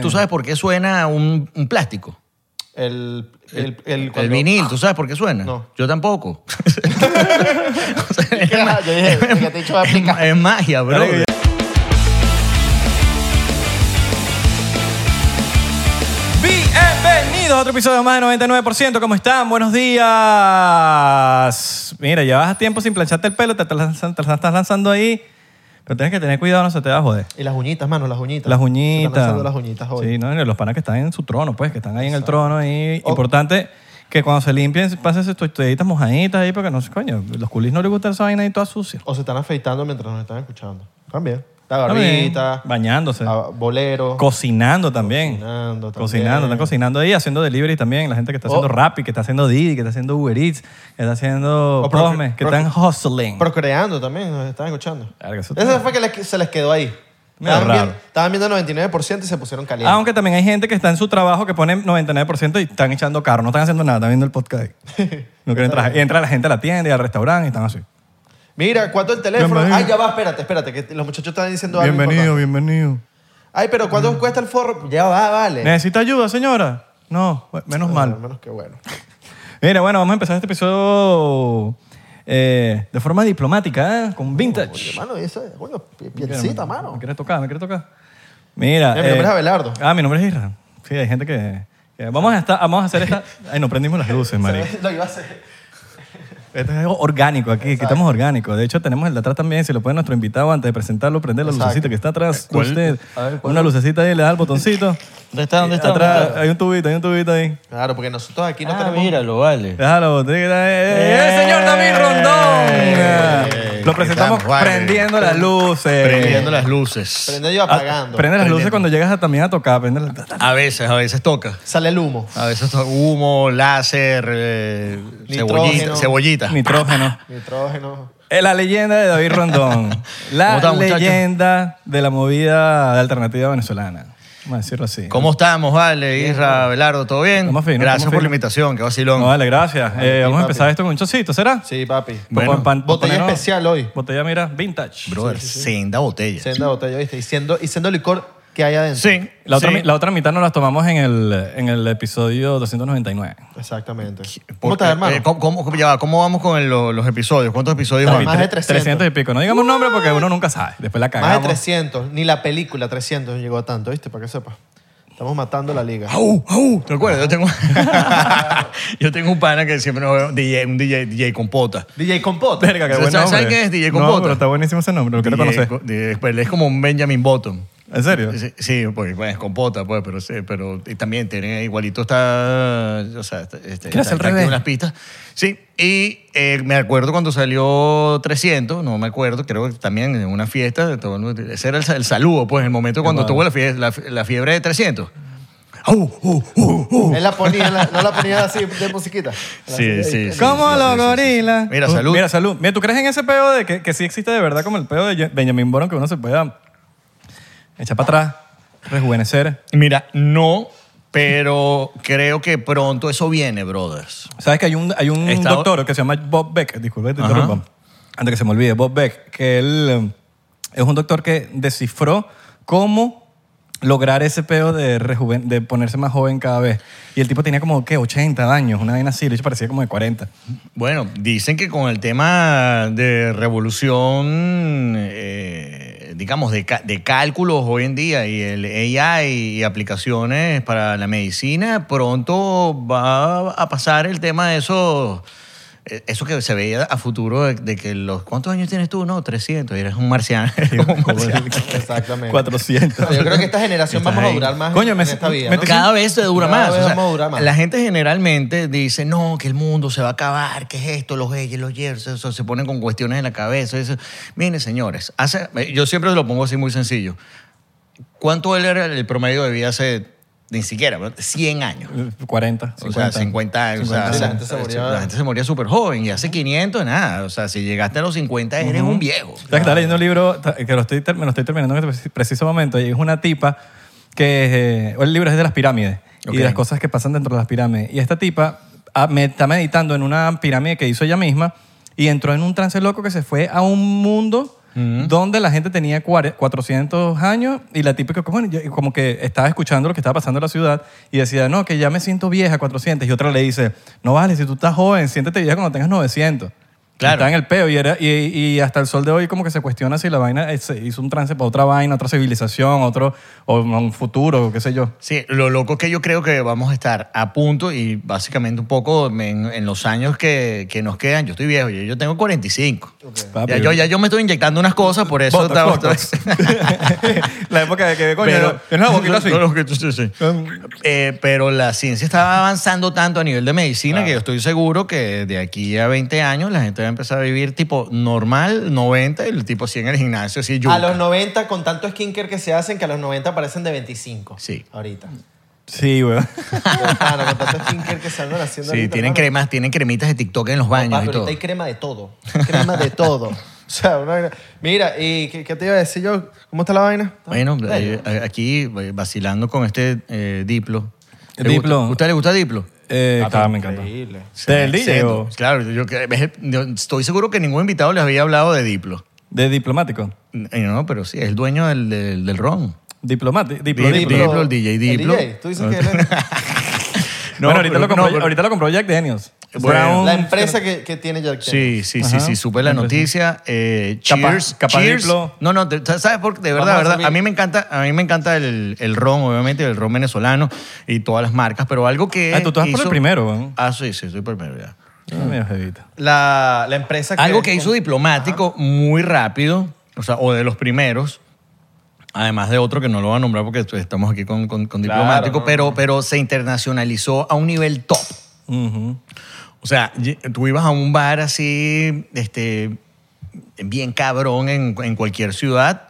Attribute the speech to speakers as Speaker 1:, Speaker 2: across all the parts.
Speaker 1: ¿Tú sabes por qué suena un, un plástico?
Speaker 2: El, el, el,
Speaker 1: El
Speaker 2: cuando-
Speaker 1: vinil, ¿tú sabes por qué suena?
Speaker 2: No.
Speaker 1: Yo tampoco. O sea,
Speaker 2: Yo
Speaker 1: ma-
Speaker 2: dije, el que te he dicho va a
Speaker 1: es
Speaker 2: aplicar.
Speaker 1: ma- es magia, bro.
Speaker 3: Dale, Bienvenidos a otro episodio más de 99%. ¿Cómo están? Buenos días. Mira, llevas tiempo sin plancharte el pelo, te, te lanzan- te la estás lanzando ahí, pero tienes que tener cuidado, no se te va a joder.
Speaker 2: Y las uñitas, mano, las uñitas.
Speaker 3: Las
Speaker 2: Se están
Speaker 3: uñitas.
Speaker 2: lanzando las uñitas hoy.
Speaker 3: Sí, no, y los panas que están en su trono, pues, que están ahí en el trono.
Speaker 2: Oh.
Speaker 3: ahí. Importante que cuando se limpien, pasen sus toalladitas mojaditas ahí, porque no sé, coño, los culis no les gusta esa vaina ahí toda sucia.
Speaker 2: O se están afeitando mientras nos están escuchando. También. La
Speaker 3: También,
Speaker 2: barbita.
Speaker 3: Bañándose.
Speaker 2: a- Bolero.
Speaker 3: Cocinando también.
Speaker 2: Cocinando también. Oh.
Speaker 3: Cocinando, están cocinando ahí, haciendo delivery también. La gente que está haciendo Rappi, que está haciendo Didi, que está haciendo Uber Eats, que está haciendo
Speaker 2: O proc-
Speaker 3: Postme, que
Speaker 2: proc-
Speaker 3: están hustling.
Speaker 2: Procreando también, nos están escuchando.
Speaker 3: Verga, eso
Speaker 2: Ese fue que les- se les quedó ahí.
Speaker 3: Medio
Speaker 2: Estaban,
Speaker 3: raro.
Speaker 2: viendo- estaban viendo 99% y se pusieron calientes.
Speaker 3: Aunque también hay gente que está en su trabajo que pone 99% y están echando carro, no están haciendo nada, están viendo el podcast. No quieren trabajar. Y entra la gente a la tienda y al restaurante y están así.
Speaker 2: Mira, ¿cuánto el teléfono?
Speaker 3: Bienvenido.
Speaker 2: Ay, ya va, espérate, espérate, que los muchachos están diciendo algo.
Speaker 3: Bienvenido, Mm.
Speaker 2: importante.
Speaker 3: bienvenido.
Speaker 2: Ay, pero ¿cuánto cuesta el forro? Ya va, vale.
Speaker 3: ¿Necesita ayuda, señora? No, bueno, menos mal.
Speaker 2: Al menos que bueno.
Speaker 3: Mira, bueno, vamos a empezar este episodio eh, de forma diplomática, ¿eh? con vintage.
Speaker 2: Mano, y eso es, coño, pie-
Speaker 3: Mira,
Speaker 2: piecita,
Speaker 3: me-
Speaker 2: mano.
Speaker 3: Me quiere tocar, me quiere tocar. Mira.
Speaker 2: Mira, mi nombre es Abelardo.
Speaker 3: Ah, mi nombre es Isra. Sí, hay gente que. que- vamos, a estar- vamos a hacer esta. Ay, no prendimos las luces, marico.
Speaker 2: Lo iba a hacer.
Speaker 3: Esto es algo orgánico aquí, aquí estamos orgánicos. De hecho, tenemos el de atrás también. Si lo puede nuestro invitado antes de presentarlo, prender la
Speaker 2: Exacto.
Speaker 3: lucecita que está atrás. de
Speaker 1: ¿Cuál?
Speaker 3: Usted,
Speaker 1: A ver, ¿cuál?
Speaker 3: una lucecita ahí, le da el botoncito.
Speaker 1: ¿Dónde está? ¿Dónde está?
Speaker 3: Atrás,
Speaker 1: ¿Dónde
Speaker 3: hay un tubito, hay un tubito ahí.
Speaker 2: Claro, porque nosotros aquí no
Speaker 1: está? Ah,
Speaker 2: tenemos.
Speaker 1: míralo, vale.
Speaker 3: Déjalo, botella. ¡Eh, ¡El señor David Rondón!
Speaker 1: Eh,
Speaker 3: Lo presentamos
Speaker 1: estamos, vale.
Speaker 3: prendiendo las luces.
Speaker 1: Prendiendo las luces.
Speaker 2: Prende yo
Speaker 3: Ah,
Speaker 2: apagando.
Speaker 3: Prende las luces
Speaker 1: Prendiendo.
Speaker 3: cuando llegas a- también a tocar. Prende las-
Speaker 1: A veces, a veces toca.
Speaker 2: Sale el humo.
Speaker 1: A veces toca humo, láser, eh,
Speaker 2: Nitrógeno.
Speaker 1: cebollita. cebollita.
Speaker 3: Nitrógeno.
Speaker 2: Nitrógeno.
Speaker 3: Eh, La leyenda de David Rondón. La
Speaker 1: ¿Cómo están, muchachos?
Speaker 3: leyenda de la movida alternativa venezolana. Vamos a decirlo así.
Speaker 1: ¿Cómo estamos, vale? Isra, Belardo, ¿todo bien?
Speaker 3: Estamos finos,
Speaker 1: Gracias
Speaker 3: estamos
Speaker 1: por la
Speaker 3: finos.
Speaker 1: invitación, que vacilón.
Speaker 3: No, vale, gracias. Eh,
Speaker 2: sí,
Speaker 3: vamos a
Speaker 2: papi.
Speaker 3: empezar esto con un chocito, ¿será?
Speaker 2: Sí, papi.
Speaker 1: Bueno,
Speaker 3: Pa- pa- pa-
Speaker 2: botella
Speaker 3: ponernos-
Speaker 2: especial hoy.
Speaker 3: Botella, mira, vintage.
Speaker 1: Brother, senda botella.
Speaker 2: Senda botella, ¿viste? Y siendo, y siendo licor que hay adentro.
Speaker 1: Sí.
Speaker 3: La, otra,
Speaker 1: sí.
Speaker 3: mi- la otra mitad nos las tomamos en el, en el episodio 299.
Speaker 2: Exactamente. ¿Cómo
Speaker 1: Por-
Speaker 2: estás,
Speaker 1: eh,
Speaker 2: hermano?
Speaker 1: eh, ¿cómo, cómo- ya va, ¿cómo vamos con el- lo- los episodios? ¿Cuántos episodios
Speaker 2: Está
Speaker 1: van?
Speaker 2: Más de
Speaker 3: Tre-
Speaker 2: 300.
Speaker 3: y pico. No digamos nombre porque uno nunca sabe. Después la
Speaker 2: Más
Speaker 3: cagamos.
Speaker 2: de 300. Ni la película 300 llegó a tanto, ¿viste? Para que sepas. Estamos matando la liga.
Speaker 3: Uh,
Speaker 1: ¡Au! ¡Au! ¿Te acuerdas? Yo tengo, yo tengo un pana que siempre nos ve, un DJ, un DJ, DJ con pota.
Speaker 2: DJ Compot.
Speaker 3: Verga, qué
Speaker 1: ¿Sabes-
Speaker 3: buen
Speaker 1: sabes
Speaker 3: nombre.
Speaker 1: quién es DJ
Speaker 3: No,
Speaker 1: Compota?
Speaker 3: pero está buenísimo ese nombre. Lo quiero
Speaker 1: DJ
Speaker 3: conocer.
Speaker 1: co- DJ pues, es como un Benjamin Button.
Speaker 3: ¿En serio?
Speaker 1: Sí, sí, pues bueno, es con pota, pues, pero, sí, pero y también tiene igualito está, o sea, está, está-
Speaker 3: ¿Qué
Speaker 1: está-
Speaker 3: le hace al
Speaker 1: está aquí
Speaker 3: revés?
Speaker 1: unas pistas. Sí, y eh, me acuerdo cuando salió 300, no me acuerdo, creo que también en una fiesta, todo el mundo- ese era el, sa- el saludo, pues, el momento cuando
Speaker 3: bueno.
Speaker 1: tuvo la, fie- la, la fiebre de 300. ¡Au, au, au, au!
Speaker 2: Él la ponía, la- no la ponía así de musiquita. La
Speaker 1: Sí,
Speaker 2: hacía-
Speaker 1: sí, sí.
Speaker 3: ¿Cómo
Speaker 1: sí,
Speaker 3: los
Speaker 1: sí, sí, sí.
Speaker 3: gorilas?
Speaker 1: Mira,
Speaker 3: Uh,
Speaker 1: salud.
Speaker 3: Mira, salud. Mira, ¿tú crees en ese peo de que, que sí existe de verdad como el peo de Ye- Benjamin Boron que uno se pueda echar para atrás, rejuvenecer?
Speaker 1: Mira, no, pero creo que pronto eso viene, brothers.
Speaker 3: ¿Sabes que hay un, hay un
Speaker 1: Está-
Speaker 3: doctor que se llama Bob Beck? Disculpe, que te
Speaker 1: Ajá.
Speaker 3: interrumpa. Antes que se me olvide, Bob Beck, que él em, es un doctor que descifró cómo lograr ese peo de, rejuven- de ponerse más joven cada vez. Y el tipo tenía como, ¿qué? 80 años, una vaina así. De hecho, parecía como de 40.
Speaker 1: Bueno, dicen que con el tema de revolución, eh, digamos, de, ca- de cálculos hoy en día y el AI y aplicaciones para la medicina, pronto va a pasar el tema de eso. eh, Eso que se veía a futuro de, de que los... ¿Cuántos años tienes tú? No, 300. Y eres un marciano. eres como un marciano.
Speaker 2: Exactamente.
Speaker 3: 400.
Speaker 2: Yo creo que esta generación vamos a durar más
Speaker 3: Coño,
Speaker 2: en
Speaker 3: me-
Speaker 2: esta vida.
Speaker 3: me
Speaker 2: ¿no?
Speaker 3: te-
Speaker 1: Cada vez se dura
Speaker 2: Cada
Speaker 1: más.
Speaker 2: vez
Speaker 1: o sea,
Speaker 2: vamos a durar más.
Speaker 1: La gente generalmente dice, no, que el mundo se va a acabar, que es esto, los reyes, los years, eso, se ponen con cuestiones en la cabeza. eso. Miren, señores, hace- eh, yo siempre lo pongo así muy sencillo. ¿Cuánto era el promedio de vida hace, ni siquiera, ¿verdad? 100 años?
Speaker 3: 40, 50.
Speaker 1: O sea, 50 años. o sea,
Speaker 2: 50. Sí, la gente se moría-
Speaker 1: la gente se moría súper joven y hace 500, nada. O sea, si llegaste a los 50, eres un viejo.
Speaker 3: Sabes que Estaba leyendo un libro ta- que lo estoy, ter- me lo estoy terminando en este preci- preciso momento y es una tipa que eh, el libro es de las pirámides
Speaker 1: Ok.
Speaker 3: y de las cosas que pasan dentro de las pirámides. Y esta tipa ah, me- está meditando en una pirámide que hizo ella misma y entró en un trance loco que se fue a un mundo donde la gente tenía cuare- 400 años y la típica, como, ya- como que estaba escuchando lo que estaba pasando en la ciudad y decía, no, que ya me siento vieja, 400. Y otra le dice, no vale, si tú estás joven, siéntete vieja cuando tengas 900. Y
Speaker 1: Claro.
Speaker 3: Está en el peo y, era, y, y hasta el sol de hoy como que se cuestiona si la vaina eh, se hizo un trance para otra vaina, otra civilización, otro, o un futuro, qué sé yo.
Speaker 1: Sí, lo loco es que yo creo que vamos a estar a punto y básicamente un poco en, en los años que, que nos quedan. Yo estoy viejo, yo, yo tengo 45.
Speaker 3: Papi,
Speaker 1: ya, yo, ya yo me estoy inyectando unas cosas, por eso
Speaker 3: Botox,
Speaker 1: estaba-
Speaker 3: Botox. la época de que, coño,
Speaker 1: Pero-
Speaker 3: tienes la boquita así.
Speaker 1: No, no, que tú- sí, sí. Eh, pero la ciencia estaba avanzando tanto a nivel de medicina que yo estoy seguro que de aquí a 20 años la gente va a empezar a vivir tipo normal, 90, y el tipo así en el gimnasio, así yuca.
Speaker 2: A los 90, con tanto skincare que se hacen, que a los 90 parecen de 25.
Speaker 1: Sí.
Speaker 2: Ahorita.
Speaker 3: Sí, weón.
Speaker 2: claro, con tanto skincare que se andan haciendo.
Speaker 1: Sí,
Speaker 2: ahorita,
Speaker 1: tienen
Speaker 2: hermano.
Speaker 1: cremas, tienen cremitas de TikTok en los baños
Speaker 2: Papi,
Speaker 1: y todo.
Speaker 2: ahorita hay crema de todo. Crema de todo. O sea, una- Mira, ¿y qué, qué te iba a decir yo? ¿Cómo está la vaina?
Speaker 1: Bueno,
Speaker 2: Bello.
Speaker 1: eh, aquí eh, vacilando con este eh, Diplo. ¿Le
Speaker 3: Diplo.
Speaker 1: gusta- ¿Usted le gusta Diplo?
Speaker 3: Eh,
Speaker 1: Ah,
Speaker 2: Papi,
Speaker 3: claro, me encanta.
Speaker 2: increíble.
Speaker 3: ¿Del DJ
Speaker 1: Excelente.
Speaker 3: o
Speaker 1: Claro, yo, que- es el- yo estoy seguro que ningún invitado les había hablado de Diplo.
Speaker 3: de diplomático?
Speaker 1: Eh, No, pero sí, es el dueño del, del, del ron.
Speaker 3: Diplomático. Diplo,
Speaker 1: Diplo,
Speaker 3: diplo.
Speaker 1: el DJ Diplo.
Speaker 2: El DJ, tú dices que él es-
Speaker 1: No,
Speaker 3: bueno, ahorita
Speaker 1: pero-
Speaker 3: lo, compró,
Speaker 1: no, pero-
Speaker 3: ahorita lo compró Jack Daniels.
Speaker 1: Bueno.
Speaker 2: la empresa que, que tiene Jack
Speaker 1: Sí,
Speaker 2: Daniels.
Speaker 1: sí,
Speaker 3: Ajá.
Speaker 1: sí, sí, supe la noticia. Eh,
Speaker 3: Capaz-
Speaker 1: cheers,
Speaker 3: capaz
Speaker 1: cheers.
Speaker 3: Diplo.
Speaker 1: No, no, te- sabes por qué? de
Speaker 2: Vamos
Speaker 1: verdad,
Speaker 2: a
Speaker 1: verdad.
Speaker 2: salir.
Speaker 1: A mí me encanta, a mí me encanta el, el ron, obviamente, el ron venezolano y todas las marcas, pero algo que
Speaker 3: Ah, tú- tú vas por el primero, weón.
Speaker 1: Ah, sí, sí, estoy por el primero ya.
Speaker 3: Ah, medio jevito.
Speaker 2: La, la empresa que...
Speaker 1: Algo que hizo diplomático muy rápido, o sea, o de los primeros, además de otro que no lo voy a nombrar porque estamos aquí con, con- con
Speaker 2: Claro,
Speaker 1: diplomático,
Speaker 2: no,
Speaker 1: pero, pero se internacionalizó a un nivel top.
Speaker 3: Ujú.
Speaker 1: O sea, ye- tú ibas a un bar así, este, bien cabrón en, en cualquier ciudad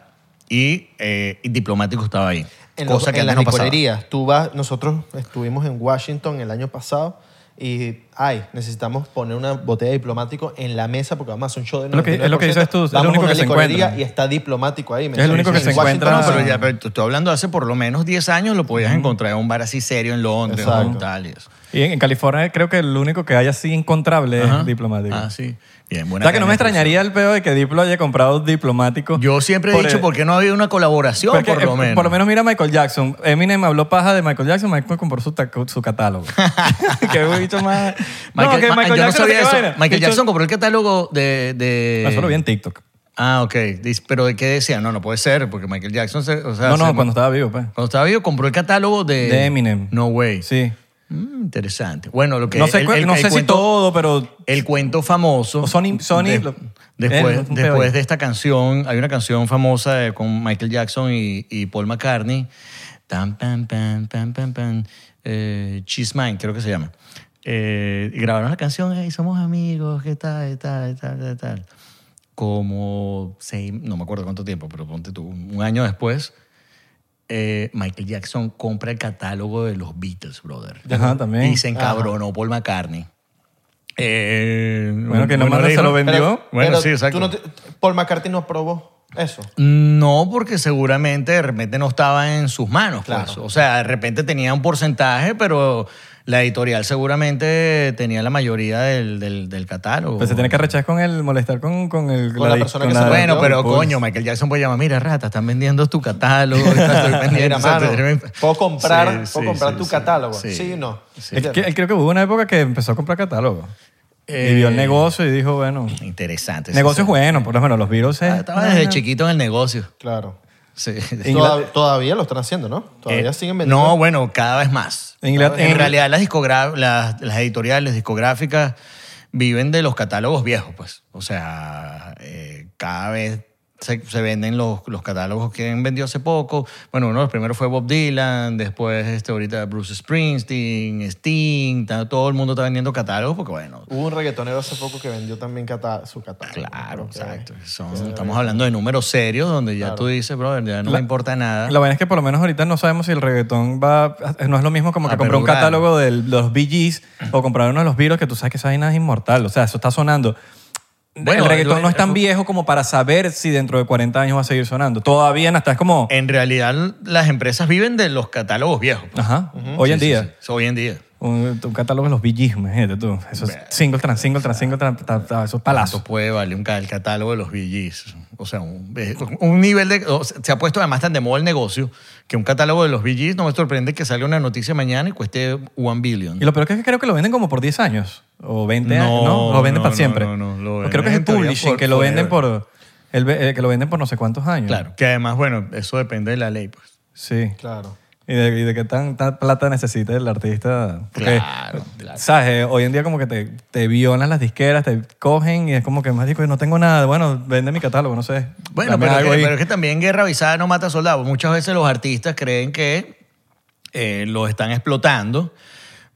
Speaker 1: y, eh, y diplomático estaba ahí.
Speaker 2: En,
Speaker 1: cosa
Speaker 2: los-
Speaker 1: que
Speaker 2: en
Speaker 1: antes
Speaker 2: las
Speaker 1: no pasaba.
Speaker 2: licorerías. Tú vas, nosotros estuvimos en Washington el año pasado y, ay, necesitamos poner una botella de diplomático en la mesa porque vamos a hacer un show de
Speaker 3: Es lo que-
Speaker 2: 99%.
Speaker 3: es lo que dices tú, es lo
Speaker 2: Vamos a
Speaker 3: único
Speaker 2: una
Speaker 3: que se
Speaker 2: licorería
Speaker 3: encuentra.
Speaker 2: Y está diplomático ahí. ¿me
Speaker 3: Es el
Speaker 2: entiendes?
Speaker 3: único que
Speaker 2: En
Speaker 3: se
Speaker 2: Washington
Speaker 3: encuentra-
Speaker 1: No, pero ya
Speaker 2: no,
Speaker 1: pero te estoy hablando hace por lo menos 10 años, lo podías encontrar en un bar así serio en Londres,
Speaker 2: Exacto.
Speaker 1: en tal y eso.
Speaker 3: Y en, en California creo que el único que hay así encontrable
Speaker 1: Ajá.
Speaker 3: es diplomático.
Speaker 1: Ah, sí. Bien,
Speaker 3: o
Speaker 1: buena
Speaker 3: sea que no me
Speaker 1: carne.
Speaker 3: extrañaría el peo de que Diplo haya comprado diplomático.
Speaker 1: Yo siempre he
Speaker 3: Por
Speaker 1: dicho,
Speaker 3: el-
Speaker 1: ¿por qué no ha habido una colaboración,
Speaker 3: Porque,
Speaker 1: por
Speaker 3: eh,
Speaker 1: lo menos?
Speaker 3: Por lo menos mira a Michael Jackson. Eminem habló paja de Michael Jackson, Michael compró su, taco- su catálogo. Qué bicho más... No,
Speaker 1: Michael,
Speaker 3: que
Speaker 1: Ma- yo
Speaker 3: Michael
Speaker 1: no
Speaker 3: Jackson
Speaker 1: sabía
Speaker 3: qué
Speaker 1: eso.
Speaker 3: vaina.
Speaker 1: Michael
Speaker 3: Bicho-
Speaker 1: Jackson compró el catálogo de... de...
Speaker 3: Ah, Eso lo vi en TikTok.
Speaker 1: Ah, ok. Dice, Pero ¿de qué decía? No, no puede ser, porque Michael Jackson... se- o sea,
Speaker 3: No, no,
Speaker 1: se-
Speaker 3: cuando estaba vivo, pues.
Speaker 1: cuando estaba vivo compró el catálogo de...
Speaker 3: De Eminem.
Speaker 1: No way.
Speaker 3: Sí.
Speaker 1: Mm, interesante. Bueno, lo que...
Speaker 3: No sé,
Speaker 1: el-
Speaker 3: cu-
Speaker 1: el-
Speaker 3: no
Speaker 1: el
Speaker 3: sé si
Speaker 1: cuento- Oh.
Speaker 3: todo, pero
Speaker 1: El cuento famoso...
Speaker 3: O Sony- Sony
Speaker 1: de-
Speaker 3: lo-
Speaker 1: después
Speaker 3: él, un peor.
Speaker 1: después de esta canción, hay una canción famosa de- con Michael Jackson y, y Paul McCartney. Tan, pan, pan, pan, pan, pan. eh, Cheese Mine, creo que se llama. Eh, y grabaron la canción, hey, somos amigos, qué tal, qué tal, qué tal, qué tal. Como seis, no me acuerdo cuánto tiempo, pero ponte tú, un año después, eh, Michael Jackson compra el catálogo de los Beatles, brother.
Speaker 3: Ajá, también.
Speaker 1: Y se encabronó Paul McCartney. Eh,
Speaker 3: Bueno, que nomás
Speaker 1: le
Speaker 3: no se
Speaker 1: dijo-
Speaker 3: lo vendió.
Speaker 1: Bueno, sí, exacto.
Speaker 2: tú no te- Paul McCartney no aprobó eso.
Speaker 1: No, porque seguramente de repente no estaba en sus manos. pues.
Speaker 2: Claro.
Speaker 1: O sea, de repente tenía un porcentaje, pero la editorial seguramente tenía la mayoría del, del- del catálogo.
Speaker 3: Pues se tiene que rechazar con el molestar con, con el.
Speaker 2: Con la persona que se arreglar.
Speaker 1: bueno,
Speaker 2: Yo,
Speaker 1: pero
Speaker 3: pues.
Speaker 1: coño, Michael Jackson puede llamar, mira, rata, están vendiendo tu catálogo. Estoy vendiendo,
Speaker 2: Mira,
Speaker 1: o sea,
Speaker 2: mano,
Speaker 1: te-
Speaker 2: puedo comprar,
Speaker 1: Sí,
Speaker 2: puedo
Speaker 1: sí,
Speaker 2: comprar
Speaker 1: sí,
Speaker 2: tu
Speaker 1: sí,
Speaker 2: catálogo.
Speaker 1: sí.
Speaker 2: Sí, no.
Speaker 3: Él, que- él creo que hubo una época que empezó a comprar catálogo.
Speaker 1: Eh,
Speaker 3: y vio el negocio y dijo, bueno.
Speaker 1: Interesante. Este, sí,
Speaker 3: Negocios
Speaker 1: sí.
Speaker 3: buenos, por lo menos los eh. virus.
Speaker 1: Ah, Estaba desde chiquito en el negocio.
Speaker 2: Claro.
Speaker 1: Sí.
Speaker 2: Todav- todavía lo están haciendo, ¿no? Todavía
Speaker 1: Eh,
Speaker 2: siguen vendiendo.
Speaker 1: No, bueno, cada vez más.
Speaker 3: En Inglaterra-
Speaker 1: Cada vez- en realidad las, discogra- las, las editoriales, discográficas, viven de los catálogos viejos, pues. O sea, eh, cada vez se, se venden los, los catálogos que han vendido hace poco. Bueno, uno de los primeros fue Bob Dylan, después este, ahorita Bruce Springsteen, Sting, ta- todo el mundo está vendiendo catálogos porque, bueno,
Speaker 2: Hubo un reggaetonero hace poco que vendió también cata- su catálogo.
Speaker 1: claro,
Speaker 2: Ok.
Speaker 1: exacto. Son- estamos hablando de números serios donde ya tú dices, brother, ya no me importa nada.
Speaker 3: La verdad es que por lo menos ahorita no sabemos si el reggaetón va. No es lo mismo como que
Speaker 1: A
Speaker 3: comprar un
Speaker 1: perdurar.
Speaker 3: catálogo de los BGs o comprar uno de los virus que tú sabes que esa vaina es inmortal. O sea, eso está sonando.
Speaker 1: Bueno,
Speaker 3: el reggaetón
Speaker 1: lo-
Speaker 3: no es tan viejo como para saber si dentro de 40 años va a seguir sonando. Todavía no estás como.
Speaker 1: Eh. En realidad las empresas viven de los catálogos viejos. pues.
Speaker 3: Ajá. Hoy en
Speaker 1: Sí, sí,
Speaker 3: día.
Speaker 1: sí. Hoy en día.
Speaker 3: un, un catálogo de los Bee Gees, imagínate tú. Eso es single tras single tras single tras, tras- tras- esos palazos.
Speaker 1: ¿Cuánto puede valer un ca- el catálogo de los VGs? O sea, un, eh, un nivel de... o sea, se ha puesto además tan de moda el negocio que un catálogo de los VGs no me sorprende que salga una noticia mañana y cueste one billion.
Speaker 3: Y lo peor es que creo que lo venden como por 10 años o 20
Speaker 1: No,
Speaker 3: años, ¿no? Lo venden
Speaker 1: no,
Speaker 3: para
Speaker 1: no,
Speaker 3: siempre.
Speaker 1: no, no, lo
Speaker 3: O
Speaker 1: venden
Speaker 3: creo que es
Speaker 1: en
Speaker 3: el
Speaker 1: teoría
Speaker 3: publishing
Speaker 1: por-
Speaker 3: que lo venden
Speaker 1: forever.
Speaker 3: por el ve- eh, que lo venden por no sé cuántos años.
Speaker 1: Claro. Que además, bueno, eso depende de la ley, pues.
Speaker 3: Sí.
Speaker 2: Claro.
Speaker 3: Y de, y de qué tan, tan plata necesita el artista. Porque,
Speaker 1: Claro, claro.
Speaker 3: ¿Sabes? Eh, Hoy en día como que te, te violan las disqueras, te cogen y es como que más digo, no tengo nada. Bueno, vende mi catálogo, no sé.
Speaker 1: Bueno,
Speaker 3: Dame
Speaker 1: pero,
Speaker 3: algo
Speaker 1: que,
Speaker 3: ahí.
Speaker 1: pero es que también guerra avisada no mata soldados. Muchas veces los artistas creen que eh, los están explotando,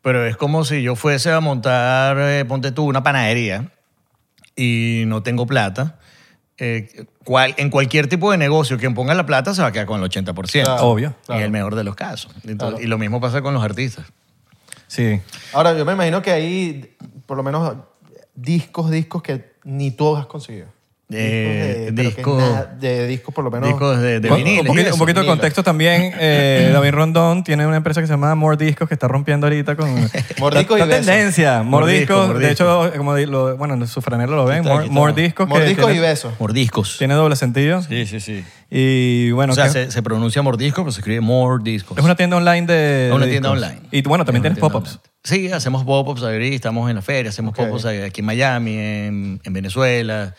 Speaker 1: pero es como si yo fuese a montar, eh, ponte tú, una panadería y no tengo plata. Eh, cual- en cualquier tipo de negocio, quien ponga la plata se va a quedar con el 80%.
Speaker 2: Claro,
Speaker 3: Obvio.
Speaker 1: En
Speaker 2: claro.
Speaker 1: el mejor de los casos. Entonces,
Speaker 2: Claro.
Speaker 1: Y lo mismo pasa con los artistas.
Speaker 3: Sí.
Speaker 2: Ahora, yo me imagino que hay, por lo menos, discos, discos que ni tú has conseguido.
Speaker 1: Eh,
Speaker 2: Discos de- pero que
Speaker 1: disco-
Speaker 2: nada- de discos, por lo menos.
Speaker 1: Discos de, de
Speaker 3: Con-
Speaker 1: viniles.
Speaker 3: un poquito,
Speaker 2: eso,
Speaker 3: un poquito de
Speaker 2: vinilo.
Speaker 3: contexto también. eh, David Rondón tiene una empresa que se llama More Discos que está rompiendo ahorita con.
Speaker 2: Mordisco y
Speaker 3: la,
Speaker 2: besos.
Speaker 3: tendencia. More
Speaker 1: Mordisco,
Speaker 3: Discos. De
Speaker 1: mordisco.
Speaker 3: hecho, como di- lo- bueno, en su franelo lo
Speaker 1: Aquí
Speaker 3: ven.
Speaker 1: está,
Speaker 3: More,
Speaker 1: aquí
Speaker 3: More
Speaker 1: está.
Speaker 3: Discos. que
Speaker 2: Mordiscos y
Speaker 3: tiene-
Speaker 2: besos.
Speaker 1: Mordiscos.
Speaker 3: Tiene doble sentido.
Speaker 1: Sí, sí, sí.
Speaker 3: Y bueno,
Speaker 1: o sea,
Speaker 3: que-
Speaker 1: se, se pronuncia mordisco, pero se escribe more discos.
Speaker 3: es una tienda online de.
Speaker 1: Es una
Speaker 3: de
Speaker 1: tienda
Speaker 3: discos.
Speaker 1: online.
Speaker 3: Y tú, bueno, también
Speaker 1: Es una
Speaker 3: tienes
Speaker 1: tienda
Speaker 3: pop-ups.
Speaker 1: online. Sí, hacemos pop-ups ahí, estamos en la feria, hacemos
Speaker 2: Ok.
Speaker 1: pop-ups aquí en Miami, en, en Venezuela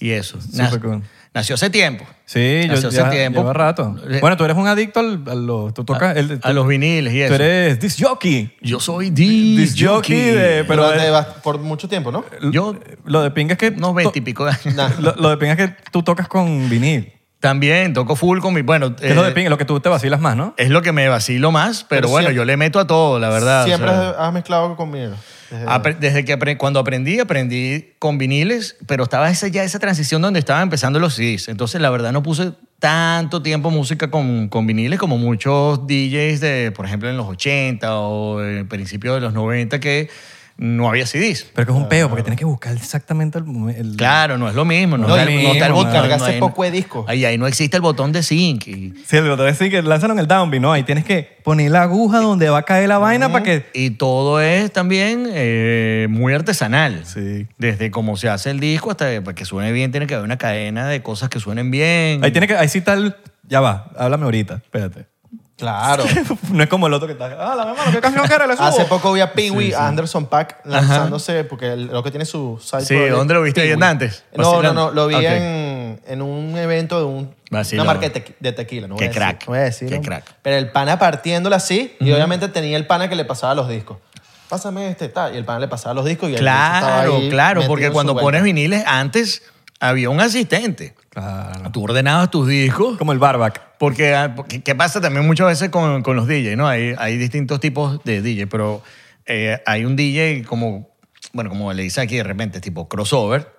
Speaker 1: y eso. Nas-
Speaker 3: Súper cool.
Speaker 1: Nació hace tiempo.
Speaker 3: Sí, yo
Speaker 1: Nació hace
Speaker 3: ya,
Speaker 1: tiempo.
Speaker 3: lleva rato.
Speaker 1: Eh,
Speaker 3: Bueno, tú eres un adicto al, a los- tú tocas, el- tú,
Speaker 1: a los viniles y eso.
Speaker 3: tú eres disc jockey.
Speaker 1: Yo soy disc
Speaker 3: Disc jockey
Speaker 1: jockey.
Speaker 3: de-
Speaker 2: Pero
Speaker 3: Eh, Pero
Speaker 2: durante
Speaker 3: es-
Speaker 2: bast- por mucho tiempo, ¿no?
Speaker 1: Yo,
Speaker 3: Lo de pinga es que
Speaker 1: unos veintipico de años.
Speaker 2: Nah.
Speaker 3: lo, lo de pinga es que tú tocas con vinil.
Speaker 1: También toco full con mi... Bueno,
Speaker 3: Que es lo de
Speaker 1: eh,
Speaker 3: pinga, lo que tú te vacilas más, ¿no?
Speaker 1: es lo que me vacilo más, pero,
Speaker 2: Pero
Speaker 1: bueno,
Speaker 2: siempre-
Speaker 1: yo le meto a todo, la verdad. o
Speaker 2: Siempre
Speaker 1: sea. Ah,
Speaker 2: has- has mezclado con vinilo. Desde-
Speaker 1: Apre- Desde que apre- cuando aprendí, aprendí con viniles, pero estaba esa, ya esa transición donde estaban empezando los CDs. Entonces, la verdad, no puse tanto tiempo música con, con viniles como muchos DJs de, por ejemplo, en los 80 o en principios de los 90 que no había CDs.
Speaker 3: Pero que es un peo, porque tienes que buscar exactamente el momen- el-
Speaker 1: Ah. Claro, no es lo mismo. No,
Speaker 3: No,
Speaker 1: está,
Speaker 3: y
Speaker 1: el- no está el
Speaker 3: mismo,
Speaker 1: botón.
Speaker 2: cargarse
Speaker 1: no hay-
Speaker 2: poco de disco.
Speaker 1: Ahí, ahí no existe el botón de sync. Y,
Speaker 3: Sí, lo te voy a decir que lanzaron el downbeat, ¿no? Ahí tienes que poner la aguja donde va a caer la vaina para que...
Speaker 1: y todo es también eh, muy artesanal.
Speaker 3: Sí.
Speaker 1: Desde cómo se hace el disco hasta para que suene bien, tiene que haber una cadena de cosas que suenen bien.
Speaker 3: Ahí tiene que... Ahí sí está el... Ya va, háblame ahorita, espérate.
Speaker 2: Claro.
Speaker 3: no es como el otro que está... Ah, la mamá, ¿qué canción que era? Le subo.
Speaker 2: Hace poco vi a Pee Wee a Anderson Pack lanzándose, porque el- lo que tiene su site
Speaker 1: Sí,
Speaker 2: project,
Speaker 1: ¿dónde lo viste
Speaker 2: Pee
Speaker 1: ahí en
Speaker 2: Wee.
Speaker 1: Nantes?
Speaker 2: No, no,
Speaker 1: Vacilando.
Speaker 2: no, lo vi
Speaker 1: Ok.
Speaker 2: en, en un evento de un,
Speaker 1: Vacilón.
Speaker 2: una marca de, tequi- de tequila. No voy
Speaker 1: Qué
Speaker 2: a decir-
Speaker 1: crack,
Speaker 2: no voy a decir,
Speaker 1: qué
Speaker 2: ¿no?
Speaker 1: crack.
Speaker 2: Pero el pana partiéndola así, y obviamente tenía el pana que le pasaba los discos. Pásame este, tal. Y el pana le pasaba los discos y el bicho estaba
Speaker 1: Claro,
Speaker 2: ahí
Speaker 1: claro,
Speaker 2: metido en
Speaker 1: porque
Speaker 2: su
Speaker 1: cuando
Speaker 2: vuelta.
Speaker 1: pones viniles, antes había un asistente.
Speaker 3: Claro.
Speaker 1: Tú ordenabas tus discos.
Speaker 3: Como el barback.
Speaker 1: Porque, ah, porque- ¿qué pasa también muchas veces con, con los DJs, no? Hay, hay distintos tipos de DJ, pero eh, hay un DJ como, bueno, como le dice aquí de repente, tipo crossover,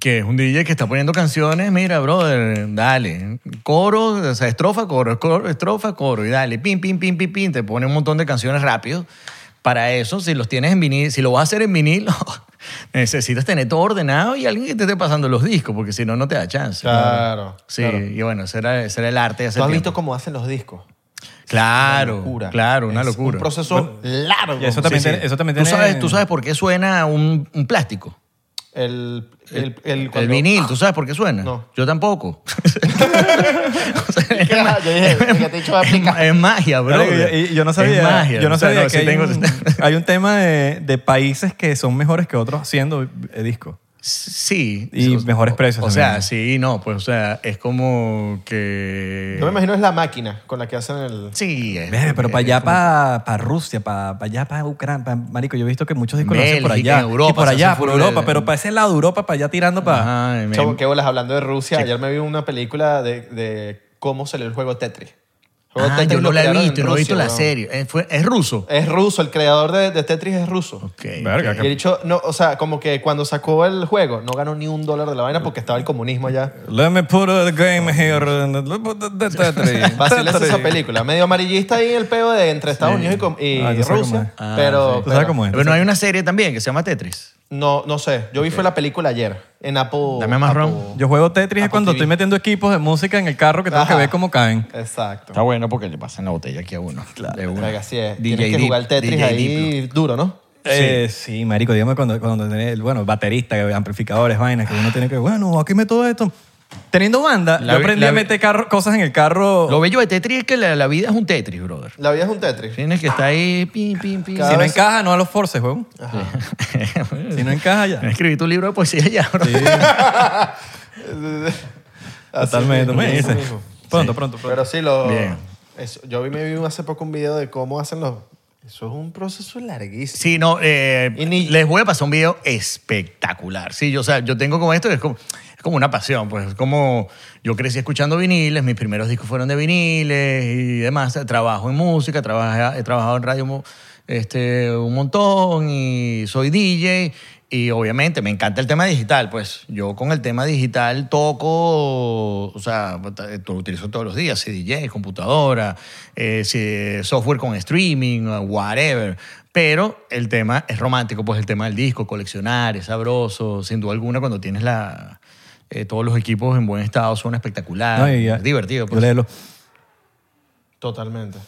Speaker 1: que es un DJ que está poniendo canciones, mira, brother, dale, coro, o sea, estrofa, coro, coro, estrofa, coro, y dale, pim, pim, pim, pim, pim, te pone un montón de canciones rápido. Para eso, si los tienes en vinil, si lo vas a hacer en vinilo, necesitas tener todo ordenado y alguien que te esté pasando los discos, porque si no, no te da chance.
Speaker 2: Claro.
Speaker 1: Sí,
Speaker 2: claro.
Speaker 1: y bueno, ese era, ese era el arte de hace
Speaker 2: ¿Tú has
Speaker 1: tiempo.
Speaker 2: visto cómo hacen los discos?
Speaker 1: Claro,
Speaker 2: Locura.
Speaker 1: claro, una
Speaker 2: Es
Speaker 1: locura.
Speaker 2: Un proceso largo.
Speaker 3: y eso también tiene- eso también
Speaker 1: ¿Tú
Speaker 3: tiene-
Speaker 1: sabes, tú sabes por qué suena un, un plástico?
Speaker 2: El, el, el,
Speaker 1: El
Speaker 2: cuando-
Speaker 1: vinil, ¿tú sabes por qué suena?
Speaker 2: No.
Speaker 1: Yo tampoco. O sea, es,
Speaker 2: Yo
Speaker 1: ma-
Speaker 2: dije, "¿Qué te he dicho va a
Speaker 1: es ma-
Speaker 2: aplicar?"
Speaker 1: es magia, bro.
Speaker 3: Claro, yo, yo- yo no sabía,
Speaker 1: Es magia.
Speaker 3: yo no
Speaker 1: O sea,
Speaker 3: sabía
Speaker 1: no,
Speaker 3: que
Speaker 1: sí
Speaker 3: hay,
Speaker 1: tengo-
Speaker 3: un, hay un tema de, de países que son mejores que otros haciendo eh, disco.
Speaker 1: Sí.
Speaker 3: Y mejores precios
Speaker 1: O sea,
Speaker 3: también.
Speaker 1: sí, no, pues, o sea, es como que...
Speaker 2: Yo me imagino es la máquina con la que hacen el...
Speaker 1: Sí. es-
Speaker 3: Verga, pero para
Speaker 1: es
Speaker 3: allá,
Speaker 1: como-
Speaker 3: para, para Rusia, para, para allá, para Ucrania, para- marico, yo he visto que muchos discos lo hacen por
Speaker 1: Bélgica,
Speaker 3: allá.
Speaker 1: en Europa,
Speaker 3: y por
Speaker 1: se
Speaker 3: allá,
Speaker 1: hacen
Speaker 3: por
Speaker 1: full
Speaker 3: Europa,
Speaker 1: de-
Speaker 3: pero para ese lado de Europa, para allá tirando para...
Speaker 1: Ajá, y me-
Speaker 2: Chavo, qué bolas hablando de Rusia. Ayer me vi una película de, de cómo salió el juego Tetris. El juego
Speaker 1: Ah,
Speaker 2: Tetris
Speaker 1: yo no
Speaker 2: lo
Speaker 1: la he
Speaker 2: crearon en
Speaker 1: visto, no he visto la
Speaker 2: Rusia, weón.
Speaker 1: serie. Es, fue- es ruso.
Speaker 2: Es ruso, el creador de, de Tetris es ruso.
Speaker 1: Ok,
Speaker 3: Verga,
Speaker 1: ok.
Speaker 2: Y el dicho, no, o sea, como que cuando sacó el juego no ganó ni un dólar de la vaina porque estaba el comunismo allá.
Speaker 3: Let me put the game here. Let me put the Tetris.
Speaker 2: Vacilas esa
Speaker 3: Tetris.
Speaker 2: película. Medio amarillista ahí el peo de entre Estados Unidos y com- y,
Speaker 3: Ah, tú sabes cómo es.
Speaker 2: Rusia.
Speaker 1: Ah,
Speaker 2: pero,
Speaker 1: sí.
Speaker 3: Tú sabes
Speaker 2: pero-
Speaker 3: cómo es.
Speaker 1: Pero no hay una serie también que se llama Tetris.
Speaker 2: No, no sé. Yo vi fue la película ayer en Apple.
Speaker 1: Dame más
Speaker 2: Apple-
Speaker 1: ron.
Speaker 3: Yo juego Tetris
Speaker 1: Ah,
Speaker 2: Apple
Speaker 3: cuando
Speaker 2: TV.
Speaker 3: estoy metiendo equipos de música en el carro que tengo que
Speaker 2: Ajá.
Speaker 3: ver cómo caen.
Speaker 2: Exacto.
Speaker 1: Está bueno porque le pasan la botella aquí a uno. De uno.
Speaker 2: Verga, así es.
Speaker 1: DJ
Speaker 2: Tienes que
Speaker 1: Dip-
Speaker 2: jugar Tetris
Speaker 1: DJ
Speaker 2: ahí
Speaker 1: Diplo.
Speaker 2: duro, ¿no?
Speaker 3: Eh, sí. marico, dígame cuando, cuando tenés, bueno, baterista, amplificadores, vainas, que uno tiene que, bueno, aquí meto esto. Teniendo banda,
Speaker 1: La
Speaker 3: yo
Speaker 1: vi-
Speaker 3: aprendí
Speaker 1: la
Speaker 3: a
Speaker 1: vi-
Speaker 3: meter carro- cosas en el carro.
Speaker 1: Lo bello de Tetris es que la, la vida es un Tetris, brother.
Speaker 2: La vida es un Tetris.
Speaker 1: Tienes que estar ahí, pim, pim, pim.
Speaker 2: Cada
Speaker 3: si no
Speaker 2: vez-
Speaker 3: encaja, no a los forces, huevón.
Speaker 2: Ajá.
Speaker 3: Si
Speaker 1: Ah.
Speaker 3: no encaja, ya.
Speaker 1: Escribí tu libro de poesía ya, bro. Ah,
Speaker 2: Así
Speaker 3: Totalmente,
Speaker 2: mismo,
Speaker 3: me
Speaker 2: así
Speaker 3: dice.
Speaker 2: mismo.
Speaker 3: Pronto, pronto, pronto.
Speaker 2: Pero sí, lo,
Speaker 1: Bien.
Speaker 2: eso- yo vi, me vi hace poco un video de cómo hacen los... Eso es un proceso larguísimo.
Speaker 1: Sí, no, eh,
Speaker 2: Y ni-
Speaker 1: les voy a pasar un video espectacular. Sí, yo, o sea, yo tengo como esto, es como, es como una pasión, pues es como yo crecí escuchando viniles, mis primeros discos fueron de viniles y demás, trabajo en música, trabaja- he trabajado en radio mo- este, un montón y soy DJ y obviamente me encanta el tema digital, pues yo con el tema digital toco, o sea, eh, to- utilizo todos los días, CDJ, computadora, eh, si- software con streaming, uh, whatever. Pero el tema es romántico, pues el tema del disco, coleccionar, es sabroso, sin duda alguna cuando tienes la, eh, todos los equipos en buen estado son espectaculares,
Speaker 3: No, y ya.
Speaker 1: es Ah, divertido. pues.
Speaker 3: Léelo.
Speaker 2: Totalmente.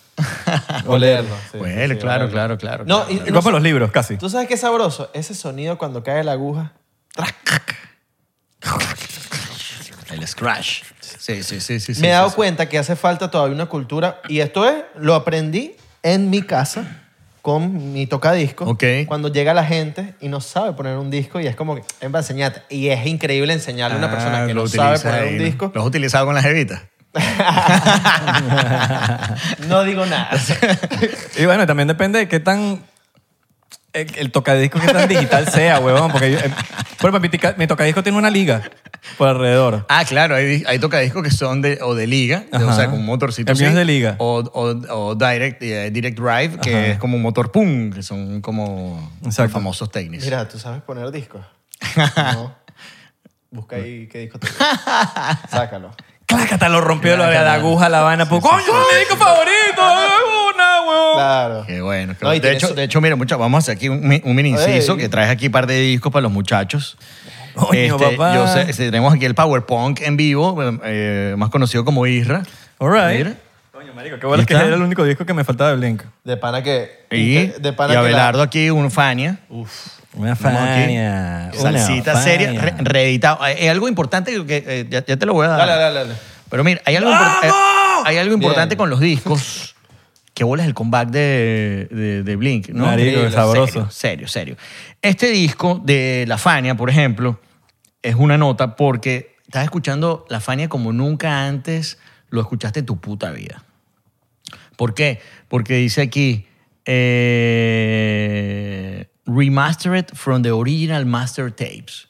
Speaker 2: Olerlo. sí,
Speaker 1: Bueno,
Speaker 2: sí,
Speaker 1: Pues, claro,
Speaker 2: olerlo.
Speaker 1: claro, claro,
Speaker 2: No,
Speaker 1: claro,
Speaker 2: y-
Speaker 3: Igual para los libros, casi.
Speaker 2: ¿Tú sabes qué sabroso? Ese sonido cuando cae la aguja.
Speaker 1: El scratch. Sí, sí, sí, sí. sí,
Speaker 2: me he
Speaker 1: sí,
Speaker 2: dado
Speaker 1: sí.
Speaker 2: cuenta que hace falta todavía una cultura. Y esto es, lo aprendí en mi casa con mi tocadisco.
Speaker 1: Ok.
Speaker 2: Cuando llega la gente y no sabe poner un disco y es como que, ven para enseñarte. Y es increíble enseñarle a una persona
Speaker 1: Ah,
Speaker 2: que
Speaker 1: lo
Speaker 2: no sabe
Speaker 1: utilizas
Speaker 2: poner
Speaker 1: ahí,
Speaker 2: un
Speaker 1: ¿no?
Speaker 2: disco.
Speaker 1: ¿Lo has utilizado con las evitas?
Speaker 2: No digo nada.
Speaker 3: Y bueno, también depende de qué tan. El, el tocadisco que tan digital sea, huevón. Porque yo, eh, por ejemplo, mi, tica- mi tocadisco tiene una liga por alrededor.
Speaker 1: Ah, claro, hay, hay tocadiscos que son de, o de liga, de- o
Speaker 3: Ajá.
Speaker 1: sea, con un motorcito.
Speaker 3: El mío
Speaker 1: así,
Speaker 3: es de liga.
Speaker 1: O, o- o direct, eh, direct drive, que
Speaker 3: Ajá.
Speaker 1: es como un motor pum, que son como los
Speaker 3: Exacto.
Speaker 1: famosos técnicos.
Speaker 2: Mira, ¿tú sabes poner discos? No. Busca ahí qué disco te gusta. Sácalo.
Speaker 3: Clácata, lo rompió la, la aguja, la vaina. pues, ¡Coño, mi disco favorito! ¡Es una, huevón!
Speaker 2: Claro.
Speaker 1: Qué bueno. qué
Speaker 2: No,
Speaker 1: bueno. de,
Speaker 2: y tiene
Speaker 1: hecho,
Speaker 2: su-
Speaker 1: de hecho, mira, muchachos, vamos a hacer aquí un, mi- un mini inciso
Speaker 2: Ey.
Speaker 1: que traes aquí un par de discos para los muchachos.
Speaker 3: Coño, papá.
Speaker 1: yo sé- este, tenemos aquí el Power Punk en vivo, eh, más conocido como Isra.
Speaker 3: All right.
Speaker 1: Mira.
Speaker 3: Coño, marico, qué bueno
Speaker 1: Ahí
Speaker 3: que
Speaker 1: está.
Speaker 3: era el único disco que me faltaba de Blink.
Speaker 2: De pana que.
Speaker 1: Y,
Speaker 2: de pana
Speaker 1: y
Speaker 2: que la-
Speaker 1: Abelardo aquí, un Fania.
Speaker 3: Una
Speaker 1: Fania, Salsita seria, re- reeditado. Hay hay algo importante que eh, ya, ya te lo voy a dar.
Speaker 2: Dale, dale, dale.
Speaker 1: Pero mira, hay algo, impor- eh, hay algo importante
Speaker 2: Bien.
Speaker 1: con los discos. Que bolas el comeback de, de, de Blink, ¿no?
Speaker 3: Marico,
Speaker 1: Increíble,
Speaker 3: sabroso.
Speaker 1: Serio, serio, serio. Este disco de La Fania, por ejemplo, es una nota porque estás escuchando La Fania como nunca antes lo escuchaste en tu puta vida. ¿Por qué? Porque dice aquí, eh, remastered from the original master tapes.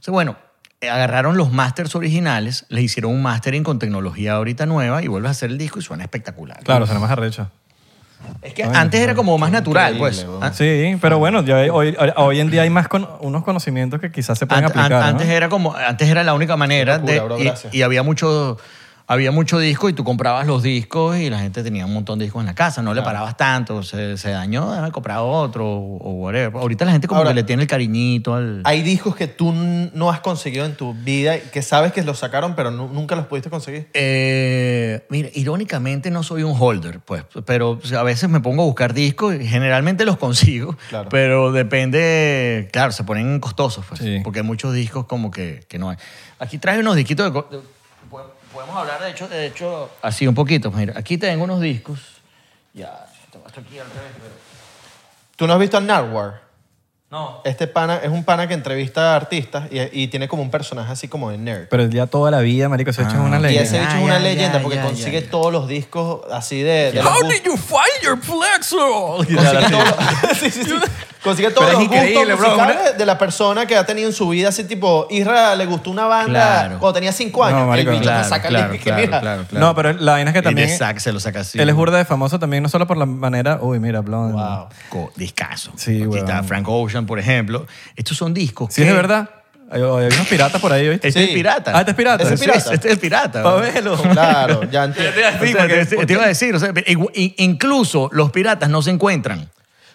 Speaker 1: O sea, bueno, eh, agarraron los masters originales, les hicieron un mastering con tecnología ahorita nueva y vuelves a hacer el disco y suena espectacular.
Speaker 3: Claro, suena más arrecho.
Speaker 1: Es que antes era como más natural, pues.
Speaker 2: increíble,
Speaker 1: An-
Speaker 3: Sí, pero bueno, ya hay- hoy, hoy en día hay más con, unos conocimientos que quizás se pueden
Speaker 1: Ant-
Speaker 3: aplicar.
Speaker 1: an-
Speaker 3: ¿no?
Speaker 1: antes era como antes era la única manera
Speaker 2: Qué locura,
Speaker 1: de-
Speaker 2: bro,
Speaker 1: y-
Speaker 2: gracias.
Speaker 1: y, había mucho había mucho disco y tú comprabas los discos y la gente tenía un montón de discos en la casa no le parabas tanto se, se dañó déjame comprar otro o o whatever ahorita la gente como
Speaker 2: Ahora-
Speaker 1: que le tiene el cariñito al
Speaker 2: Hay discos que tú n- no has conseguido en tu vida, que sabes que los sacaron, pero nu- nunca los pudiste conseguir.
Speaker 1: Eh, mira, irónicamente no soy un holder, pues, pero o sea, a veces me pongo a buscar discos y generalmente los consigo,
Speaker 2: Claro.
Speaker 1: pero depende, claro, se ponen costosos, pues,
Speaker 3: Sí.
Speaker 1: porque hay muchos discos como que, que no hay. Aquí traje unos disquitos de... co- de- po- podemos hablar de hecho, de hecho, así un poquito, mira, aquí tengo unos discos, ya, esto aquí al revés, pero...
Speaker 2: ¿Tú no has visto a Narwar?
Speaker 1: No.
Speaker 2: Este pana es un pana que entrevista a artistas y, y tiene como un personaje así como de nerd.
Speaker 3: Pero ya toda la vida, marico, se ha
Speaker 1: Ah.
Speaker 3: hecho una
Speaker 2: Y
Speaker 3: ley.
Speaker 2: ese
Speaker 1: ya,
Speaker 2: bicho es una
Speaker 1: ya,
Speaker 2: leyenda
Speaker 1: ya,
Speaker 2: porque
Speaker 1: ya,
Speaker 2: consigue
Speaker 1: ya, ya.
Speaker 2: todos los discos así de... de los
Speaker 3: How
Speaker 2: gustos.
Speaker 3: did you find your flexor?
Speaker 2: Consigue todo- sí, sí, sí. Consigue todos
Speaker 3: Pero
Speaker 2: los
Speaker 3: es increíble,
Speaker 2: gustos
Speaker 3: bro,
Speaker 2: musicales
Speaker 3: una-
Speaker 2: de la persona que ha tenido en su vida. Así tipo, Israel le gustó una banda
Speaker 1: Claro.
Speaker 2: cuando tenía cinco años.
Speaker 3: No, marico,
Speaker 2: el bicho
Speaker 1: Claro,
Speaker 2: te saca el
Speaker 1: claro,
Speaker 2: disco y que
Speaker 1: claro,
Speaker 2: mira.
Speaker 1: claro, claro.
Speaker 3: No, pero la vaina es que
Speaker 1: Y de
Speaker 3: también.
Speaker 1: sac se lo saca así.
Speaker 3: Él es burda de famoso también, no solo por la manera. Uy, mira, blonde.
Speaker 2: Wow.
Speaker 1: Co- Discazo.
Speaker 3: Sí,
Speaker 1: Aquí está
Speaker 3: weón.
Speaker 1: Frank Ocean, por ejemplo. Estos son discos
Speaker 3: Si
Speaker 1: que-
Speaker 3: es de verdad. Hay, hay unos piratas por ahí, ¿viste?
Speaker 1: Este
Speaker 2: Sí.
Speaker 1: es pirata.
Speaker 3: Ah, este es pirata.
Speaker 1: Ese
Speaker 2: Ese es pirata.
Speaker 1: Este es el pirata.
Speaker 3: Pabelo.
Speaker 2: Claro, ya entiendo.
Speaker 1: O sea, te, te iba a decir, o sea, igu- in- incluso los piratas no se encuentran.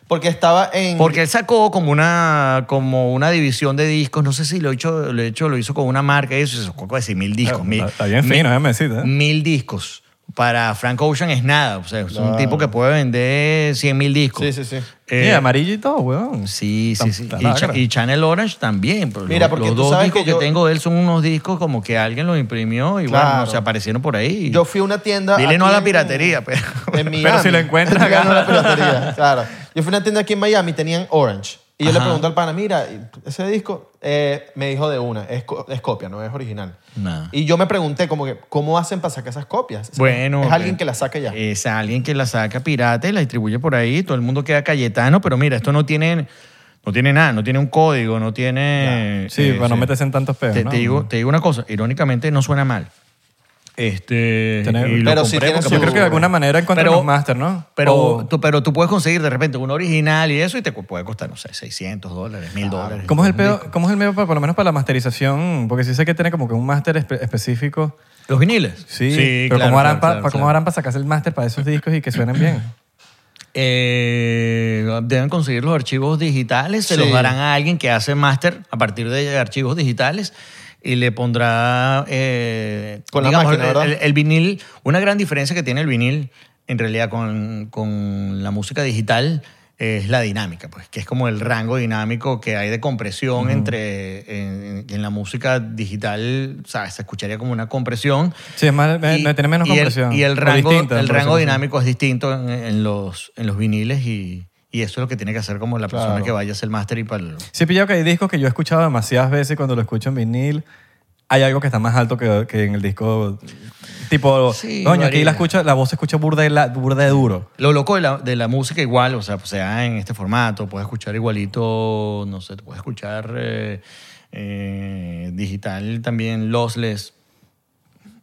Speaker 2: Porque estaba en...
Speaker 1: Porque él sacó como una, como una división de discos, no sé si lo hizo, lo, hizo, lo hizo con una marca y eso, sacó casi mil discos.
Speaker 3: Ah,
Speaker 1: mil,
Speaker 3: está bien
Speaker 1: mil-
Speaker 3: fino, déjame decirte, ¿eh?
Speaker 1: Mil discos. Para Frank Ocean es nada, o sea, es un
Speaker 2: Claro.
Speaker 1: tipo que puede vender 100 mil discos.
Speaker 2: Sí, sí, sí.
Speaker 1: Eh,
Speaker 3: Mira, amarillo y todo, weón.
Speaker 1: Sí, sí,
Speaker 3: Tan-
Speaker 1: sí.
Speaker 3: tan
Speaker 1: Y, Cha-
Speaker 3: lacra.
Speaker 1: y Channel Orange también. pero
Speaker 2: Mira,
Speaker 1: los-
Speaker 2: porque
Speaker 1: los
Speaker 2: tú
Speaker 1: dos
Speaker 2: sabes
Speaker 1: discos
Speaker 2: que
Speaker 1: que,
Speaker 2: yo-
Speaker 1: tengo de él son unos discos como que alguien los imprimió y bueno,
Speaker 2: Claro.
Speaker 1: se aparecieron por ahí.
Speaker 2: Yo fui a una tienda...
Speaker 1: Dile no
Speaker 2: aquí
Speaker 1: a la
Speaker 2: en-
Speaker 1: piratería, pues. pero...
Speaker 2: en
Speaker 3: Pero
Speaker 2: Miami.
Speaker 3: si lo encuentras acá.
Speaker 2: No, no, la piratería, claro. Yo fui a una tienda aquí en Miami, tenían Orange. Y yo le
Speaker 1: Ajá.
Speaker 2: pregunté al pana, mira, ese disco eh, me dijo de una, es, co- es copia, no es original.
Speaker 1: Nah.
Speaker 2: Y yo me pregunté, como que, ¿cómo hacen para sacar esas copias? O sea,
Speaker 1: Bueno.
Speaker 2: Es
Speaker 1: ok. Eh.
Speaker 2: alguien que las saca ya.
Speaker 1: Es alguien que la saca pirata y la distribuye por ahí. Todo el mundo queda cayetano, pero mira, esto no tiene, no tiene nada, no tiene un código, no tiene.
Speaker 3: Sí,
Speaker 1: eh,
Speaker 3: para no meterse en tantos peos.
Speaker 1: Te,
Speaker 3: ¿no?
Speaker 1: te digo, te digo una cosa, irónicamente no suena mal. Este.
Speaker 3: Tener-
Speaker 1: y lo
Speaker 2: Pero sí
Speaker 1: compré
Speaker 2: tiene
Speaker 1: porque-
Speaker 2: su-
Speaker 3: Yo creo que de alguna manera encontramos
Speaker 1: Pero-
Speaker 3: un master, ¿no?
Speaker 1: Pero,
Speaker 3: O-
Speaker 1: tú, pero tú puedes conseguir de repente un original y eso y te cu- puede costar, no sé, 600 dólares, 1000 dólares.
Speaker 3: ¿Cómo es el pedo? ¿Cómo es el medio, para- por lo menos para la masterización? Porque sí sé que tiene como que un máster espe- específico.
Speaker 1: ¿Los viniles?
Speaker 3: Sí, pero
Speaker 1: claro,
Speaker 3: ¿cómo harán,
Speaker 1: claro,
Speaker 3: pa-
Speaker 1: claro,
Speaker 3: pa- cómo
Speaker 1: claro.
Speaker 3: harán para sacarse el máster para esos discos y que suenen bien?
Speaker 1: Eh, deben conseguir los archivos digitales, se
Speaker 2: Sí.
Speaker 1: los darán a alguien que hace máster a partir de archivos digitales y le pondrá eh,
Speaker 2: Con la máquina,
Speaker 1: el-
Speaker 2: ¿verdad?
Speaker 1: el, el vinil, una gran diferencia que tiene el vinil en realidad con, con la música digital es la dinámica, pues, que es como el rango dinámico que hay de compresión entre en, en la música digital, ¿sabes? Se escucharía como una compresión
Speaker 3: Sí, es más, me-
Speaker 1: y-
Speaker 3: me tiene menos
Speaker 1: y el-
Speaker 3: compresión.
Speaker 1: Y el,
Speaker 3: o
Speaker 1: rango,
Speaker 3: distinta,
Speaker 1: el
Speaker 3: por
Speaker 1: rango
Speaker 3: decirlo así.
Speaker 1: dinámico es distinto en, en los, en los viniles y, y eso es lo que tiene que hacer como la persona
Speaker 2: Claro.
Speaker 1: que vaya a hacer el máster y para el-
Speaker 3: Sí, he pillado que hay discos que yo he escuchado demasiadas veces y cuando lo escucho en vinil. Hay algo que está más alto que, que en el disco. Tipo,
Speaker 1: Sí,
Speaker 3: coño, aquí
Speaker 1: varía.
Speaker 3: la, escucha, la voz se escucha burda de, la, burda de duro.
Speaker 1: Lo loco de la, de la música igual, o sea, pues, sea en este formato, puedes escuchar igualito, no sé, tú puedes escuchar eh, eh, digital también, lossless.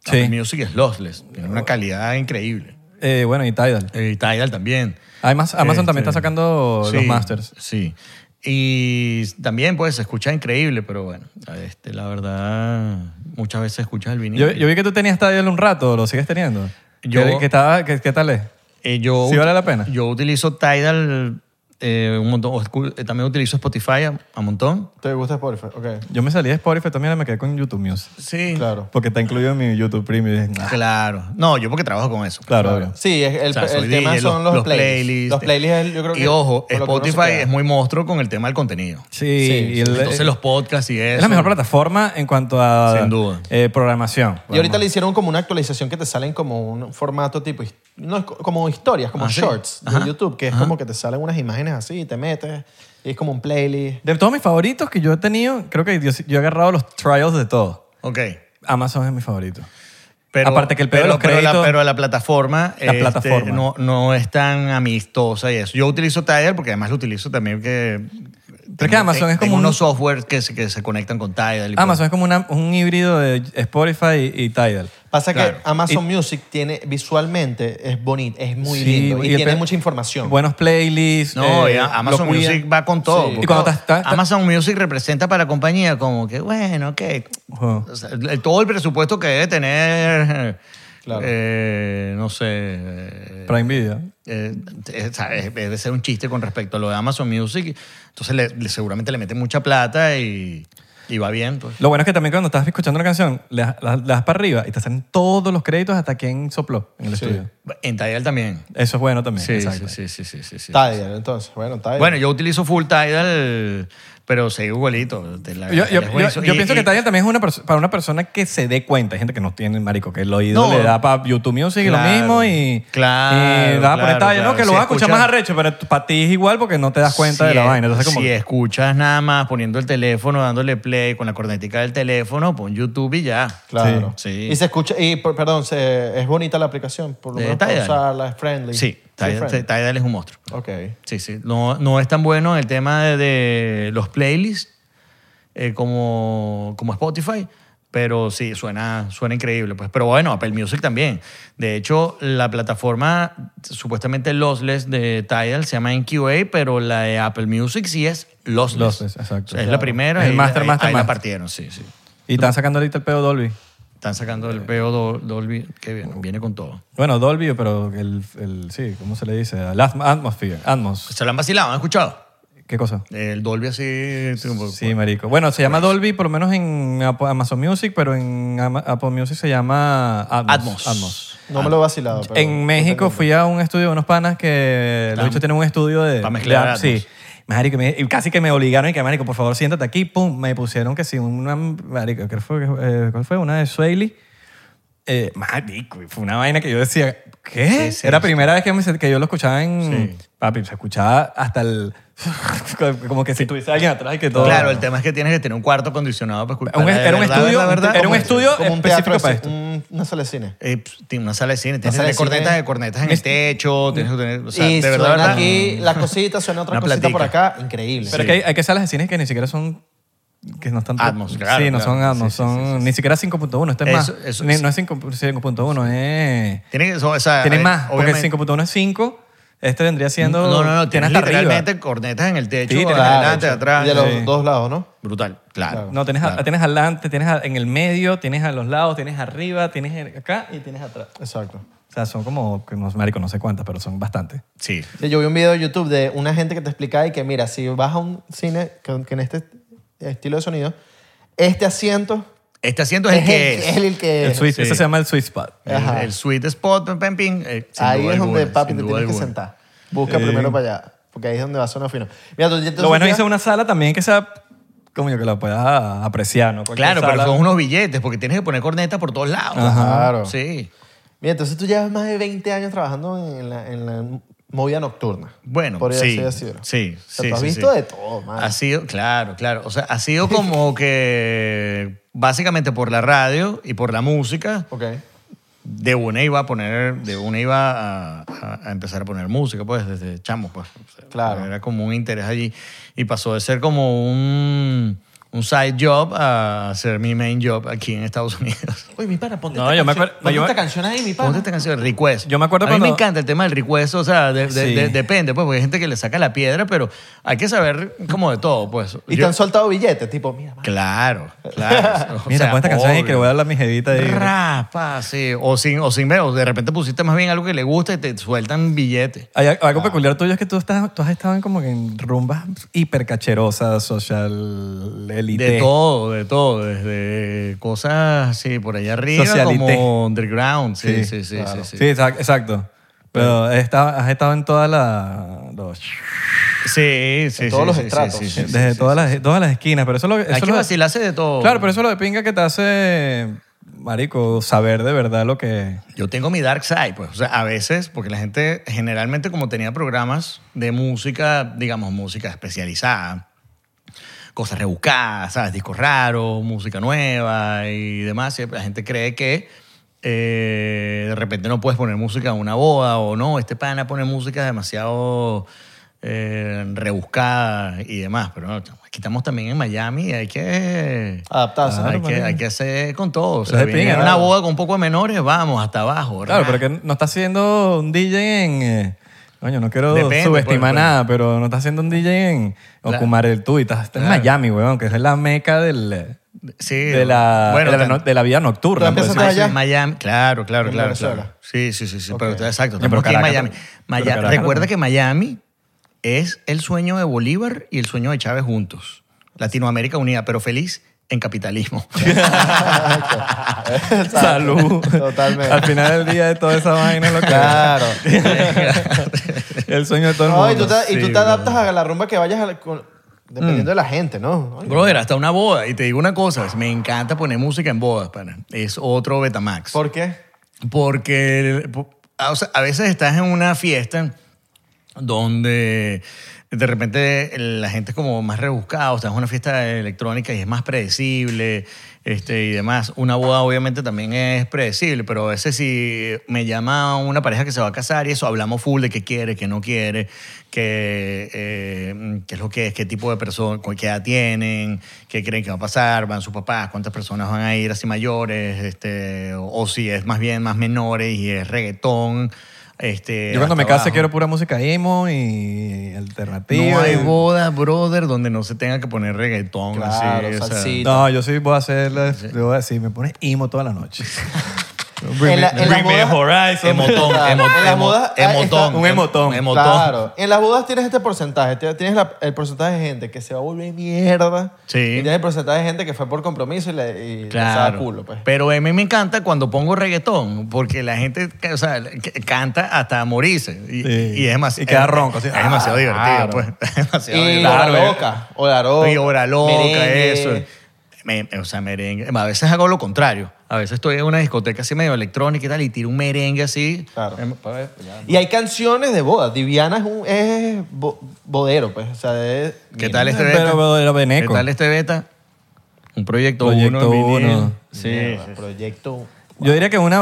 Speaker 3: Sí.
Speaker 1: Apple Music es lossless, tiene una calidad increíble.
Speaker 3: Eh, bueno, y Tidal.
Speaker 1: Eh, Y Tidal también.
Speaker 3: Además, Amazon también
Speaker 1: Este,
Speaker 3: está sacando los
Speaker 1: Sí,
Speaker 3: masters.
Speaker 1: Sí. Y también, pues, se escucha increíble, pero bueno, este, la verdad, muchas veces escuchas el vinilo.
Speaker 3: Yo, yo vi que tú tenías Tidal un rato, ¿lo sigues teniendo?
Speaker 1: Yo-
Speaker 3: ¿Qué, qué estaba- qué- qué tal es?
Speaker 1: Eh, yo-
Speaker 3: ¿Sí vale la pena?
Speaker 1: Yo utilizo Tidal eh, un montón. o escu- eh, También utilizo Spotify a, a montón.
Speaker 2: ¿Te gusta Spotify? Ok.
Speaker 3: Yo me salí de Spotify también y me quedé con YouTube Music.
Speaker 1: Sí. Claro.
Speaker 2: Claro.
Speaker 3: Porque está incluido en mi YouTube Premium. Y dije, "Nah".
Speaker 1: Claro. No, yo porque trabajo con eso.
Speaker 3: Ah. Claro, obvio.
Speaker 2: Sí, es- el,
Speaker 1: O sea,
Speaker 2: el
Speaker 1: soy
Speaker 2: tema
Speaker 1: DJ,
Speaker 2: son los, playlists. Los playlists, es- yo creo que.
Speaker 1: Y ojo,
Speaker 2: con lo que uno se
Speaker 1: Spotify
Speaker 2: queda.
Speaker 1: es muy monstruo con el tema del contenido.
Speaker 3: Sí,
Speaker 2: Sí,
Speaker 3: y
Speaker 2: sí.
Speaker 3: el-
Speaker 1: Entonces, los podcasts y eso.
Speaker 3: es la mejor plataforma en cuanto a
Speaker 1: Sin duda.
Speaker 3: eh, programación.
Speaker 2: Y ahorita le hicieron como una actualización que te salen como un formato tipo. his- No, es co- como historias, como
Speaker 1: Ah, ¿sí?
Speaker 2: shorts de
Speaker 1: Ajá.
Speaker 2: YouTube, que es como que te salen unas imágenes así, te metes, y es como un playlist.
Speaker 3: De todos mis favoritos que yo he tenido, creo que yo, yo he agarrado los trials de todos.
Speaker 1: Ok.
Speaker 3: Amazon es mi favorito.
Speaker 1: Pero,
Speaker 3: Aparte que el pedo de
Speaker 1: pero,
Speaker 3: los
Speaker 1: pero la,
Speaker 3: créditos-
Speaker 1: pero la plataforma,
Speaker 3: La
Speaker 1: este,
Speaker 3: plataforma.
Speaker 1: No, no es tan amistosa y eso. Yo utilizo Tidal porque además lo utilizo también que...
Speaker 3: que
Speaker 1: tengo-
Speaker 3: Amazon es
Speaker 1: tengo
Speaker 3: como un-
Speaker 1: unos softwares que se, que se conectan con Tidal. y pues,
Speaker 3: Amazon es como una- un híbrido de Spotify y, y Tidal.
Speaker 2: Pasa
Speaker 1: Claro.
Speaker 2: que Amazon Music tiene visualmente, es bonito, es muy
Speaker 3: Sí,
Speaker 2: lindo y,
Speaker 3: el
Speaker 2: tiene
Speaker 3: pe-
Speaker 2: mucha información.
Speaker 3: Buenos playlists.
Speaker 1: pues. No,
Speaker 3: eh,
Speaker 1: y a- Amazon
Speaker 3: lo cuidan.
Speaker 1: Music va con todo.
Speaker 2: Sí.
Speaker 1: porque
Speaker 3: Y cuando estás- estás- estás-
Speaker 1: Amazon Music representa para la compañía como que, bueno, que
Speaker 3: Ujú.
Speaker 1: todo el presupuesto que debe tener,
Speaker 2: Claro.
Speaker 1: eh, no sé, eh,
Speaker 3: Prime Video.
Speaker 1: Eh, eh, o sea, es- debe ser un chiste con respecto a lo de Amazon Music. Entonces le- le- seguramente le meten mucha plata y, y va bien. Pues.
Speaker 3: Lo bueno es que también cuando estás escuchando una canción, le, das- la- le das para arriba y te salen todos los créditos hasta quien sopló en el
Speaker 2: Sí.
Speaker 3: estudio.
Speaker 1: En Tidal también.
Speaker 3: Eso es bueno también.
Speaker 1: Sí,
Speaker 3: exacto.
Speaker 1: sí, sí, sí, sí, sí.
Speaker 2: Tidal, entonces, bueno, Tidal.
Speaker 1: Bueno, yo utilizo full Tidal, pero sí, igualito. te la-
Speaker 3: Yo, yo-
Speaker 1: es buenísimo.
Speaker 3: yo- yo
Speaker 1: Y-
Speaker 3: pienso
Speaker 1: y-
Speaker 3: que Tidal también es una perso- para una persona que se dé cuenta. Hay gente que no tiene, marico, que el oído
Speaker 1: No.
Speaker 3: le da para YouTube Music y
Speaker 1: Claro.
Speaker 3: lo mismo y,
Speaker 1: Claro,
Speaker 3: y da por
Speaker 1: claro,
Speaker 3: Tidal,
Speaker 1: claro.
Speaker 3: ¿no? Que
Speaker 1: Si
Speaker 3: lo vas a escuchar
Speaker 1: escuchas-
Speaker 3: más arrecho, pero para ti es igual porque no te das cuenta
Speaker 1: si
Speaker 3: de la
Speaker 1: es-
Speaker 3: vaina. Entonces, como,
Speaker 1: Si escuchas nada más poniendo el teléfono, dándole play con la cornetica del teléfono, pon YouTube y ya.
Speaker 2: Claro.
Speaker 1: Sí.
Speaker 2: Y se escucha, y por- perdón, se- es bonita la aplicación, por lo
Speaker 1: Eh,
Speaker 2: menos para
Speaker 1: Tidal.
Speaker 2: usarla, es friendly.
Speaker 1: Sí, Tidal,
Speaker 2: friendly.
Speaker 1: Tidal es un monstruo.
Speaker 2: Ok.
Speaker 1: Sí, sí. No, no es tan bueno el tema de, de los playlists eh, como, como Spotify, pero sí, suena, suena increíble. Pues. Pero bueno, Apple Music también. De hecho, la plataforma supuestamente lossless de Tidal se llama NQA, pero la de Apple Music sí es lossless.
Speaker 3: Lossless, exacto.
Speaker 1: O sea, es la primera.
Speaker 3: Es el
Speaker 1: y
Speaker 3: master,
Speaker 1: ahí-
Speaker 3: master,
Speaker 1: ahí la
Speaker 3: master.
Speaker 1: partieron, sí, sí.
Speaker 3: y están sacando ahorita el pedo Dolby.
Speaker 1: Están sacando el peo Dol- Dolby, que viene, viene con todo.
Speaker 3: Bueno, Dolby, pero el, el- sí, ¿cómo se le dice? El atm- atmosphere, atmos.
Speaker 1: ¿Se lo han vacilado? ¿Han escuchado?
Speaker 3: ¿Qué cosa?
Speaker 1: El Dolby así... tipo,
Speaker 3: Sí, marico. Bueno, se llama Dolby por lo menos en Ap- Amazon Music, pero en Ama- Apple Music se llama Atmos.
Speaker 1: Atmos.
Speaker 3: Atmos.
Speaker 2: No me lo he vacilado. pero-
Speaker 3: en México fui a un estudio de unos panas que los bichos tienen un estudio de...
Speaker 1: Pa' mezclar
Speaker 3: de-
Speaker 1: Atmos.
Speaker 3: Sí. Marico, me- y casi que me obligaron y que, marico, por favor, siéntate aquí. Pum, me pusieron que sí, una... Marico, ¿qué fue? Eh, ¿cuál fue? Una de Swaley. Eh, marico, y fue una vaina que yo decía, ¿qué?
Speaker 1: Sí, sí,
Speaker 3: Era
Speaker 1: sí.
Speaker 3: primera vez que, me- que yo lo escuchaba en... Papi, se escuchaba hasta el... como que si tuviese alguien atrás y que todo...
Speaker 1: Claro, el tema es que tienes que tener un cuarto acondicionado para escuchar.
Speaker 3: Un- era un estudio-
Speaker 1: La verdad,
Speaker 3: era un
Speaker 1: como-
Speaker 3: estudio
Speaker 2: como un
Speaker 3: específico
Speaker 2: teatro,
Speaker 3: para
Speaker 2: así,
Speaker 3: esto.
Speaker 2: un- una sala de cine.
Speaker 1: Eh, pss, tiene una sala de cine, tienes que
Speaker 2: sala de
Speaker 1: tener cornetas
Speaker 2: cine.
Speaker 1: de cornetas en el techo, tienes que tener, o sea,
Speaker 2: y
Speaker 1: de verdad,
Speaker 2: suena
Speaker 1: verdad.
Speaker 2: aquí las cositas, suena otra
Speaker 1: Una
Speaker 2: cosita por
Speaker 1: platica.
Speaker 2: acá. Increíble.
Speaker 1: Sí.
Speaker 3: Pero es que hay, hay que salas de cines que ni siquiera son... Que no están...
Speaker 1: Atmos, claro,
Speaker 3: Sí, no
Speaker 1: claro.
Speaker 3: son Atmos,
Speaker 1: Sí, sí,
Speaker 3: son... Ni siquiera 5.1, este es
Speaker 1: Eso-
Speaker 3: más.
Speaker 1: eso-
Speaker 3: Ni-
Speaker 1: sí.
Speaker 3: No es 5 5.1, es...
Speaker 1: Tiene, que- o sea,
Speaker 3: Tiene
Speaker 1: eh,
Speaker 3: más, porque
Speaker 1: obviamente-
Speaker 3: 5.1 es 5, este vendría siendo...
Speaker 1: No, no, no,
Speaker 3: tiene
Speaker 1: tienes
Speaker 3: hasta arriba.
Speaker 1: literalmente cornetas en el techo,
Speaker 3: Sí, tienes-
Speaker 1: adelante,
Speaker 2: de hecho,
Speaker 1: atrás.
Speaker 2: De los
Speaker 3: Sí.
Speaker 2: dos lados, ¿no?
Speaker 1: Brutal, claro.
Speaker 3: No, tienes, a- tienes adelante, tienes a- en el medio, tienes a los lados, tienes arriba, tienes en- acá y tienes atrás.
Speaker 2: Exacto.
Speaker 3: O sea, son como, que no, marico, no sé cuántas, pero son bastantes.
Speaker 1: Sí.
Speaker 2: Sí, yo vi un video de YouTube de una gente que te explicaba y que mira, si vas a un cine con- que en este estilo de sonido, este asiento
Speaker 1: Este asiento es el que
Speaker 2: el-
Speaker 1: es.
Speaker 2: es el que
Speaker 3: El
Speaker 2: es.
Speaker 3: sweet,
Speaker 1: Eh, Sí.
Speaker 3: Ese se llama el sweet spot.
Speaker 1: El,
Speaker 2: Ajá.
Speaker 1: el sweet spot, pim, pim, pim, eh, sin
Speaker 2: Ahí
Speaker 1: duda
Speaker 2: es donde,
Speaker 1: alguna,
Speaker 2: papi,
Speaker 1: sin
Speaker 2: te
Speaker 1: duda
Speaker 2: tienes que
Speaker 1: alguna. Eh.
Speaker 2: sentar. Busca primero para allá, porque ahí es donde va a sonar fino. Mira, tú, ya te
Speaker 3: Lo bueno
Speaker 2: sentías-
Speaker 3: es una sala también que sea, como yo, que la puedas apreciar, ¿no? Cualquier
Speaker 1: Claro, pero
Speaker 3: sala-
Speaker 1: son unos billetes, porque tienes que poner cornetas por todos lados.
Speaker 2: Claro.
Speaker 1: Sí.
Speaker 2: Mira, entonces tú llevas más de 20 años trabajando en la, en la movida nocturna.
Speaker 1: Bueno,
Speaker 2: Podría
Speaker 1: sí,
Speaker 2: ser así, ¿no?
Speaker 1: sí,
Speaker 2: O sea,
Speaker 1: sí,
Speaker 2: tú has
Speaker 1: sí,
Speaker 2: visto
Speaker 1: sí.
Speaker 2: de todo, man.
Speaker 1: Ha sido, claro, claro. O sea, ha sido como que básicamente por la radio y por la música,
Speaker 2: Ok.
Speaker 1: de una iba a poner, de una iba a, a- a empezar a poner música, pues, desde chamo, pues. O sea,
Speaker 2: Claro.
Speaker 1: Era como un interés allí. Y pasó de ser como un, un side job a ser mi main job aquí en Estados Unidos.
Speaker 2: Uy, mi pana, ponte
Speaker 3: No,
Speaker 2: esta
Speaker 3: yo
Speaker 2: canción-
Speaker 3: me acuerdo- no,
Speaker 2: ponte
Speaker 3: yo me-
Speaker 2: esta canción ahí, mi
Speaker 1: Ponte
Speaker 2: pana.
Speaker 1: esta canción, Request.
Speaker 3: Yo me acuerdo
Speaker 1: a mí me
Speaker 3: cuando-
Speaker 1: encanta el tema del request, o sea, de- de-
Speaker 3: Sí.
Speaker 1: de- depende, pues, porque hay gente que le saca la piedra, pero hay que saber como de todo, pues.
Speaker 2: Y te
Speaker 1: Yo-
Speaker 2: han soltado billetes, tipo, mira, man.
Speaker 1: Claro, claro. O
Speaker 3: Mira,
Speaker 1: sea,
Speaker 3: pon esta canción ahí
Speaker 1: obvio.
Speaker 3: que le voy a dar a mi jevita ahí.
Speaker 1: Rapa, sí. O sin, o sin ver, o de repente pusiste más bien algo que le gusta y te sueltan billetes.
Speaker 3: Hay a- algo peculiar tuyo es que tú, estás, tú has estado en como que en rumbas hipercacherosas, social, elite.
Speaker 1: De todo, de todo. Desde cosas así por allá arriba
Speaker 3: Socialité.
Speaker 1: como underground. Sí, sí, sí. sí, sí.
Speaker 3: Sí, exac- exacto. Pero he estado- has estado en todas las... los-
Speaker 1: Sí, sí,
Speaker 2: En todos
Speaker 1: sí,
Speaker 2: los
Speaker 1: sí, sí,
Speaker 2: estratos.
Speaker 1: sí, sí, sí.
Speaker 3: Desde todas, las, todas las esquinas, pero eso es lo eso
Speaker 1: Hay que
Speaker 3: lo-
Speaker 1: vacilarse de todo.
Speaker 3: Claro, pero eso es lo de pinga que te hace, marico, saber de verdad lo que...
Speaker 1: Yo tengo mi dark side, pues. O sea, a veces, porque la gente generalmente como tenía programas de música, digamos, música especializada, cosas rebuscadas, ¿sabes? Discos raros, música nueva y demás, siempre la gente cree que eh, de repente no puedes poner música en una boda o no, este pana pone música demasiado eh, rebuscada y demás. Pero no, chamo, aquí estamos también en Miami y hay que...
Speaker 2: Adaptarse.
Speaker 1: hay,
Speaker 3: Claro,
Speaker 1: que,
Speaker 3: marico.
Speaker 1: hay que hacer con todo. O
Speaker 3: Pero
Speaker 1: sea,
Speaker 3: es de
Speaker 1: viene
Speaker 3: pinga,
Speaker 1: una
Speaker 3: claro.
Speaker 1: boda con un poco de menores, vamos, hasta abajo.
Speaker 3: Claro,
Speaker 1: ¿verdad?
Speaker 3: pero que no estás siendo un DJ en... eh, Coño, no quiero
Speaker 1: Depende, pues,
Speaker 3: subestimar
Speaker 1: pues.
Speaker 3: nada, pero no estás siendo un DJ en
Speaker 1: Claro.
Speaker 3: Okumar tú y estás, estás en
Speaker 1: Claro.
Speaker 3: Miami, weón, que es la meca del...
Speaker 1: Sí.
Speaker 3: de la,
Speaker 1: bueno,
Speaker 3: de la,
Speaker 1: tan-
Speaker 3: no- de la vida nocturna. pues.
Speaker 2: Tú empezaste
Speaker 3: por decirlo
Speaker 2: allá.
Speaker 1: en Miami, claro, claro,
Speaker 2: En
Speaker 1: claro,
Speaker 2: Venezuela.
Speaker 1: claro. Sí, sí, sí, sí,
Speaker 2: Ok.
Speaker 1: pero está- exacto.
Speaker 3: No,
Speaker 1: Estamos
Speaker 3: pero
Speaker 1: aquí en
Speaker 3: Caracas,
Speaker 1: Miami.
Speaker 3: pero
Speaker 1: Maya-
Speaker 3: Caracas.
Speaker 1: Recuerda que Miami es el sueño de Bolívar y el sueño de Chávez juntos. Latinoamérica unida, pero feliz en capitalismo.
Speaker 3: así. Salud.
Speaker 2: Totalmente.
Speaker 3: Al final del día de toda esa vaina es lo que
Speaker 2: Claro.
Speaker 3: El sueño de todo el mundo.
Speaker 2: No, y tú te, y tú
Speaker 1: Sí,
Speaker 2: te adaptas a la rumba que vayas a la- con- dependiendo de
Speaker 3: Mm.
Speaker 2: la gente, ¿no? Oye,
Speaker 1: Brother, hasta una boda. Y te digo una cosa, me encanta poner música en bodas, pana. Es otro Betamax.
Speaker 2: ¿Por qué?
Speaker 1: Porque el- po- a- o sea, a veces estás en una fiesta donde de repente la gente es como más rebuscada, o estás en una fiesta electrónica y es más predecible este, y demás. Una boda obviamente también es predecible, pero a veces si me llama una pareja que se va a casar y eso, hablamos full de qué quiere, qué no quiere, qué, eh, qué es lo que es, qué tipo de persona, cu- qué edad tienen, qué creen que va a pasar, van sus papás, cuántas personas van a ir así mayores, este, o, o si es más bien más menores y es reggaetón. Este,
Speaker 3: Yo cuando me
Speaker 1: hasta
Speaker 3: case
Speaker 1: abajo.
Speaker 3: quiero pura música emo y alternativa.
Speaker 1: No hay
Speaker 3: y-
Speaker 1: boda, brother, donde no se tenga que poner reggaetón.
Speaker 2: Claro,
Speaker 1: así, o sea,
Speaker 2: salsita.
Speaker 3: No, yo sí voy a hacer, yo voy a decir, me pones emo toda la noche.
Speaker 2: En la- en la
Speaker 1: Bring me
Speaker 2: boda-
Speaker 1: horizon. Emotón,
Speaker 2: Claro,
Speaker 1: emo-
Speaker 2: en la
Speaker 1: emo-
Speaker 2: boda- ah,
Speaker 1: emotón.
Speaker 2: está-
Speaker 3: Un emotón.
Speaker 1: Emotón.
Speaker 2: Claro. En las bodas tienes este porcentaje. Ti- Tienes la- el porcentaje de gente que se va a volver mierda.
Speaker 1: Sí.
Speaker 2: Y tienes el porcentaje de gente que fue por compromiso y le, y le saca
Speaker 1: Claro.
Speaker 2: culo, pues.
Speaker 1: Pero a mí me encanta cuando pongo reggaetón, porque la gente o sea, que- canta hasta morirse. Y,
Speaker 3: Sí.
Speaker 1: y es demasiado.
Speaker 3: Y queda
Speaker 1: es-
Speaker 3: ronco, así,
Speaker 1: Es demasiado
Speaker 3: ah,
Speaker 1: divertido,
Speaker 3: claro.
Speaker 1: pues. Es demasiado
Speaker 2: Y
Speaker 1: divertido.
Speaker 2: hora
Speaker 3: Claro,
Speaker 2: loca. Hora loca.
Speaker 1: Y hora loca,
Speaker 2: merengue.
Speaker 1: eso. Me- o sea, merengue. A veces hago lo contrario. A veces estoy en una discoteca así medio electrónica y tal, y tiro un merengue así.
Speaker 2: Claro.
Speaker 1: Em, pa' ver, ya.
Speaker 2: Y hay canciones de boda. Diviana es, un, es bo- bodero, pues. O sea, es-
Speaker 1: ¿Qué tal este beta?
Speaker 3: Pero, pero era Beneco.
Speaker 1: ¿Qué tal este beta? Un proyecto,
Speaker 3: Proyecto
Speaker 1: uno. en vinil.
Speaker 3: uno.
Speaker 1: Sí.
Speaker 2: Mierda, Proyecto.
Speaker 3: Yo diría que una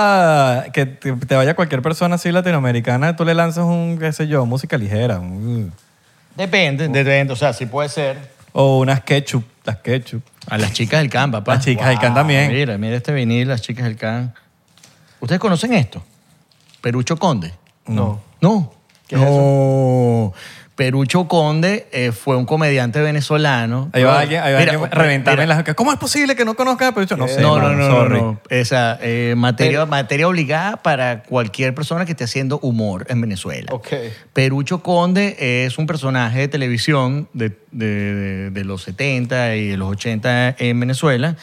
Speaker 3: boda que te te vaya cualquier persona así latinoamericana, tú le lanzas un, qué sé yo, música ligera. un-
Speaker 1: Depende, depende. O sea, sí puede ser.
Speaker 3: o unas ketchup, las ketchup.
Speaker 1: A las chicas del can, papá.
Speaker 3: Las chicas del can también.
Speaker 1: Mira, mira este vinil, las chicas del can. ¿Ustedes conocen esto? Perucho Conde.
Speaker 2: No.
Speaker 1: No.
Speaker 2: ¿Qué es
Speaker 1: no. Perucho Conde eh, fue un comediante venezolano.
Speaker 3: Ahí va alguien, ahí va
Speaker 1: Mira,
Speaker 3: alguien
Speaker 1: mira, Eh,
Speaker 3: reventarme las... ¿Cómo es posible que no conozca a Perucho? No sé.
Speaker 1: no, no,
Speaker 3: mano,
Speaker 1: no, no,
Speaker 3: sorry.
Speaker 1: no. Esa eh, materia, materia obligada para cualquier persona que esté haciendo humor en Venezuela.
Speaker 2: Ok.
Speaker 1: Perucho Conde es un personaje de televisión de, de- de- de los 70 y de los 80 en Venezuela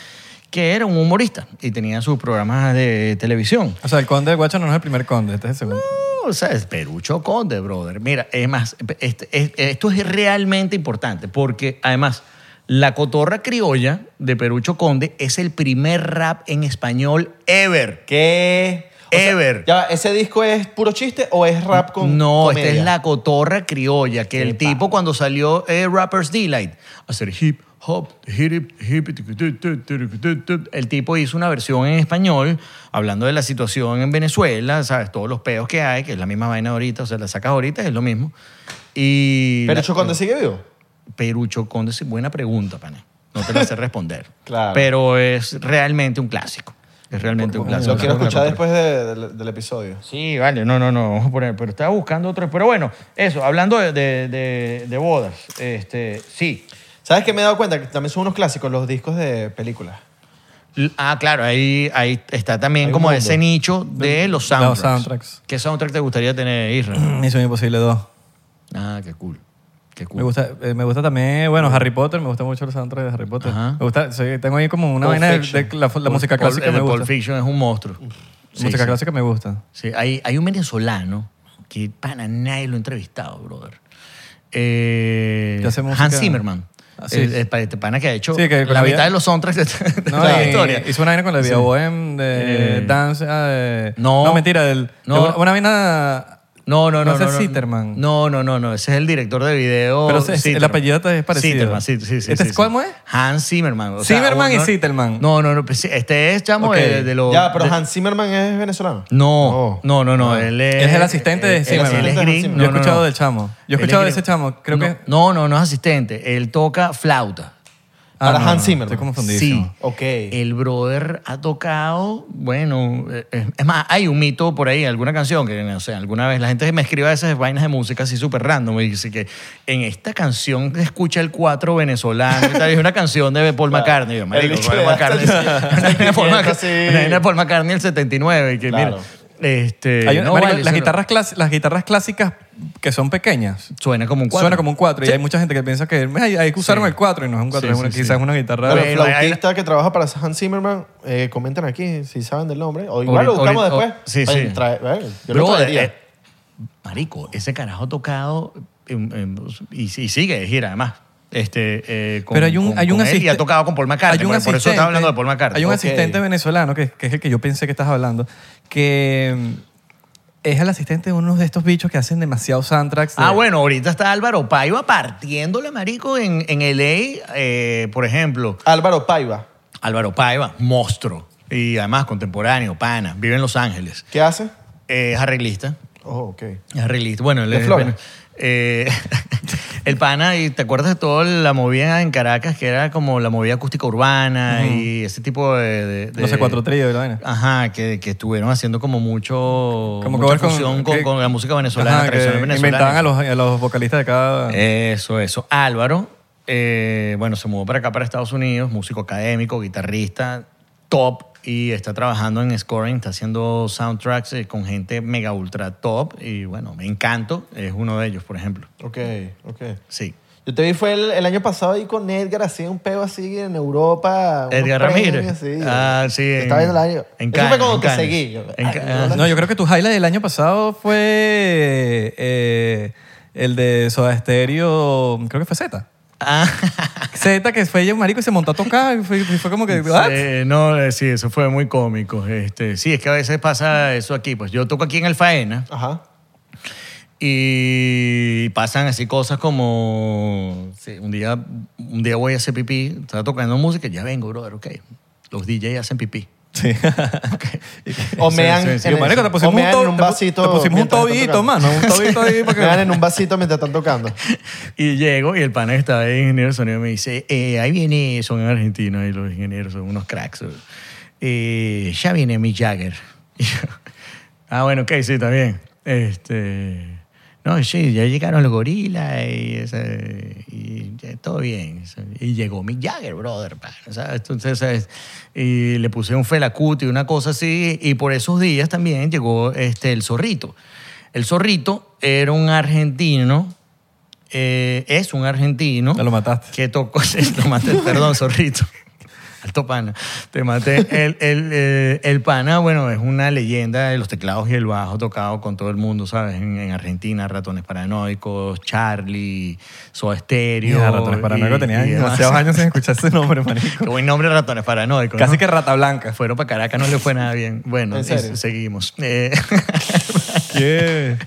Speaker 1: que era un humorista y tenía sus programas de televisión.
Speaker 3: O sea, el conde de Guacho no es el primer conde, este es el segundo.
Speaker 1: O sea, es Perucho Conde, brother. Mira, es más, este- es- esto es realmente importante porque además la cotorra criolla de Perucho Conde es el primer rap en español ever.
Speaker 2: ¿Qué? sea,
Speaker 1: Ever.
Speaker 2: ya va, ¿Ese disco es puro chiste o es rap con
Speaker 1: no,
Speaker 2: comedia?
Speaker 1: esta es la cotorra criolla, que el
Speaker 2: Epa.
Speaker 1: tipo cuando salió eh, Rapper's Delight, hacer hip hop, hip hip, hip, tiqui, tu, tu, tu, tu, tu, tu, el tipo hizo una versión en español hablando de la situación en Venezuela, sabes, todos los peos que hay, que es la misma vaina ahorita, o sea, la sacas ahorita, es lo mismo. Y
Speaker 2: ¿Pero
Speaker 1: la-
Speaker 2: Choconde sigue vivo?
Speaker 1: Perucho Conde, sí, buena pregunta, pana. No te la sé responder.
Speaker 2: Claro.
Speaker 1: Pero es realmente un clásico. Es realmente un clásico.
Speaker 2: Lo quiero
Speaker 1: La
Speaker 2: escuchar
Speaker 1: cotorra.
Speaker 2: después de- del- del episodio.
Speaker 1: Sí, vale, no, no, no, vamos a poner, pero estaba buscando otro. Pero bueno, eso, hablando de, de, de- de bodas, este, sí.
Speaker 2: ¿Sabes qué me he dado cuenta? Que también son unos clásicos los discos de películas.
Speaker 1: L- Ah, claro, ahí, ahí está también
Speaker 2: Hay un
Speaker 1: como
Speaker 2: mundo.
Speaker 1: ese nicho de los
Speaker 3: Los
Speaker 1: soundtracks.
Speaker 3: soundtracks.
Speaker 1: ¿Qué soundtrack te gustaría tener, Israel?
Speaker 3: Misión Imposible 2.
Speaker 1: ah, qué cool, qué cool.
Speaker 3: Me gusta, eh, me gusta también, bueno, Harry Potter, me gusta mucho el soundtrack de Harry Potter.
Speaker 1: Ajá.
Speaker 3: Me gusta, soy- tengo ahí como una
Speaker 2: Pulp
Speaker 3: vaina de,
Speaker 2: Fiction.
Speaker 3: de la, la música
Speaker 1: Paul-
Speaker 3: clásica
Speaker 1: el
Speaker 3: me
Speaker 1: de
Speaker 3: gusta.
Speaker 1: Pulp Fiction es un monstruo. Sí,
Speaker 3: música
Speaker 1: sí.
Speaker 3: clásica me gusta.
Speaker 1: Sí, hay, hay un venezolano que pana nadie lo ha entrevistado, brother. Eh,
Speaker 3: Que hace música-
Speaker 1: Hans Zimmerman.
Speaker 3: Ah, sí.
Speaker 1: El- el pa- este pana que ha hecho
Speaker 3: Sí, que con
Speaker 1: la
Speaker 3: la
Speaker 1: mitad
Speaker 3: vida-
Speaker 1: de los soundtracks de, de
Speaker 3: No,
Speaker 1: la
Speaker 3: y-
Speaker 1: historia.
Speaker 3: Hizo una vaina con la Via
Speaker 1: Sí.
Speaker 3: Bohem de
Speaker 1: Eh,
Speaker 3: Dance. ah, de-
Speaker 1: no.
Speaker 3: mentira. del-
Speaker 1: No.
Speaker 3: de una- una vaina.
Speaker 1: No, no, no.
Speaker 3: No es el
Speaker 1: no, no.
Speaker 3: Sitterman.
Speaker 1: No, no, no, no. Ese es el director de video.
Speaker 3: Pero ese es- el
Speaker 1: Sitterman.
Speaker 3: apellido te es parecido.
Speaker 1: Sitterman, sí, sí, sí.
Speaker 3: ¿Este
Speaker 1: sí,
Speaker 3: es
Speaker 1: sí.
Speaker 3: cómo es?
Speaker 1: Hans Zimmerman. o sea,
Speaker 3: Zimmerman
Speaker 1: uno-
Speaker 3: y Sitterman.
Speaker 1: No, no, no. pues sí, Este es, chamo,
Speaker 3: Ok.
Speaker 1: de, de los.
Speaker 2: ya, pero
Speaker 1: de-
Speaker 2: Hans Oh. Zimmerman es venezolano.
Speaker 1: No, no, no, no. Él es,
Speaker 3: Es el asistente de
Speaker 1: él-
Speaker 3: Zimmerman.
Speaker 1: Él, es
Speaker 2: Yo
Speaker 1: gringo.
Speaker 2: he
Speaker 1: No,
Speaker 3: Yo he
Speaker 1: no, no.
Speaker 3: escuchado del chamo. Yo he
Speaker 1: Él es
Speaker 3: escuchado de
Speaker 1: gringo.
Speaker 3: ese chamo. Creo
Speaker 1: no,
Speaker 3: que.
Speaker 1: No, no, no es asistente. Él toca flauta. Ah,
Speaker 3: Ah,
Speaker 2: Para Hans Zimmerman.
Speaker 3: Estoy confundidísimo.
Speaker 1: Sí.
Speaker 2: Ok.
Speaker 1: El brother ha tocado, bueno, eh, eh, es más, hay un mito por ahí, alguna canción que, no sé, alguna vez la gente me escribe a veces vainas de música así súper random y dice que en esta canción se escucha el cuatro venezolano y tal, y es una canción de Paul McCartney. Yo, marico,
Speaker 2: bicho
Speaker 1: Paul
Speaker 2: le da
Speaker 1: McCartney.
Speaker 2: hasta el
Speaker 1: Una vaina de Paul
Speaker 2: sentimiento
Speaker 1: McCartney-
Speaker 2: así.
Speaker 1: una vaina de Paul McCartney el 79 y que
Speaker 2: Claro.
Speaker 1: mira, este,
Speaker 3: Hay una-
Speaker 1: no
Speaker 3: marico,
Speaker 1: vale,
Speaker 3: las,
Speaker 1: eso no-
Speaker 3: guitarras clas- las guitarras clásicas que son pequeñas.
Speaker 1: suena como un cuatro.
Speaker 3: Suena como un 4 y hay mucha gente que piensa que "Ay, hay que usar
Speaker 1: Sí.
Speaker 3: el 4 y no es un 4,
Speaker 1: Sí,
Speaker 3: es una,
Speaker 1: sí,
Speaker 3: quizás
Speaker 1: sí.
Speaker 3: una guitarra.
Speaker 2: Para
Speaker 1: Pero-
Speaker 2: el
Speaker 1: Bueno, hay-
Speaker 2: flautista que trabaja para Hans Zimmerman, eh, comenten aquí si saben del nombre. O igual
Speaker 1: Ahorita-
Speaker 2: lo buscamos
Speaker 1: ahorita-
Speaker 2: después.
Speaker 1: oh, sí, sí.
Speaker 2: Oye, trae- eh, yo lo
Speaker 1: Brother,
Speaker 2: traería.
Speaker 1: eh, marico, ese carajo ha tocado em, em, y, y sigue de gira además. Este, eh, con-
Speaker 3: pero hay un,
Speaker 1: con-
Speaker 3: hay un
Speaker 1: con él, y
Speaker 3: asistente.
Speaker 1: ha tocado con Paul McCartney. por, por eso estaba hablando de Paul McCartney. Oh.
Speaker 3: Hay un
Speaker 1: Ok.
Speaker 3: asistente venezolano, que, que es el que yo pensé que estás hablando, que mm, es el asistente de uno de estos bichos que hacen demasiados soundtracks. de-
Speaker 1: Ah, bueno, ahorita está Álvaro Paiva partiéndole, marico, en, en LA, eh, por ejemplo.
Speaker 2: Álvaro Paiva,
Speaker 1: Álvaro Paiva, monstruo. Y además contemporáneo, pana, vive en Los Ángeles.
Speaker 2: ¿qué hace?
Speaker 1: Eh, es arreglista.
Speaker 2: Oh, ok.
Speaker 1: Es arreglista. Bueno, él
Speaker 2: De
Speaker 1: es-
Speaker 2: Flores.
Speaker 1: bueno, eh, El pana, y te acuerdas de toda la movida en Caracas, que era como la movida acústica urbana y ese tipo de... de- de-
Speaker 3: No sé, cuatro tríos y la vaina.
Speaker 1: Ajá, que, que estuvieron haciendo como mucho...
Speaker 3: Como
Speaker 1: mucha
Speaker 3: cover con-
Speaker 1: fusión con,
Speaker 3: que-
Speaker 1: con la música venezolana,
Speaker 3: Ajá, que
Speaker 1: tradicional venezolana. Eh,
Speaker 3: inventaban a los, a los vocalistas de cada...
Speaker 1: Eso, eso. Álvaro, eh, bueno, se mudó para acá, para Estados Unidos, músico académico, guitarrista, top, y está trabajando en scoring, está haciendo soundtracks eh, con gente mega ultra top, y bueno, me encanto, es uno de ellos, por ejemplo.
Speaker 2: Ok, ok.
Speaker 1: Sí.
Speaker 2: Yo te vi fue el, el año pasado ahí con Edgar, así un peo así en Europa. unos
Speaker 1: Edgar
Speaker 2: premios,
Speaker 1: Ramírez.
Speaker 2: sí.
Speaker 1: Ah, sí.
Speaker 2: Yo
Speaker 1: en-
Speaker 2: estaba viendo el año.
Speaker 1: En
Speaker 2: Eso
Speaker 1: Cannes,
Speaker 2: fue como
Speaker 1: en
Speaker 2: que
Speaker 1: Cannes.
Speaker 2: seguí. Yo, ah,
Speaker 1: En
Speaker 2: ay,
Speaker 1: Cannes. Ah,
Speaker 3: No, yo creo que tu highlight del año pasado fue eh, el de Soda Stereo, creo que fue Z.
Speaker 1: Ah.
Speaker 3: Z que fue ella, marico, y se montó a tocar y fue, y fue como que, ¿what?
Speaker 1: Eh, no, eh, sí, eso fue muy cómico. Este, sí, es que a veces pasa eso aquí. Pues yo toco aquí en el Faena
Speaker 2: Ajá.
Speaker 1: y pasan así cosas como sí, un día un día voy a hacer pipí, estaba tocando música, ya vengo, brother, ok. Los DJs hacen pipí.
Speaker 3: Sí.
Speaker 2: O
Speaker 1: Sí,
Speaker 2: mean.
Speaker 1: sí, sí.
Speaker 2: en
Speaker 3: Digo,
Speaker 2: el-
Speaker 3: marico, te
Speaker 2: o
Speaker 3: pusimos un,
Speaker 2: mean
Speaker 3: to-
Speaker 2: en un
Speaker 3: te pu-
Speaker 2: vasito.
Speaker 3: te pusimos un
Speaker 2: mientras están
Speaker 3: tobito,
Speaker 2: tocando.
Speaker 3: mano, un tobito ahí para que-
Speaker 2: Mean en un vasito mientras están tocando.
Speaker 1: Y llego y el pana que estaba ahí, ingeniero de sonido, me dice, eh, ahí viene, son argentinos y los ingenieros son unos cracks. Eh, ya viene Mick Jagger. Y yo, ah, bueno, ok, sí, está bien. Este, no, sí, ya llegaron los gorilas y, esa- y ya todo bien. Y llegó Mick Jagger, brother. pana, ¿sabes? Entonces, ¿sabes? Y le puse un felacuti y una cosa así. Y por esos días también llegó este, el zorrito. El zorrito era un argentino eh, es un argentino.
Speaker 3: Ya lo mataste.
Speaker 1: Que tocó. lo maté, perdón, zorrito. Alto pana. Te maté. El, el, eh, el pana, bueno, es una leyenda de los teclados y el bajo tocado con todo el mundo, ¿sabes? En, en Argentina, Ratones Paranoicos, Charlie, Soda Stereo.
Speaker 3: Mira, Ratones Paranoicos
Speaker 1: y-
Speaker 3: tenía
Speaker 1: y demás.
Speaker 3: demasiados años sin escuchar ese nombre, marico.
Speaker 1: Qué buen nombre, Ratones Paranoicos.
Speaker 3: Casi
Speaker 1: ¿no?
Speaker 3: que Rata Blanca.
Speaker 1: Fueron para Caracas, no le fue nada bien. Bueno,
Speaker 2: ¿En serio?
Speaker 1: es- seguimos. Eh,
Speaker 3: Yeah.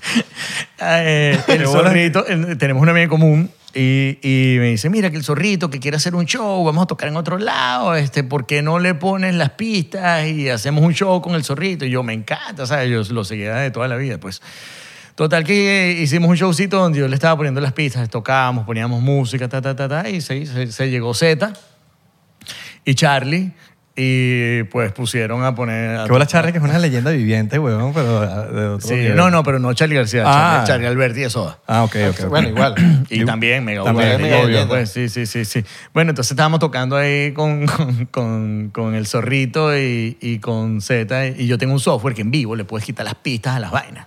Speaker 1: Eh, el
Speaker 3: De bola.
Speaker 1: zorrito, eh, tenemos una amiga en común y, y me dice, mira que el zorrito que quiere hacer un show, vamos a tocar en otro lado, este, ¿por qué no le pones las pistas y hacemos un show con el zorrito? Y yo, me encanta, ¿sabes? Yo lo seguía de toda la vida, pues. Total que eh, hicimos un showcito donde yo le estaba poniendo las pistas, tocábamos, poníamos música, ta, ta, ta, ta, y se, se- se llegó Z y Charlie y pues pusieron a poner... a
Speaker 3: Qué bola Charlie, que es una leyenda viviente, weón, pero ah, de otro
Speaker 1: Sí,
Speaker 3: nivel.
Speaker 1: no, no, pero no Charlie García,
Speaker 3: Ah.
Speaker 1: Charlie, Charlie Alberti de Soda.
Speaker 3: Ah, ok, ok. ok.
Speaker 2: Bueno, igual.
Speaker 1: Y también Mega
Speaker 3: También
Speaker 1: Upload,
Speaker 2: Mega
Speaker 1: obvio,
Speaker 2: Upload.
Speaker 1: pues, sí, sí, sí, sí. Bueno, entonces estábamos tocando ahí con, con, con- con el zorrito y, y con Z. Y yo tengo un software que en vivo le puedes quitar las pistas a las vainas.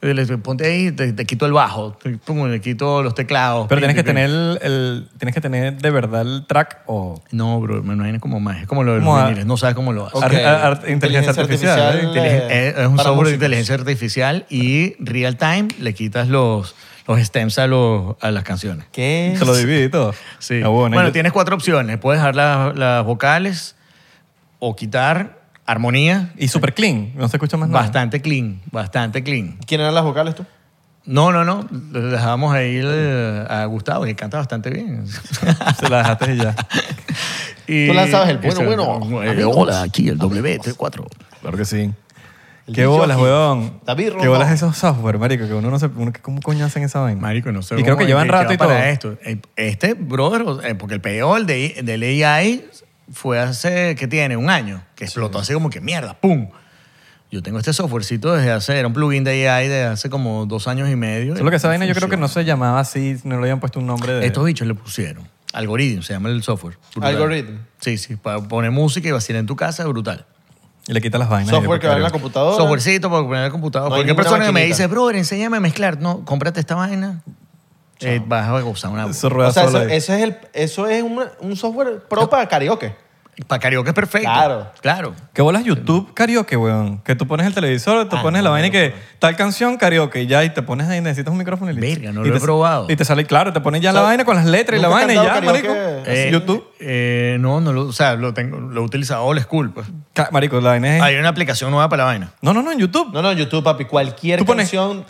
Speaker 1: Le digo, Ponte ahí, te, te quito el bajo, te- pum, le quito los teclados.
Speaker 3: Pero
Speaker 1: pim,
Speaker 3: tienes que
Speaker 1: pim, pim.
Speaker 3: tener el, el- tienes que tener de verdad el track o
Speaker 1: No, bro, me imagino como más. Es como lo de los
Speaker 3: Como a-
Speaker 1: viniles, no sabes cómo lo haces.
Speaker 3: Ar- ar- ar- inteligencia artificial,
Speaker 1: Inteligen-
Speaker 2: eh,
Speaker 1: es- es un software
Speaker 2: para
Speaker 1: de
Speaker 2: músicos.
Speaker 1: inteligencia artificial y real time le quitas los, los stems a, los, a las canciones.
Speaker 2: ¿Qué?
Speaker 3: se lo divide y todo.
Speaker 1: Sí.
Speaker 3: Ah,
Speaker 1: bueno,
Speaker 3: yo-
Speaker 1: tienes cuatro opciones. Puedes dejar la- las vocales o quitar armonía.
Speaker 3: Y super clean, no se escucha más nada.
Speaker 1: Bastante clean, bastante clean.
Speaker 2: ¿Quién eran las vocales tú?
Speaker 1: No, no, no. Le dejamos ahí el- a Gustavo, que canta bastante bien.
Speaker 3: Se la dejaste y ya.
Speaker 1: Y-
Speaker 2: Tú lanzabas el, bueno,
Speaker 1: Eso,
Speaker 2: bueno,
Speaker 1: eh,
Speaker 2: amigos.
Speaker 1: hola, aquí el W34.
Speaker 3: Claro que sí.
Speaker 2: El
Speaker 3: Qué
Speaker 2: disc
Speaker 3: bolas,
Speaker 2: jockey.
Speaker 3: weón.
Speaker 2: David
Speaker 3: Qué
Speaker 2: Romo.
Speaker 3: bolas esos software, marico, que uno no se... Uno, ¿Cómo coño hacen esa vaina?
Speaker 1: Marico, no sé.
Speaker 3: Y creo
Speaker 1: cómo
Speaker 3: que
Speaker 1: es
Speaker 3: llevan
Speaker 1: va
Speaker 3: rato y todo.
Speaker 1: para esto. Eh, Este, brother, o sea, porque el peor de, del AI fue hace, ¿qué tiene? Un año, que explotó así como que mierda, ¡pum! Yo tengo este softwarecito desde hace, era un plugin de AI de hace como dos años y medio.
Speaker 3: Solo que esa
Speaker 1: Y
Speaker 3: vaina yo creo que no
Speaker 1: funciona.
Speaker 3: se llamaba así, no le habían puesto un nombre de...
Speaker 1: Estos bichos le pusieron. Algoritmo, se llama el software.
Speaker 2: Algorithm.
Speaker 1: Sí, sí, para poner música y vacilar en tu casa, brutal.
Speaker 3: Y le quitas las vainas. y
Speaker 2: Software que va en la
Speaker 3: después
Speaker 2: computadora.
Speaker 1: Softwarecito para poner el computador.
Speaker 2: No hay
Speaker 1: Cualquier
Speaker 2: ninguna
Speaker 1: persona que me
Speaker 2: maquinita.
Speaker 1: dice, brother, enséñame a mezclar. No, cómprate esta vaina. eh, vas a gozar una
Speaker 3: Eso rueda
Speaker 2: O sea,
Speaker 3: solo
Speaker 2: eso,
Speaker 3: ahí.
Speaker 2: eso es, el, eso es un, un software pro para karaoke.
Speaker 1: Para karaoke es perfecto.
Speaker 2: Claro.
Speaker 1: Claro.
Speaker 3: ¿Qué bolas YouTube karaoke, weón? Que tú pones el televisor,
Speaker 2: Ah,
Speaker 3: te pones la vaina y que tal canción karaoke y ya, y te pones ahí, necesitas un micrófono y listo.
Speaker 1: Verga, no
Speaker 3: Y
Speaker 1: lo
Speaker 3: te-
Speaker 1: he probado.
Speaker 3: Y te sale, claro, te pones ya
Speaker 2: O sea,
Speaker 3: la vaina con las letras y la
Speaker 2: ¿nunca has
Speaker 3: vaina y ya,
Speaker 2: cantado
Speaker 3: marico.
Speaker 2: karaoke?
Speaker 3: Así,
Speaker 1: Eh,
Speaker 3: YouTube.
Speaker 1: eh, no, no lo, o sea, lo, tengo, lo he utilizado old school. Pues.
Speaker 3: Ca- Marico, la vaina es...
Speaker 1: Hay una aplicación nueva para la vaina.
Speaker 3: No, no, no, en YouTube.
Speaker 2: No, no, en YouTube, papi. Cualquier
Speaker 3: Tú pones-
Speaker 2: canción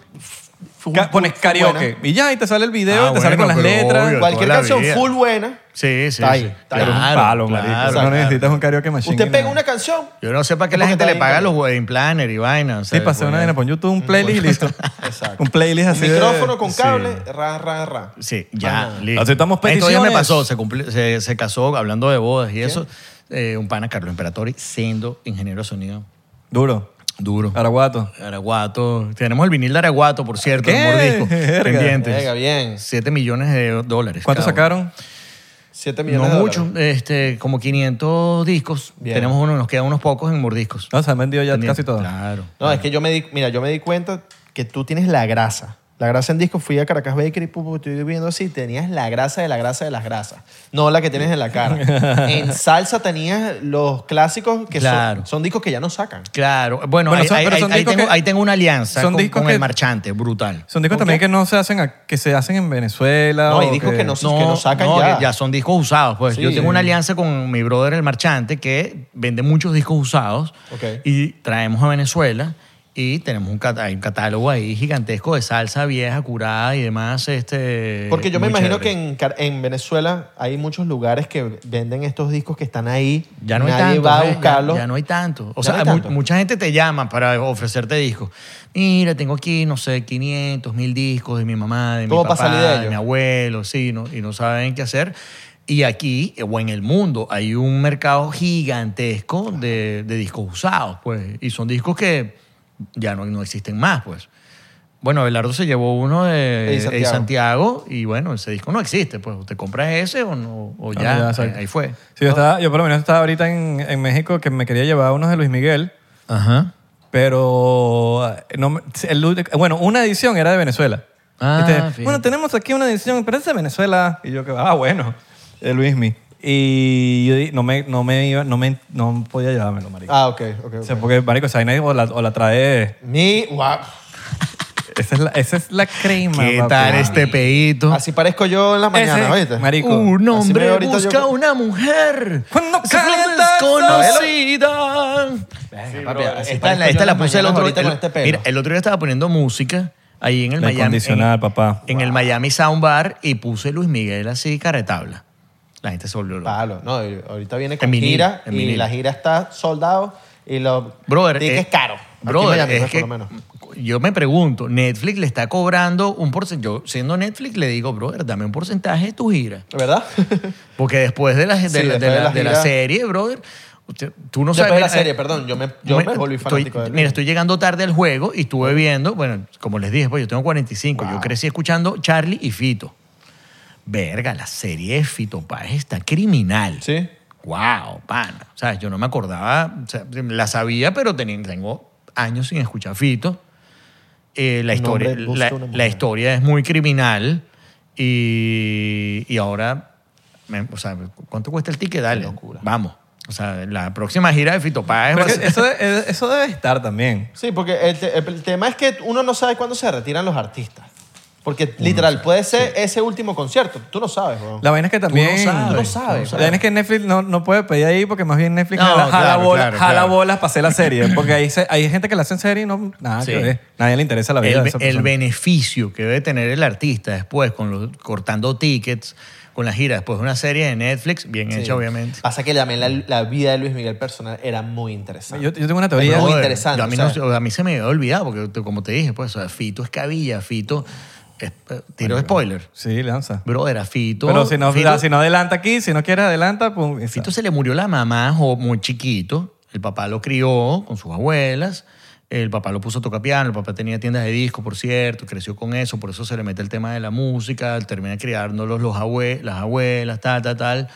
Speaker 2: full-
Speaker 3: Ca- pones
Speaker 2: full
Speaker 3: karaoke
Speaker 2: buena.
Speaker 3: y ya, y te sale el video,
Speaker 1: Ah,
Speaker 3: y te sale con
Speaker 1: bueno,
Speaker 3: las
Speaker 1: pero
Speaker 3: letras.
Speaker 1: obvio,
Speaker 2: Cualquier
Speaker 1: toda la
Speaker 2: canción
Speaker 1: vida.
Speaker 2: full buena.
Speaker 1: Sí, sí,
Speaker 2: Está ahí,
Speaker 1: sí.
Speaker 2: está ahí.
Speaker 1: Claro,
Speaker 3: un palo,
Speaker 1: claro,
Speaker 3: marico. O sea,
Speaker 1: claro.
Speaker 3: no necesitas un karaoke machine.
Speaker 2: Usted
Speaker 3: ni
Speaker 2: pega
Speaker 3: nada.
Speaker 2: una canción.
Speaker 1: Yo no sé para qué
Speaker 2: Es
Speaker 1: la
Speaker 2: porque
Speaker 1: gente
Speaker 2: está
Speaker 1: le
Speaker 2: ahí,
Speaker 1: paga
Speaker 2: claro.
Speaker 1: los wedding planner y vaina. o
Speaker 3: Sí,
Speaker 1: sea,
Speaker 3: pasé una
Speaker 1: porque-
Speaker 3: vaina, pon YouTube, un playlist y listo.
Speaker 2: Exacto.
Speaker 3: Un playlist así de-
Speaker 2: micrófono con
Speaker 1: sí.
Speaker 2: cable, ra, ra, ra.
Speaker 1: Sí, ya,
Speaker 2: Ajá.
Speaker 1: listo.
Speaker 3: Aceptamos
Speaker 1: Esto ya me
Speaker 3: peticiones.
Speaker 1: pasó, se, cumplió- se, se casó hablando de bodas y eso. eh, un pana, Carlos Imperatori, siendo ingeniero de sonido.
Speaker 3: Duro.
Speaker 1: Duro.
Speaker 3: Araguato.
Speaker 1: Araguato. Tenemos el vinil de Araguato, por cierto,
Speaker 3: ¿Qué?
Speaker 1: en mordisco.
Speaker 3: Verga.
Speaker 1: Pendientes.
Speaker 2: Venga, bien.
Speaker 1: 7 millones de dólares.
Speaker 3: ¿Cuánto
Speaker 1: cada uno.
Speaker 3: sacaron?
Speaker 2: 7
Speaker 1: No
Speaker 2: millones de
Speaker 1: mucho,
Speaker 2: dólares.
Speaker 1: este, como 500 discos.
Speaker 2: Bien. Ah,
Speaker 1: Tenemos uno, nos quedan unos pocos en mordiscos.
Speaker 3: No, se han vendido ya casi todo.
Speaker 1: Claro.
Speaker 2: No, es que yo me di, mira, yo me di cuenta que tú tienes la grasa. La grasa en disco, fui a Caracas Bakery, pu, pu, estoy viendo así, tenías la grasa de la grasa de las grasas, no la que tienes en la cara. En salsa tenías los clásicos que son-
Speaker 1: Claro.
Speaker 2: son, discos que ya no sacan.
Speaker 1: Claro. Bueno,
Speaker 3: Bueno,
Speaker 1: ahí,
Speaker 3: son-
Speaker 1: ahí-
Speaker 3: pero son
Speaker 1: ahí
Speaker 3: discos
Speaker 1: tengo,
Speaker 3: que-
Speaker 1: ahí tengo una alianza
Speaker 3: son
Speaker 1: con,
Speaker 3: discos
Speaker 1: con
Speaker 3: que-
Speaker 1: el marchante, brutal.
Speaker 3: Son discos
Speaker 2: ¿Con
Speaker 3: también
Speaker 2: qué?
Speaker 3: que no se hacen, a- que se hacen en Venezuela.
Speaker 2: No, y
Speaker 3: o
Speaker 2: discos que no- que no sacan ya.
Speaker 1: que ya son discos usados. Pues
Speaker 2: Sí.
Speaker 1: yo tengo una alianza con mi brother el marchante que vende muchos discos usados
Speaker 2: Ok.
Speaker 1: y traemos a Venezuela y tenemos un, cat- hay un catálogo ahí gigantesco de salsa vieja, curada y demás. Este,
Speaker 2: Porque yo me
Speaker 1: muy
Speaker 2: imagino
Speaker 1: chévere.
Speaker 2: que en, Car- en Venezuela hay muchos lugares que venden estos discos que están ahí.
Speaker 1: Ya no
Speaker 2: nadie
Speaker 1: hay tanto.
Speaker 2: va a
Speaker 1: ¿ves? Ya-
Speaker 2: buscarlos.
Speaker 1: Ya, no hay tanto. O
Speaker 2: Ya
Speaker 1: sea,
Speaker 2: no hay
Speaker 1: mu-
Speaker 2: tanto.
Speaker 1: mucha gente te llama para ofrecerte discos. Mira, tengo aquí, no sé, 500, 1000 discos de mi mamá, de mi
Speaker 2: ¿Cómo
Speaker 1: papá,
Speaker 2: para salir de
Speaker 1: de
Speaker 2: ellos?
Speaker 1: mi abuelo, sí, no- y no saben qué hacer. Y aquí, eh, o en el mundo, hay un mercado gigantesco de, de discos usados, pues. Y son discos que ya no, no existen más, pues. Bueno, Abelardo se llevó uno de
Speaker 2: Eddie
Speaker 1: Eddie Santiago.
Speaker 2: Santiago.
Speaker 1: y bueno, ese disco no existe, pues. O te compras ese o, no, o
Speaker 3: Ah,
Speaker 1: ya,
Speaker 3: ya,
Speaker 1: ahí,
Speaker 3: exacto.
Speaker 1: ahí fue.
Speaker 3: Sí, yo, estaba, yo por lo menos estaba ahorita en, en México que me quería llevar unos de Luis Miguel,
Speaker 1: Ajá.
Speaker 3: pero eh, no me- el ulti- bueno, una edición era de Venezuela.
Speaker 1: Ah,
Speaker 3: Este,
Speaker 1: fíjate.
Speaker 3: bueno, tenemos aquí una edición, pero es de Venezuela. Y yo que, ah, bueno, de Luis Mi. Y yo di- no me, no me iba, no me, no podía llevármelo, marico.
Speaker 2: Ah, ok, ok. ok.
Speaker 3: O sea, porque, marico, esa vaina o la, o la trae...
Speaker 2: Mi, guau.
Speaker 3: Esa es la, esa es la crema,
Speaker 1: ¿Qué
Speaker 3: papi.
Speaker 1: tal este peito?
Speaker 2: Así parezco yo en las
Speaker 3: Ese-
Speaker 2: mañanas, ¿oíste?
Speaker 3: marico.
Speaker 1: Un
Speaker 2: Así me
Speaker 1: hombre
Speaker 2: veo ahorita
Speaker 1: busca
Speaker 2: yo-
Speaker 1: una mujer.
Speaker 3: Cuando
Speaker 1: Se fue
Speaker 3: calienta el
Speaker 1: desconocida. Venga, papi,
Speaker 2: bro, así
Speaker 1: Esta,
Speaker 2: parezco
Speaker 1: la- esta
Speaker 2: yo
Speaker 1: la
Speaker 2: en las
Speaker 1: puse el
Speaker 2: mañanas
Speaker 1: otro
Speaker 2: ahorita
Speaker 1: el-
Speaker 2: con este pelo.
Speaker 1: Mira, el otro día estaba poniendo música ahí en el
Speaker 3: La
Speaker 1: Miami.
Speaker 3: incondicional,
Speaker 1: en-
Speaker 3: papá.
Speaker 1: En el Miami Soundbar y puse Luis Miguel así caretabla. La gente se volvió loca.
Speaker 2: Palo, no, y ahorita viene con
Speaker 1: En vinil,
Speaker 2: gira
Speaker 1: en
Speaker 2: y
Speaker 1: vinil.
Speaker 2: la gira está soldado y los
Speaker 1: Brother,
Speaker 2: tickets
Speaker 1: eh,
Speaker 2: caros. Aquí
Speaker 1: brother,
Speaker 2: en Miami,
Speaker 1: es
Speaker 2: pues,
Speaker 1: que
Speaker 2: por lo menos.
Speaker 1: yo me pregunto, Netflix le está cobrando un porcentaje. Yo siendo Netflix le digo, brother, dame un porcentaje de tu gira.
Speaker 2: ¿Verdad?
Speaker 1: Porque después de la, de,
Speaker 2: Sí,
Speaker 1: la- de
Speaker 2: después
Speaker 1: la-
Speaker 2: de la
Speaker 1: de la
Speaker 2: gira.
Speaker 1: serie, brother, usted- tú no
Speaker 2: Después
Speaker 1: sabes...
Speaker 2: de la
Speaker 1: mira,
Speaker 2: serie,
Speaker 1: eh,
Speaker 2: perdón, yo me, yo
Speaker 1: me-
Speaker 2: me volví
Speaker 1: estoy-
Speaker 2: fanático de él.
Speaker 1: Mira, estoy llegando tarde al juego y estuve viendo, bueno, como les dije, pues yo tengo 45, yo
Speaker 2: Wow.
Speaker 1: crecí escuchando Charlie y Fito. Verga, la serie de Fito Páez está criminal.
Speaker 2: Sí.
Speaker 1: Wow, pana. O sea, yo no me acordaba, o sea, la sabía, pero tenía- tengo años sin escuchar Fito. Eh, la,
Speaker 2: Un
Speaker 1: historia,
Speaker 2: hombre busca
Speaker 1: la,
Speaker 2: una mujer.
Speaker 1: la historia es muy criminal y, y ahora, me- o sea, ¿cuánto cuesta el ticket? Dale, vamos. O sea, la próxima gira de Fito Páez va
Speaker 3: Pero
Speaker 1: a
Speaker 3: es que
Speaker 1: ser-
Speaker 3: eso, de- eso debe estar también.
Speaker 2: Sí, porque el, te- el tema es que uno no sabe cuándo se retiran los artistas. Porque literal, puede ser ese último concierto. Tú no sabes, bro.
Speaker 3: La vaina es que también...
Speaker 1: sabes,
Speaker 2: tú no sabes.
Speaker 3: La vaina es que Netflix no, no puede pedir ahí porque más bien Netflix
Speaker 1: No,
Speaker 3: jala, jala
Speaker 1: claro,
Speaker 3: bola-
Speaker 1: claro,
Speaker 3: jala
Speaker 1: claro.
Speaker 3: bolas para hacer la serie. Porque ahí se- hay gente que la hace en serie y no, nada
Speaker 1: Sí.
Speaker 3: que ver. Nadie le interesa la vida
Speaker 1: el,
Speaker 3: de esa
Speaker 1: be- el
Speaker 3: persona.
Speaker 1: beneficio que debe tener el artista después con los, cortando tickets, con la gira después de una serie de Netflix, bien
Speaker 2: Sí.
Speaker 1: hecha obviamente.
Speaker 2: Pasa que también la, la vida de Luis Miguel personal era muy interesante.
Speaker 3: yo, yo tengo una teoría.
Speaker 2: Es muy
Speaker 1: Brother,
Speaker 2: interesante,
Speaker 1: yo a, mí
Speaker 2: o
Speaker 1: no-
Speaker 2: sea.
Speaker 1: a mí se me había olvidado, porque te- como te dije, pues, o sea, Fito es cabilla, Fito. es- eh, tiro spoiler.
Speaker 3: Sí, lanza.
Speaker 1: Bro, era Fito.
Speaker 3: Pero si no,
Speaker 1: Fito,
Speaker 3: si no adelanta aquí, si no quiere adelanta, pum. y-
Speaker 1: Fito se le murió la mamá jo- muy chiquito. El papá lo crió con sus abuelas. El papá lo puso a tocar piano. El papá tenía tiendas de disco, por cierto. Creció con eso. Por eso se le mete el tema de la música. Termina criándolos los abue- las abuelas, tal, tal, tal.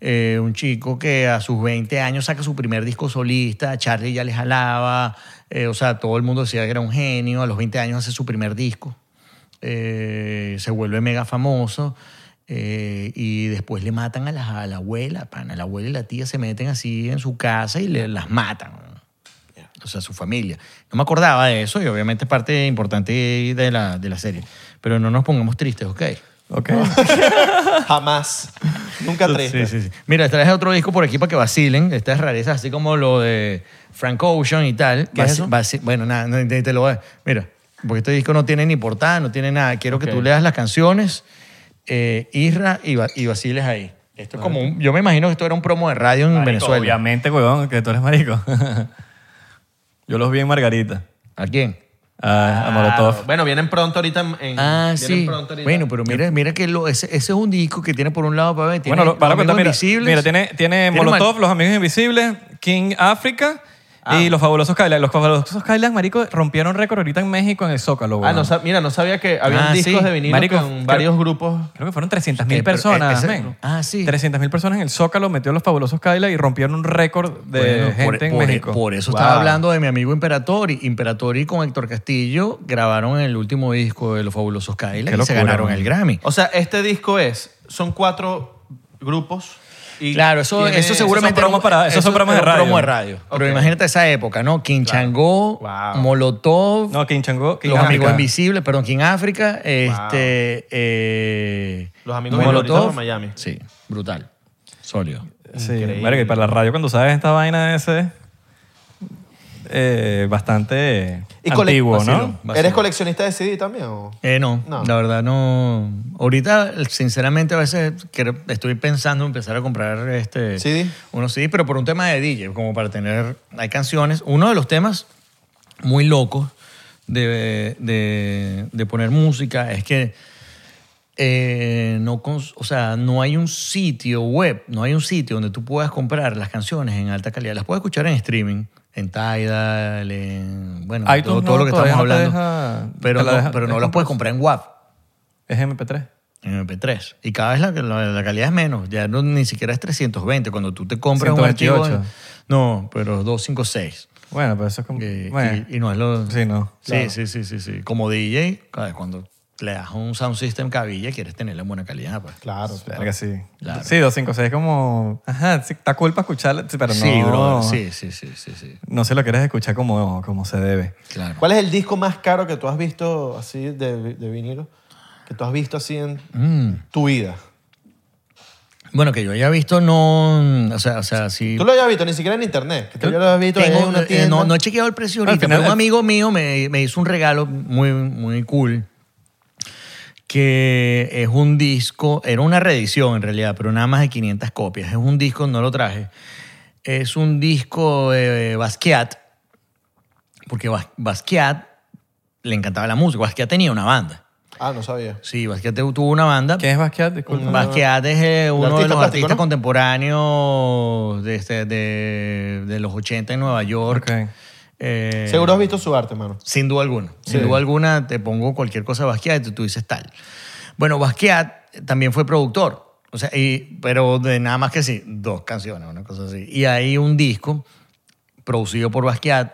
Speaker 1: Eh, un chico que a sus 20 años saca su primer disco solista. Charlie ya le jalaba. Eh, o sea, todo el mundo decía que era un genio. A los 20 años hace su primer disco eh, se vuelve mega famoso eh, y después le matan a la, a la abuela, pana. La abuela y la tía se meten así en su casa y le, las matan. O sea, su familia. No me acordaba de eso y obviamente es parte importante de la, de la serie. Pero no nos pongamos tristes, ¿ok?
Speaker 3: Ok.
Speaker 2: Jamás. Nunca triste.
Speaker 1: Sí, sí, sí. Mira, traje otro disco por aquí para que vacilen. Estas rarezas, así como lo de Frank Ocean y tal.
Speaker 3: ¿Qué es
Speaker 1: Vaci-
Speaker 3: eso?
Speaker 1: vaci- Bueno, nada, no, te, te lo voy a... Mira. porque este disco no tiene ni portada, no tiene nada. Quiero que tú leas las canciones, eh, Isra y, Ba- y Basiles ahí. Esto es como un- yo me imagino que esto era un promo de radio en
Speaker 3: Marico,
Speaker 1: Venezuela.
Speaker 3: Obviamente, huevón, que tú eres marico. Yo los vi en Margarita.
Speaker 1: ¿A quién?
Speaker 3: A, a
Speaker 2: Ah,
Speaker 3: Molotov.
Speaker 2: Bueno, vienen pronto ahorita. en- en-
Speaker 1: Ah,
Speaker 2: vienen
Speaker 1: sí.
Speaker 2: pronto ahorita. Ah,
Speaker 1: Bueno, pero mira, mira que lo- ese, ese es un disco que tiene por un lado para ver. Tiene
Speaker 3: Bueno, lo- para
Speaker 1: Los
Speaker 3: contar,
Speaker 1: Amigos
Speaker 3: mira,
Speaker 1: Invisibles.
Speaker 3: mira, tiene,
Speaker 1: Tiene
Speaker 3: tiene Molotov, Los Amigos Invisibles, King África
Speaker 1: Ah.
Speaker 3: y Los Fabulosos Kylan. Los Fabulosos Kylan, marico, rompieron récord ahorita en México en el Zócalo,
Speaker 2: Ah,
Speaker 3: huevón.
Speaker 2: no, sa- mira, no sabía que había
Speaker 1: Ah,
Speaker 2: discos
Speaker 1: sí.
Speaker 2: de vinilo
Speaker 3: Marico,
Speaker 2: con varios grupos.
Speaker 3: Creo que fueron 300.000
Speaker 1: Eh, pero,
Speaker 3: personas,
Speaker 1: eh, ese-
Speaker 3: men.
Speaker 1: ah, sí.
Speaker 3: 300.000 personas en el Zócalo metió los fabulosos Kyla y rompieron un récord de
Speaker 1: Bueno,
Speaker 3: Eh, gente
Speaker 1: por,
Speaker 3: en
Speaker 1: por-
Speaker 3: México.
Speaker 1: por e- eso
Speaker 2: Wow.
Speaker 1: estaba hablando de mi amigo Imperatori. Imperatori con Héctor Castillo grabaron el último disco de Los Fabulosos Kyla
Speaker 3: Qué
Speaker 1: y se
Speaker 3: locura,
Speaker 1: ganaron
Speaker 3: man.
Speaker 1: el Grammy.
Speaker 2: O sea, este disco es. Son cuatro grupos. Y
Speaker 1: Claro, eso,
Speaker 2: tiene-
Speaker 1: eso seguramente... era
Speaker 3: promos
Speaker 1: un-
Speaker 3: para- esos son promos
Speaker 1: era
Speaker 3: de
Speaker 1: un
Speaker 3: radio.
Speaker 1: promo radio. Pero
Speaker 2: Ok.
Speaker 1: imagínate esa época, ¿no? King Changó,
Speaker 2: Wow.
Speaker 1: Molotov,
Speaker 3: No, King Chango, King
Speaker 1: Los Amigos
Speaker 3: África.
Speaker 1: Invisibles, perdón, King África, este... eh,
Speaker 2: Los Amigos Invisibles
Speaker 1: Molotov.
Speaker 2: de Miami.
Speaker 1: Sí, brutal. Sólido.
Speaker 3: Sí,
Speaker 2: Increíble.
Speaker 3: marico, y para la radio cuando sabes esta vaina ese eh, bastante
Speaker 2: Y cole-
Speaker 3: antiguo, ¿no?
Speaker 2: Vacilo,
Speaker 1: ¿no?
Speaker 2: ¿Eres coleccionista de CD también? o?
Speaker 1: Eh, no,
Speaker 2: No.
Speaker 1: la verdad no. Ahorita, sinceramente, a veces quiero- estoy pensando en empezar a comprar este,
Speaker 2: ¿CD?
Speaker 1: unos CDs, pero por un tema de DJ, como para tener, hay canciones. Uno de los temas muy locos de, de- de poner música es que eh, no, cons- o sea, no hay un sitio web, no hay un sitio donde tú puedas comprar las canciones en alta calidad. Las puedes escuchar en streaming, en Tidal, en, bueno,
Speaker 3: iTunes
Speaker 1: todo,
Speaker 3: no,
Speaker 1: todo lo que estamos
Speaker 3: todavía no
Speaker 1: hablando.
Speaker 3: te deja-
Speaker 1: pero
Speaker 3: te la
Speaker 1: no,
Speaker 3: deja-
Speaker 1: pero
Speaker 3: te
Speaker 1: no las puedes
Speaker 3: compras.
Speaker 1: comprar en WAP
Speaker 3: Es MP3.
Speaker 1: en MP3. Y cada vez la, la- la calidad es menos. Ya no, ni siquiera es 320. Cuando tú te compras un
Speaker 3: 128.
Speaker 1: archivo... No, pero es 256.
Speaker 3: Bueno, pero eso es como...
Speaker 1: Eh,
Speaker 3: bueno.
Speaker 1: y, y no es lo...
Speaker 3: Sí, no.
Speaker 1: Sí, sí, sí, sí, sí. Como DJ, cada vez cuando le das un sound system cabilla, quieres tenerla en buena calidad. Pues.
Speaker 2: Claro.
Speaker 3: Verga, sí.
Speaker 1: Claro.
Speaker 3: Sí, 256 es como... Ajá, sí, está cool para escucharla, sí, pero no...
Speaker 1: Sí, bro. Sí, sí, sí, sí, sí.
Speaker 3: No se lo quieres escuchar como, como se debe.
Speaker 1: Claro.
Speaker 2: ¿Cuál es el disco más caro que tú has visto así de, de vinilo? Que tú has visto así en
Speaker 1: Mm.
Speaker 2: tu vida.
Speaker 1: Bueno, que yo haya visto, no... O sea, o sea sí...
Speaker 2: Tú lo hayas visto, ni siquiera en internet. Que tú ya lo has visto
Speaker 1: Tengo-
Speaker 2: en una
Speaker 1: eh,
Speaker 2: tienda.
Speaker 1: no, no he chequeado el precio
Speaker 3: Al
Speaker 1: ahorita,
Speaker 3: final-
Speaker 1: pero un amigo mío me, me hizo un regalo muy, muy cool que es un disco, era una reedición en realidad, pero nada más de 500 copias. Es un disco, no lo traje. Es un disco de Basquiat, porque Bas- Basquiat le encantaba la música. Basquiat tenía una banda.
Speaker 2: Ah, no sabía.
Speaker 1: Sí, Basquiat tuvo una banda.
Speaker 3: ¿Quién es Basquiat?
Speaker 1: Mm.
Speaker 3: Disculpa.
Speaker 1: Basquiat es eh, uno de
Speaker 2: artista
Speaker 1: los
Speaker 2: plástico,
Speaker 1: artistas
Speaker 2: ¿no?
Speaker 1: contemporáneos de, este- de- de los 80 en Nueva York.
Speaker 3: Ok.
Speaker 1: Eh,
Speaker 2: Seguro has visto su arte, mano.
Speaker 1: Sin duda alguna. Sin
Speaker 2: Sí.
Speaker 1: duda alguna te pongo cualquier cosa de Basquiat y tú dices tal. Bueno, Basquiat también fue productor. O sea, y- pero de nada más que sí, dos canciones, una cosa así. Y hay un disco producido por Basquiat.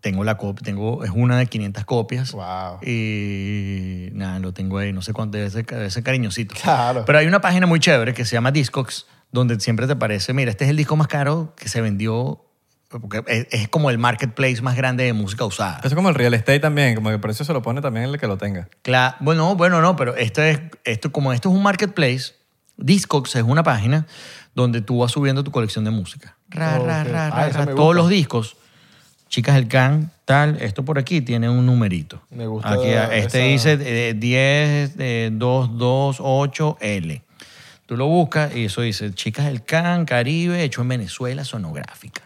Speaker 1: Tengo la copia, tengo, es una de 500 copias.
Speaker 2: Wow.
Speaker 1: Y nada, lo tengo ahí, no sé cuánto, debe ser, debe ser cariñosito.
Speaker 2: Claro.
Speaker 1: Pero hay una página muy chévere que se llama Discogs, donde siempre te aparece, mira, este es el disco más caro que se vendió, porque es, es como el marketplace más grande de música usada.
Speaker 3: Eso es como el real estate también, como que el precio se lo pone también el que lo tenga.
Speaker 1: Cla- bueno, bueno, no, pero esto es, esto, como esto es un marketplace, Discogs es una página donde tú vas subiendo tu colección de música. Ra, ra,
Speaker 2: Ok.
Speaker 1: ra,
Speaker 2: Ah,
Speaker 1: ra,
Speaker 2: esa
Speaker 1: ra.
Speaker 2: me
Speaker 1: Todos
Speaker 2: gusta.
Speaker 1: los discos, Chicas del Can, tal, esto por aquí tiene un numerito.
Speaker 2: Me gusta
Speaker 1: Aquí,
Speaker 2: esa-
Speaker 1: este dice eh, 10, eh, 2, 2, 8, L. Tú lo buscas y eso dice Chicas del Can, Caribe, hecho en Venezuela, sonográfica.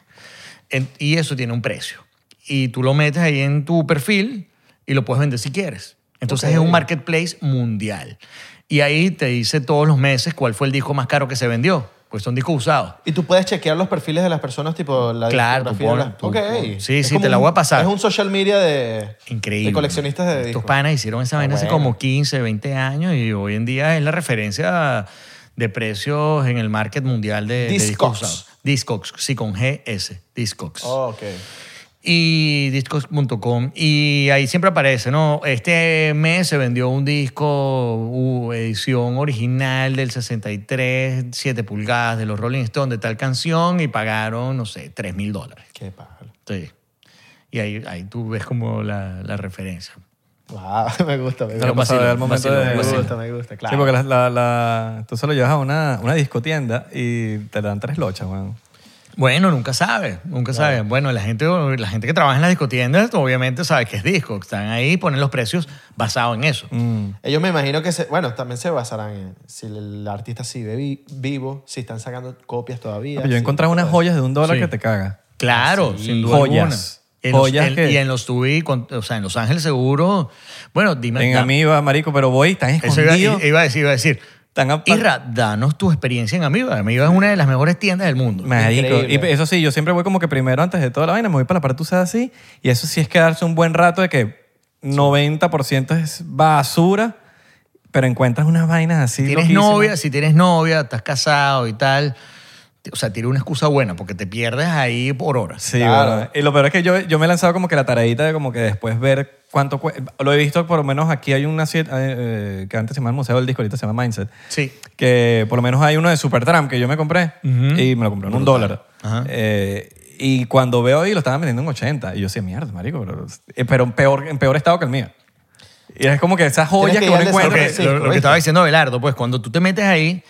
Speaker 1: En- y eso tiene un precio. Y tú lo metes ahí en tu perfil y lo puedes vender si quieres. Entonces es un marketplace mundial. Y ahí te dice todos los meses cuál fue el disco más caro que se vendió. Pues son discos usados.
Speaker 2: Y tú puedes chequear los perfiles de las personas, tipo la
Speaker 1: Claro, tú
Speaker 2: discografía de las-
Speaker 1: pones- tú-
Speaker 2: Ok.
Speaker 1: tú- sí,
Speaker 2: Es
Speaker 1: sí,
Speaker 2: como
Speaker 1: te la
Speaker 2: un-
Speaker 1: voy a pasar.
Speaker 2: Es un social media de,
Speaker 1: Increíble.
Speaker 2: de coleccionistas de
Speaker 1: Estos
Speaker 2: discos. Ah,
Speaker 1: panas hicieron esa vaina hace
Speaker 2: bueno.
Speaker 1: como 15, 20 años y hoy en día es la referencia de precios en el market mundial de, de discos
Speaker 2: Discogs.
Speaker 1: usados. Discogs, sí, con GS, Discogs.
Speaker 2: Oh, ok.
Speaker 1: y discos.com y ahí siempre aparece, ¿no? Este mes se vendió un disco uh, edición original del 63, 7 pulgadas de los Rolling Stones de tal canción y pagaron, no sé, 3 mil dólares.
Speaker 2: Qué palo.
Speaker 1: Sí. Y ahí, ahí tú ves como la, la referencia.
Speaker 2: Wow, me gusta, me
Speaker 3: Te
Speaker 1: Pero
Speaker 2: gusta.
Speaker 3: lo pasas a
Speaker 1: vacilo,
Speaker 3: ver al momento
Speaker 1: vacilo,
Speaker 3: de-
Speaker 2: Me
Speaker 1: vacilo.
Speaker 2: gusta, me gusta, claro.
Speaker 3: Sí, porque la, la, la- tú se lo llevas a una, una discotienda y te dan tres lochas, weón.
Speaker 1: Bueno, nunca sabe, nunca sabe. Bueno, la gente, la gente que trabaja en las discotiendas obviamente sabe que es disco. Están ahí, ponen los precios basados en eso.
Speaker 3: Mm.
Speaker 2: Ellos me imagino que, se- bueno, también se basarán en si el artista sigue vi- vivo, si están sacando copias todavía.
Speaker 3: Yo he
Speaker 2: si-
Speaker 3: encontrado unas joyas de un dólar
Speaker 1: Sí.
Speaker 3: que te caga.
Speaker 1: Claro,
Speaker 2: Sí.
Speaker 1: sin duda
Speaker 3: Joyas.
Speaker 1: alguna. En los-
Speaker 3: Joyas
Speaker 1: en-
Speaker 3: que-
Speaker 1: Y en los tubi, con- o sea, en Los Ángeles seguro. Bueno, dime.
Speaker 3: En
Speaker 1: da-
Speaker 3: Amiba, marico, pero voy, están
Speaker 1: Eso iba,
Speaker 3: escondidos.
Speaker 1: iba a decir, iba a decir.
Speaker 3: Están apa-
Speaker 1: Irra, danos tu experiencia en Amiba. Amiba es una de las mejores tiendas del mundo.
Speaker 3: Marico. Y
Speaker 2: Increíble.
Speaker 3: eso sí, yo siempre voy como que primero antes de toda la vaina, me voy para la parte usada así. Y eso sí es quedarse un buen rato de que 90% es basura, pero encuentras unas vainas así.
Speaker 1: Si tienes
Speaker 3: loquísimas.
Speaker 1: novia, si tienes novia, estás casado y tal. O sea, tiene una excusa buena porque te pierdes ahí por horas.
Speaker 3: Sí,
Speaker 2: Claro.
Speaker 3: ¿verdad? Y lo peor es que yo, yo me he lanzado como que la tareita de como que después ver cuánto cue- Lo he visto, por lo menos aquí hay una siete- eh, eh, que antes se llamaba el Museo del Disco, ahorita se llama Mindset.
Speaker 1: Sí.
Speaker 3: que por lo menos hay uno de Supertramp que yo me compré y me lo compré en un dólar.
Speaker 1: Ajá.
Speaker 3: Eh, y cuando veo ahí lo estaban vendiendo en 80 y yo decía, mierda, marico, pero, eh, pero en, peor, en peor estado que el mío. Y es como que esas joyas
Speaker 2: Tienes
Speaker 3: que,
Speaker 2: que
Speaker 3: uno
Speaker 2: ir al
Speaker 1: Lo
Speaker 3: encuentra...
Speaker 1: que,
Speaker 2: Sí,
Speaker 1: lo- lo que
Speaker 2: correcto.
Speaker 1: estaba diciendo Belardo, pues cuando tú te metes ahí,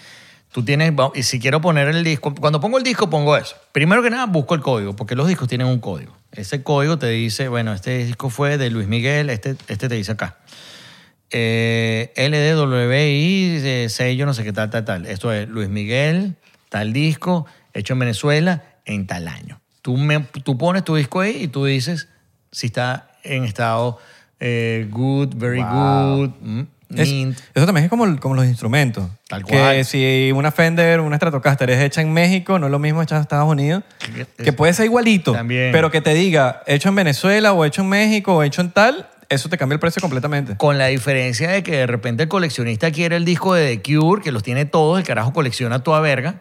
Speaker 1: tú tienes, va- y si quiero poner el disco, cuando pongo el disco pongo eso. Primero que nada busco el código, porque los discos tienen un código. Ese código te dice, bueno, este disco fue de Luis Miguel, este, este te dice acá. Eh, LDWI, eh, sello, no sé qué tal, tal, tal. Esto es Luis Miguel, tal disco, hecho en Venezuela, en tal año. Tú, me- tú pones tu disco ahí y tú dices si está en estado eh, good, very
Speaker 2: Wow.
Speaker 1: good, mm,
Speaker 3: Es-
Speaker 1: mint.
Speaker 3: eso también es como, el- como los instrumentos.
Speaker 1: Tal
Speaker 3: Que
Speaker 1: cual.
Speaker 3: si una Fender, una Stratocaster es hecha en México, no es lo mismo hecha en Estados Unidos.
Speaker 1: Que-
Speaker 3: Que puede ser igualito,
Speaker 1: También.
Speaker 3: pero que te diga hecho en Venezuela o hecho en México o hecho en tal, eso te cambia el precio completamente.
Speaker 1: Con la diferencia de que de repente el coleccionista quiere el disco de The Cure, que los tiene todos, el carajo colecciona toda verga,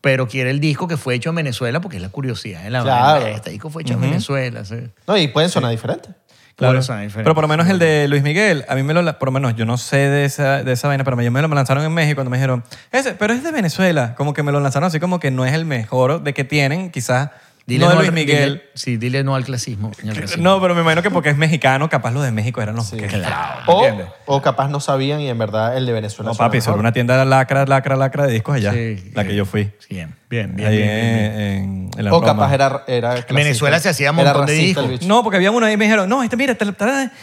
Speaker 1: pero quiere el disco que fue hecho en Venezuela porque es la curiosidad de la
Speaker 2: Claro.
Speaker 1: vaina. Este disco fue hecho en Venezuela. ¿sí?
Speaker 2: No, y pueden sonar diferentes.
Speaker 1: Claro.
Speaker 3: Pero por lo menos el de Luis Miguel, a mí me lo, la- por lo menos yo no sé de esa, de esa vaina, pero me, me lo lanzaron en México cuando me dijeron, ese, pero es de Venezuela, como que me lo lanzaron así como que no es el mejor de que tienen, quizás
Speaker 1: Dile
Speaker 3: no de
Speaker 1: al-
Speaker 3: Luis Miguel.
Speaker 1: dile- sí, dile no al clasismo. señor clasismo.
Speaker 3: No, pero me imagino que porque es mexicano, capaz los de México eran los que...
Speaker 1: Claro.
Speaker 2: O,
Speaker 3: ¿Entiendes?
Speaker 2: o capaz no sabían y en verdad el de Venezuela.
Speaker 3: No,
Speaker 2: suena
Speaker 3: papi,
Speaker 2: mejor.
Speaker 3: sobre una tienda lacra, lacra, lacra de discos allá,
Speaker 1: Sí,
Speaker 3: la
Speaker 1: sí.
Speaker 3: que yo fui.
Speaker 1: Bien, bien, bien.
Speaker 3: Ahí
Speaker 1: bien, bien, bien.
Speaker 3: en, en- en la
Speaker 2: O
Speaker 3: Roma.
Speaker 2: capaz era. era clasista.
Speaker 1: Venezuela se hacía
Speaker 2: Era
Speaker 1: montón de
Speaker 2: racista
Speaker 1: discos.
Speaker 2: el bicho.
Speaker 3: No, porque había uno ahí y me dijeron, no, este mira, este,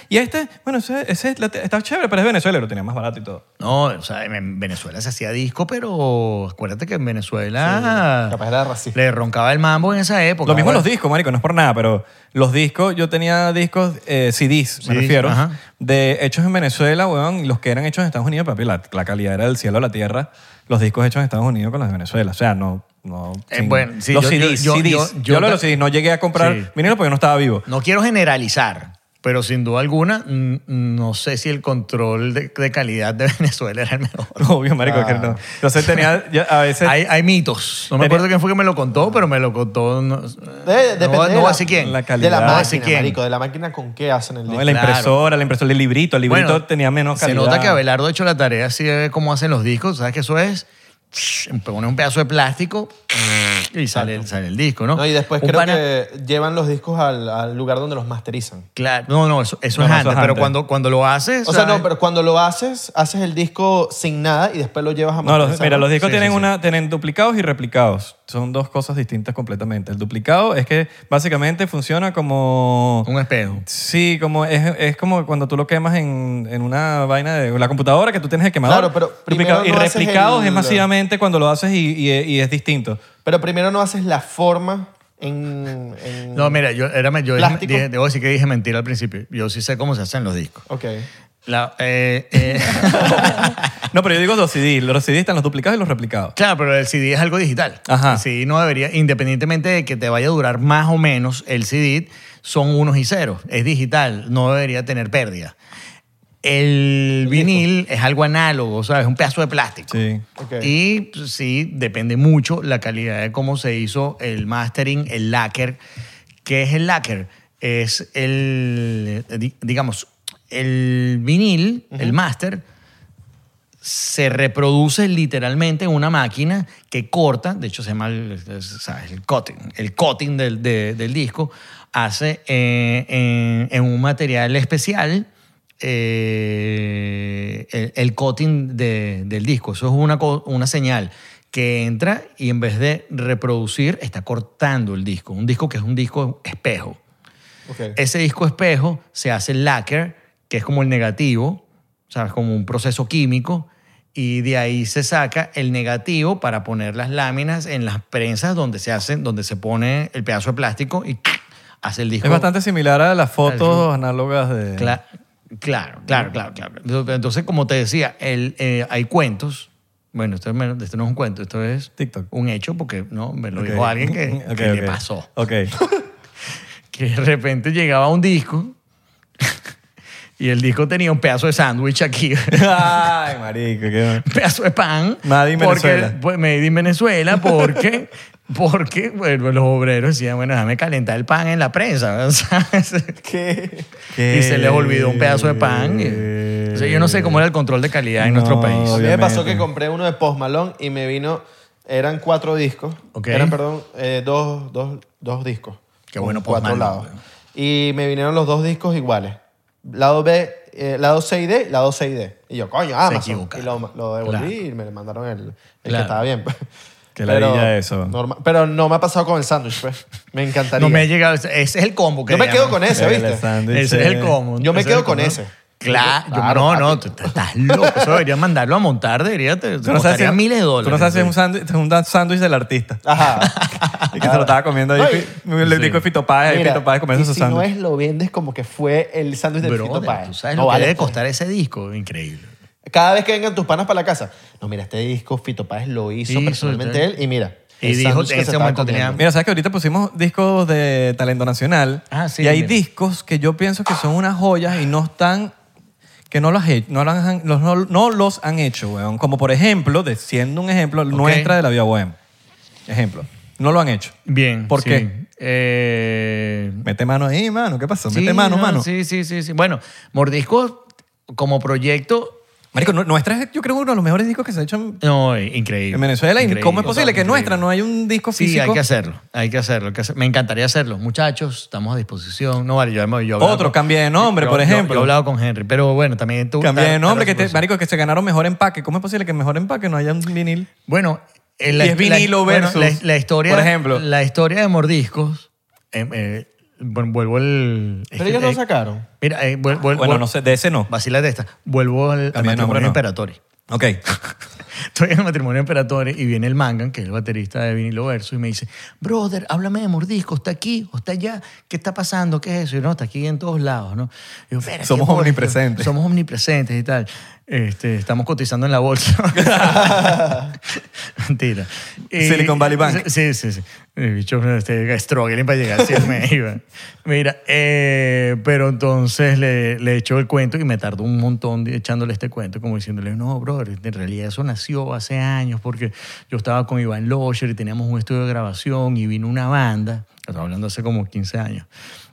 Speaker 3: y este, bueno, ese, ese la- está chévere, pero es de Venezuela y lo tenía más barato y todo.
Speaker 1: No, o sea, en Venezuela se hacía disco, pero acuérdate que en Venezuela
Speaker 2: Sí, capaz era racista.
Speaker 1: le roncaba el mambo en esa época.
Speaker 3: Lo mismo en
Speaker 1: Ahora-
Speaker 3: los discos, marico, no es por nada, pero los discos, yo tenía discos, eh, CDs, me
Speaker 1: CDs,
Speaker 3: refiero,
Speaker 1: ajá.
Speaker 3: de hechos en Venezuela, weón, y los que eran hechos en Estados Unidos, papi, la, la calidad era del cielo a la tierra, los discos hechos en Estados Unidos con los de Venezuela, o sea, no... no
Speaker 1: Eh, bueno, sí,
Speaker 3: los
Speaker 1: yo-
Speaker 3: CDs,
Speaker 1: yo- yo-
Speaker 3: CDs. Yo,
Speaker 1: yo-
Speaker 3: lo de los CDs, no llegué a comprar
Speaker 1: Sí.
Speaker 3: vinilo porque no estaba vivo.
Speaker 1: No quiero generalizar, pero sin duda alguna, mm, no sé si el control de, de calidad de Venezuela era el mejor.
Speaker 3: Obvio, marico, que no. Entonces tenía, yo a veces...
Speaker 1: Hay, hay mitos. No me
Speaker 3: Tenía-
Speaker 1: acuerdo quién fue que me lo contó, pero me lo contó. No,
Speaker 2: Debe-
Speaker 1: no,
Speaker 2: depende
Speaker 1: va- no
Speaker 2: de
Speaker 1: va
Speaker 2: la-
Speaker 1: a decir quién.
Speaker 3: la
Speaker 2: De la
Speaker 3: calidad.
Speaker 1: No sé
Speaker 2: máquina,
Speaker 1: quién.
Speaker 2: marico, de la máquina con qué hacen el
Speaker 3: ¿no?
Speaker 2: disco.
Speaker 3: La
Speaker 1: Claro.
Speaker 3: impresora, la impresora, el librito, el librito
Speaker 1: Bueno,
Speaker 3: tenía menos
Speaker 1: Se
Speaker 3: calidad.
Speaker 1: nota que Abelardo ha hecho la tarea así de cómo hacen los discos. ¿Sabes que eso es? Pone un pedazo de plástico y sale, el- sale el disco, ¿no?
Speaker 2: No, y después
Speaker 1: Un
Speaker 2: creo
Speaker 1: pana-
Speaker 2: que llevan los discos al, al lugar donde los masterizan.
Speaker 1: Claro, no, no, eso, eso
Speaker 3: No,
Speaker 1: es
Speaker 3: no,
Speaker 1: antes, pero cuando, cuando lo haces...
Speaker 2: O sea,
Speaker 1: ¿sabes?
Speaker 2: no, pero cuando lo haces, haces el disco sin nada y después lo llevas a
Speaker 3: No, los-
Speaker 2: masterizar.
Speaker 3: mira, los discos
Speaker 1: Sí,
Speaker 3: tienen,
Speaker 1: sí, sí.
Speaker 3: Una, tienen duplicados y replicados. Son dos cosas distintas completamente. El duplicado es que básicamente funciona como...
Speaker 1: Un espejo.
Speaker 3: Sí, como es, es como cuando tú lo quemas en, en una vaina de la computadora que tú tienes el quemador.
Speaker 2: Claro, pero
Speaker 3: Duplicado.
Speaker 2: primero
Speaker 3: y
Speaker 2: no haces
Speaker 3: replicados
Speaker 2: el-
Speaker 3: es masivamente cuando lo haces y, y- y es distinto.
Speaker 2: Pero primero no haces la forma en. en-
Speaker 1: No, mira, yo, era, yo dije,
Speaker 2: ¿Plástico?
Speaker 1: dije- debo decir que dije mentira al principio. Yo sí sé cómo se hacen los discos.
Speaker 2: Ok.
Speaker 1: La- eh, eh,
Speaker 3: No, pero yo digo los CDs. Los CDs están los duplicados y los replicados.
Speaker 1: claro, pero el CD es algo digital.
Speaker 3: Ajá.
Speaker 1: El CD no debería, independientemente de que te vaya a durar más o menos, el CD son unos y ceros. Es digital, no debería tener pérdida. El vinil es algo análogo, ¿sabes? Es un pedazo de plástico.
Speaker 3: Sí.
Speaker 2: Ok.
Speaker 1: Y pues, sí, depende mucho la calidad de cómo se hizo el mastering, el lacquer. ¿Qué es el lacquer? Es el, eh, di- digamos, el vinil, el master, se reproduce literalmente en una máquina que corta, de hecho se llama el, es- ¿sabes? el cutting, el cutting del, de- del disco, hace eh, en, en un material especial eh, el, el cutting de- del disco. Eso es una, co- una señal que entra y en vez de reproducir, está cortando el disco. Un disco que es un disco espejo.
Speaker 2: Ok.
Speaker 1: Ese disco espejo se hace lacquer, que es como el negativo, ¿sabes? Como un proceso químico. Y de ahí se saca el negativo para poner las láminas en las prensas donde se hacen, donde se pone el pedazo de plástico y hace el disco.
Speaker 3: Es bastante similar a las fotos análogas de...
Speaker 1: Cla- claro, claro, claro, claro. Entonces, como te decía, el, eh, hay cuentos. Bueno, esto, es menos- esto no es un cuento, esto es
Speaker 3: TikTok.
Speaker 1: un hecho porque no me lo
Speaker 3: Ok.
Speaker 1: dijo alguien que,
Speaker 3: Ok,
Speaker 1: que
Speaker 3: ok.
Speaker 1: le pasó.
Speaker 3: Ok.
Speaker 1: Que de repente llegaba un disco y el disco tenía un pedazo de sándwich aquí, un
Speaker 3: Ay, marico, qué...
Speaker 1: pedazo de pan.
Speaker 3: Made in
Speaker 1: porque,
Speaker 3: Venezuela.
Speaker 1: Pues, made in Venezuela porque, porque bueno, los obreros decían, bueno, déjame calentar el pan en la prensa. ¿sabes?
Speaker 2: ¿Qué?
Speaker 1: y se les olvidó un pedazo de pan. y- o sea, yo no sé cómo era el control de calidad en nuestro
Speaker 3: No.
Speaker 2: A
Speaker 1: país.
Speaker 2: mí me
Speaker 3: Obviamente.
Speaker 2: pasó que compré uno de Post Malone y me vino, eran cuatro discos.
Speaker 1: Ok.
Speaker 2: Eran, perdón, eh, dos, dos, dos discos.
Speaker 1: Qué
Speaker 2: Con
Speaker 1: bueno Post
Speaker 2: cuatro
Speaker 1: Malone,
Speaker 2: lados. Y me vinieron los dos discos iguales. Lado B, eh, lado C y D, lado C y D. Y yo, coño, Amazon.
Speaker 1: equivocaron.
Speaker 2: Y lo, lo devolví
Speaker 1: Claro.
Speaker 2: y me le mandaron el, el que
Speaker 1: Claro.
Speaker 2: estaba bien. pues.
Speaker 3: Qué ladilla eso.
Speaker 2: norma- pero no me ha pasado con el sándwich, pues. Me encantaría.
Speaker 1: No me ha llegado. Ese es el combo. Que
Speaker 2: Yo me
Speaker 1: le
Speaker 2: quedo
Speaker 1: llaman.
Speaker 2: con ese,
Speaker 3: El
Speaker 2: ¿viste?
Speaker 3: sándwich.
Speaker 1: Ese es el combo.
Speaker 2: Yo me
Speaker 1: Ese
Speaker 2: quedo
Speaker 1: es el
Speaker 2: con
Speaker 1: combo.
Speaker 2: ese.
Speaker 1: Claro, yo-
Speaker 2: Claro,
Speaker 1: no, no,
Speaker 2: papi.
Speaker 1: tú estás- estás loco. Eso deberías mandarlo a montar, debería. Te,
Speaker 3: Tú no sabes si-
Speaker 1: costaría miles de dólares.
Speaker 3: Tú no sabes si es un sándwich, es un sándwich del artista.
Speaker 2: Ajá.
Speaker 3: Y que se lo estaba comiendo ahí.
Speaker 2: Ay.
Speaker 3: fi- Le dijo a Fito Páez, ahí
Speaker 2: Mira,
Speaker 3: Fito Páez comiendo
Speaker 2: y
Speaker 3: su
Speaker 2: si no
Speaker 3: sándwich.
Speaker 2: es, lo vendes como que fue el sándwich del Fito
Speaker 1: Brother,
Speaker 2: Páez.
Speaker 1: tú sabes
Speaker 2: No
Speaker 1: lo que
Speaker 2: vale,
Speaker 1: debe
Speaker 2: pues.
Speaker 1: costar ese disco. Increíble.
Speaker 2: Cada vez que vengan tus panas para la casa. No, mira, este disco Fito Páez lo hizo
Speaker 1: Hizo,
Speaker 2: personalmente
Speaker 1: está.
Speaker 2: él y mira.
Speaker 1: Y
Speaker 2: el
Speaker 1: dijo,
Speaker 2: sándwich que
Speaker 1: en
Speaker 2: se
Speaker 1: ese
Speaker 2: estaba
Speaker 1: momento tenía-
Speaker 2: comiendo.
Speaker 3: Mira, sabes que ahorita pusimos discos de talento nacional.
Speaker 1: Ah, sí,
Speaker 3: y hay
Speaker 1: mira.
Speaker 3: discos que yo pienso que son unas joyas y no están. que no los, he- no los han, los- no, no los han hecho, weón. Como por ejemplo, de- siendo un ejemplo, nuestra de la Vía Bohem. Ejemplo. No lo han hecho.
Speaker 1: Bien.
Speaker 3: ¿Por
Speaker 1: sí.
Speaker 3: qué?
Speaker 1: Eh,
Speaker 3: Mete mano ahí, mano. ¿Qué pasó? Mete
Speaker 1: sí,
Speaker 3: mano,
Speaker 1: no,
Speaker 3: mano.
Speaker 1: Sí, sí, sí, sí. Bueno, Mordisco como proyecto.
Speaker 3: Marico, nu- nuestra es, yo creo, uno de los mejores discos que se ha hecho en,
Speaker 1: No, eh, increíble.
Speaker 3: en Venezuela. ¿Y
Speaker 1: Increíble.
Speaker 3: cómo es posible que
Speaker 1: Total,
Speaker 3: nuestra
Speaker 1: increíble.
Speaker 3: no hay un disco
Speaker 1: Sí,
Speaker 3: físico?
Speaker 1: hay que hacerlo, hay que hacerlo, hay que hacer- Me encantaría hacerlo. Muchachos, estamos a disposición. No vale, yo, yo he hablado
Speaker 3: Otro, cambie de nombre,
Speaker 1: yo-
Speaker 3: por
Speaker 1: yo-
Speaker 3: ejemplo.
Speaker 1: Yo he hablado con Henry, pero bueno, también tú.
Speaker 3: Cambié
Speaker 1: está-
Speaker 3: de
Speaker 1: está la
Speaker 3: nombre, que te,
Speaker 1: situación.
Speaker 3: marico, que se ganaron mejor empaque. ¿Cómo es posible que mejor empaque no haya un vinil?
Speaker 1: Bueno, eh,
Speaker 3: Y es vinilo
Speaker 1: bueno,
Speaker 3: versus,
Speaker 1: la, la historia,
Speaker 3: por ejemplo.
Speaker 1: la historia de mordiscos. eh, eh, bueno, vuelvo al.
Speaker 2: Pero ellos no
Speaker 1: eh,
Speaker 2: sacaron.
Speaker 1: Mira, eh, vuel- vuel-
Speaker 3: Bueno,
Speaker 1: vuel-
Speaker 3: no sé, de ese no.
Speaker 1: vacílate esta. Vuelvo al, al
Speaker 3: Cambié de
Speaker 1: matrimonio
Speaker 3: nombre, no.
Speaker 1: imperatorio.
Speaker 3: Ok.
Speaker 1: Estoy en el matrimonio imperatorio y viene el Mangan, que es el baterista de Vinilo Verso, y me dice, brother, háblame de mordisco, ¿está aquí o está allá? ¿Qué está pasando? ¿Qué es eso? Y no, está aquí en todos lados, ¿no? Y yo, "Verga,
Speaker 3: Somos
Speaker 1: qué bolas,
Speaker 3: omnipresentes.
Speaker 1: Somos omnipresentes y tal. Este, estamos cotizando en la bolsa. Mentira. Eh, Y-
Speaker 3: Silicon Valley Bank.
Speaker 1: Sí, sí, sí. El bicho este, struggling para llegar hacia México. Mira, eh, pero entonces le, le echo el cuento y me tardó un montón de- echándole este cuento, como diciéndole, no, brother, en realidad eso nació hace años porque yo estaba con Iván Locher y teníamos un estudio de grabación y vino una banda, estaba hablando hace como 15 años,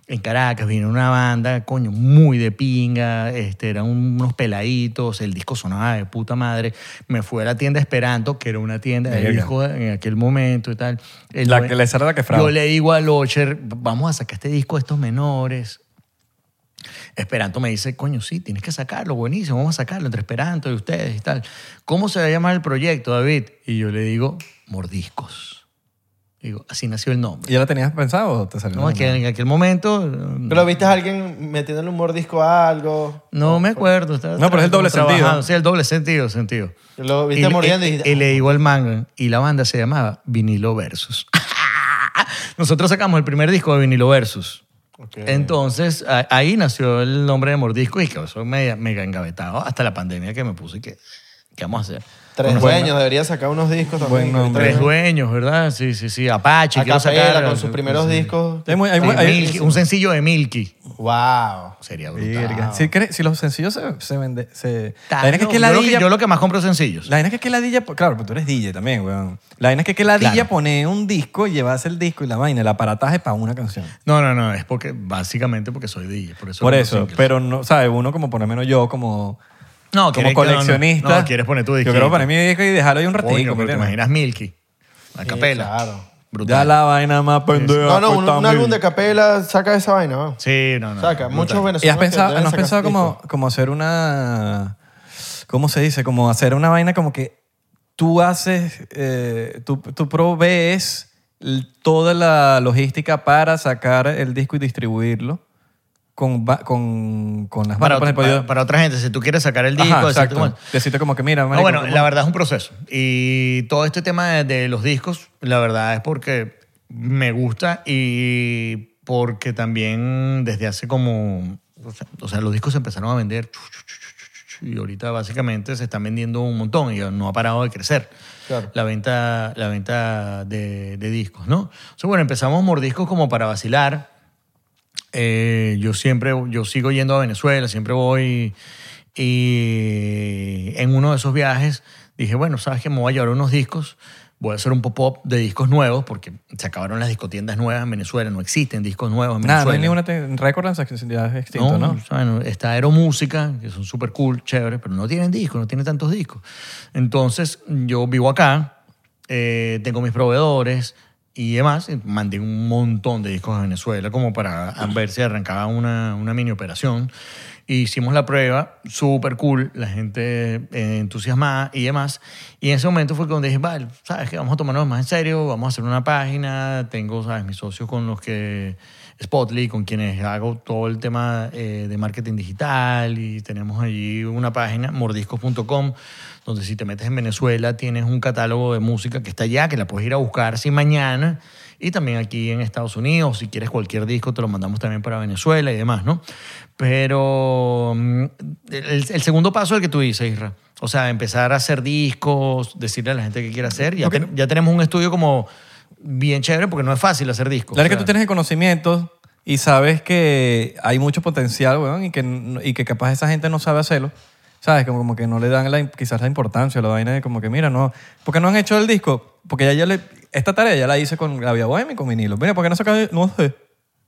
Speaker 1: en Caracas vino una banda, coño, muy de pinga, este, eran un- unos peladitos, el disco sonaba de puta madre. Me fui a la tienda Esperanto, que era una tienda de
Speaker 3: Verga.
Speaker 1: disco en aquel momento y tal. El
Speaker 3: La
Speaker 1: due-
Speaker 3: que- esa era la que fraba.
Speaker 1: Yo le digo a Locher, vamos a sacar este disco de estos menores. Esperanto me dice, coño, sí, tienes que sacarlo, buenísimo, vamos a sacarlo entre Esperanto y ustedes y tal. ¿Cómo se va a llamar el proyecto, David? Y yo le digo, Mordiscos. Digo, así nació el nombre.
Speaker 3: ¿Y ya la tenías pensado o te salió?
Speaker 1: No, es que en aquel momento...
Speaker 2: Pero viste a alguien metiéndole un mordisco a algo.
Speaker 1: No me acuerdo. estaba
Speaker 3: No, pero es el doble
Speaker 1: trabajando.
Speaker 3: sentido.
Speaker 1: Sí, el doble sentido, sentido.
Speaker 2: Lo
Speaker 1: le-
Speaker 2: viste mordiendo y dijiste, "Ah,
Speaker 1: y le digo al manga, y la banda se llamaba Vinilo Versus. Nosotros sacamos el primer disco de Vinilo Versus.
Speaker 2: "Ah, Ok.
Speaker 1: Entonces, a- ahí nació el nombre de Mordisco y que eso me mega engavetado hasta la pandemia que me puse que, ¿qué vamos a hacer?
Speaker 2: Tres
Speaker 1: Unos-
Speaker 2: dueños, debería sacar unos discos también.
Speaker 3: Buen nombre.
Speaker 1: Tres dueños, ¿verdad? Sí, sí, sí. Apache.
Speaker 2: A
Speaker 1: quiero
Speaker 2: capela,
Speaker 1: sacar-
Speaker 2: con sus primeros
Speaker 1: Sí.
Speaker 2: discos.
Speaker 3: Hay muy- hay
Speaker 1: Sí,
Speaker 3: muy- hay-
Speaker 1: Milky, un sencillo de Milky.
Speaker 2: Wow.
Speaker 1: Sería brutal.
Speaker 3: Verga. Si, cre- si los sencillos se, se venden. Se... La vaina es
Speaker 1: Yo
Speaker 3: que
Speaker 1: lo que-
Speaker 3: ladilla.
Speaker 1: yo lo que más compro es sencillos.
Speaker 3: La vaina es que ladilla. Claro, pero tú eres DJ también, weón. La vaina es que, que ladilla
Speaker 1: Claro.
Speaker 3: pone un disco y llevas el disco y la vaina, el aparataje para una canción.
Speaker 1: No, no, no, es porque básicamente porque soy DJ, por eso.
Speaker 3: Por
Speaker 1: hago
Speaker 3: eso.
Speaker 1: singles.
Speaker 3: Pero no, ¿sabes? Uno, como por lo menos yo, como.
Speaker 1: no,
Speaker 3: como
Speaker 1: quieres-
Speaker 3: coleccionista.
Speaker 1: No, no, no, quieres poner tu disco.
Speaker 3: Yo quiero poner mi disco y dejarlo ahí un ratito.
Speaker 1: Coño, pero te imaginas Milky, a
Speaker 2: Sí,
Speaker 1: capela.
Speaker 2: claro.
Speaker 3: Ya
Speaker 1: Brutal.
Speaker 3: la vaina más pendeja.
Speaker 2: No, no,
Speaker 3: que
Speaker 2: un,
Speaker 3: está
Speaker 2: un
Speaker 3: mi-
Speaker 2: álbum de capela, saca esa vaina, ¿no?
Speaker 1: Sí, no, no.
Speaker 2: Saca,
Speaker 1: brutal.
Speaker 2: muchos venezolanos.
Speaker 3: ¿Y has
Speaker 2: que
Speaker 3: pensado,
Speaker 2: deben
Speaker 3: ¿no has
Speaker 2: sacar
Speaker 3: pensado
Speaker 2: sus
Speaker 3: como, como hacer una... ¿Cómo se dice? Como hacer una vaina como que tú haces, eh, tú, tú provees l- toda la logística para sacar el disco y distribuirlo con, ba- con, con las
Speaker 1: Para,
Speaker 3: bandas. Por
Speaker 1: para-
Speaker 3: ejemplo, yo-
Speaker 1: para otra gente, si tú quieres sacar el disco,
Speaker 3: Ajá,
Speaker 1: decirte
Speaker 3: exacto.
Speaker 1: cómo es.
Speaker 3: Decirte como que mira,
Speaker 1: No,
Speaker 3: marico,
Speaker 1: bueno,
Speaker 3: ¿cómo-
Speaker 1: la verdad es un proceso. Y todo este tema de, de los discos, la verdad es porque me gusta y porque también desde hace como... o sea, O sea, los discos se empezaron a vender chu, chu, chu, chu, chu, chu, y ahorita básicamente se están vendiendo un montón y no ha parado de crecer
Speaker 2: Claro.
Speaker 1: la venta, la venta de, de discos, ¿no? Entonces, bueno, empezamos mordiscos como para vacilar. Eh, yo siempre, yo sigo yendo a Venezuela, siempre voy. Y en uno de esos viajes dije, bueno, ¿sabes qué? Me voy a llevar unos discos. Voy a hacer un pop-up de discos nuevos porque se acabaron las discotiendas nuevas en Venezuela. No existen discos nuevos en Venezuela.
Speaker 3: Nada, no hay ninguna te- Recordlands que ya es extinto, ¿no?
Speaker 1: ¿sabes? No, pues, Está Aeromúsica, que son súper cool, chéveres, pero no tienen discos, no tienen tantos discos. Entonces, yo vivo acá, eh, tengo mis proveedores y demás, y mandé un montón de discos a Venezuela como para ver si arrancaba una, una mini operación. E hicimos la prueba, súper cool, la gente eh, entusiasmada y demás. Y en ese momento fue cuando dije, vale, ¿sabes qué? Vamos a tomarnos más en serio, vamos a hacer una página, tengo, ¿sabes? Mis socios con los que Spotly, con quienes hago todo el tema eh, de marketing digital y tenemos allí una página, mordiscos.com, donde si te metes en Venezuela tienes un catálogo de música que está allá, que la puedes ir a buscar si mañana y también aquí en Estados Unidos, si quieres cualquier disco te lo mandamos también para Venezuela y demás, ¿no? Pero mm, el, el segundo paso es el que tú dices, Isra. O sea, empezar a hacer discos, decirle a la gente qué quiere hacer. Ya,
Speaker 3: Ok.
Speaker 1: ten- ya tenemos un estudio como bien chévere porque no es fácil hacer discos.
Speaker 3: Claro que
Speaker 1: O
Speaker 3: tú
Speaker 1: sea,
Speaker 3: tienes el conocimiento y sabes que hay mucho potencial, weón, y que, n- y que capaz esa gente no sabe hacerlo. ¿Sabes? Como, como que no le dan la, im- quizás la importancia, la vaina de como que, mira, no. ¿Por qué no han hecho el disco? Porque ya, ya le, esta tarea ya la hice con la Vía Bohemia y con vinilo. Mira, ¿por qué no sacan? No sé.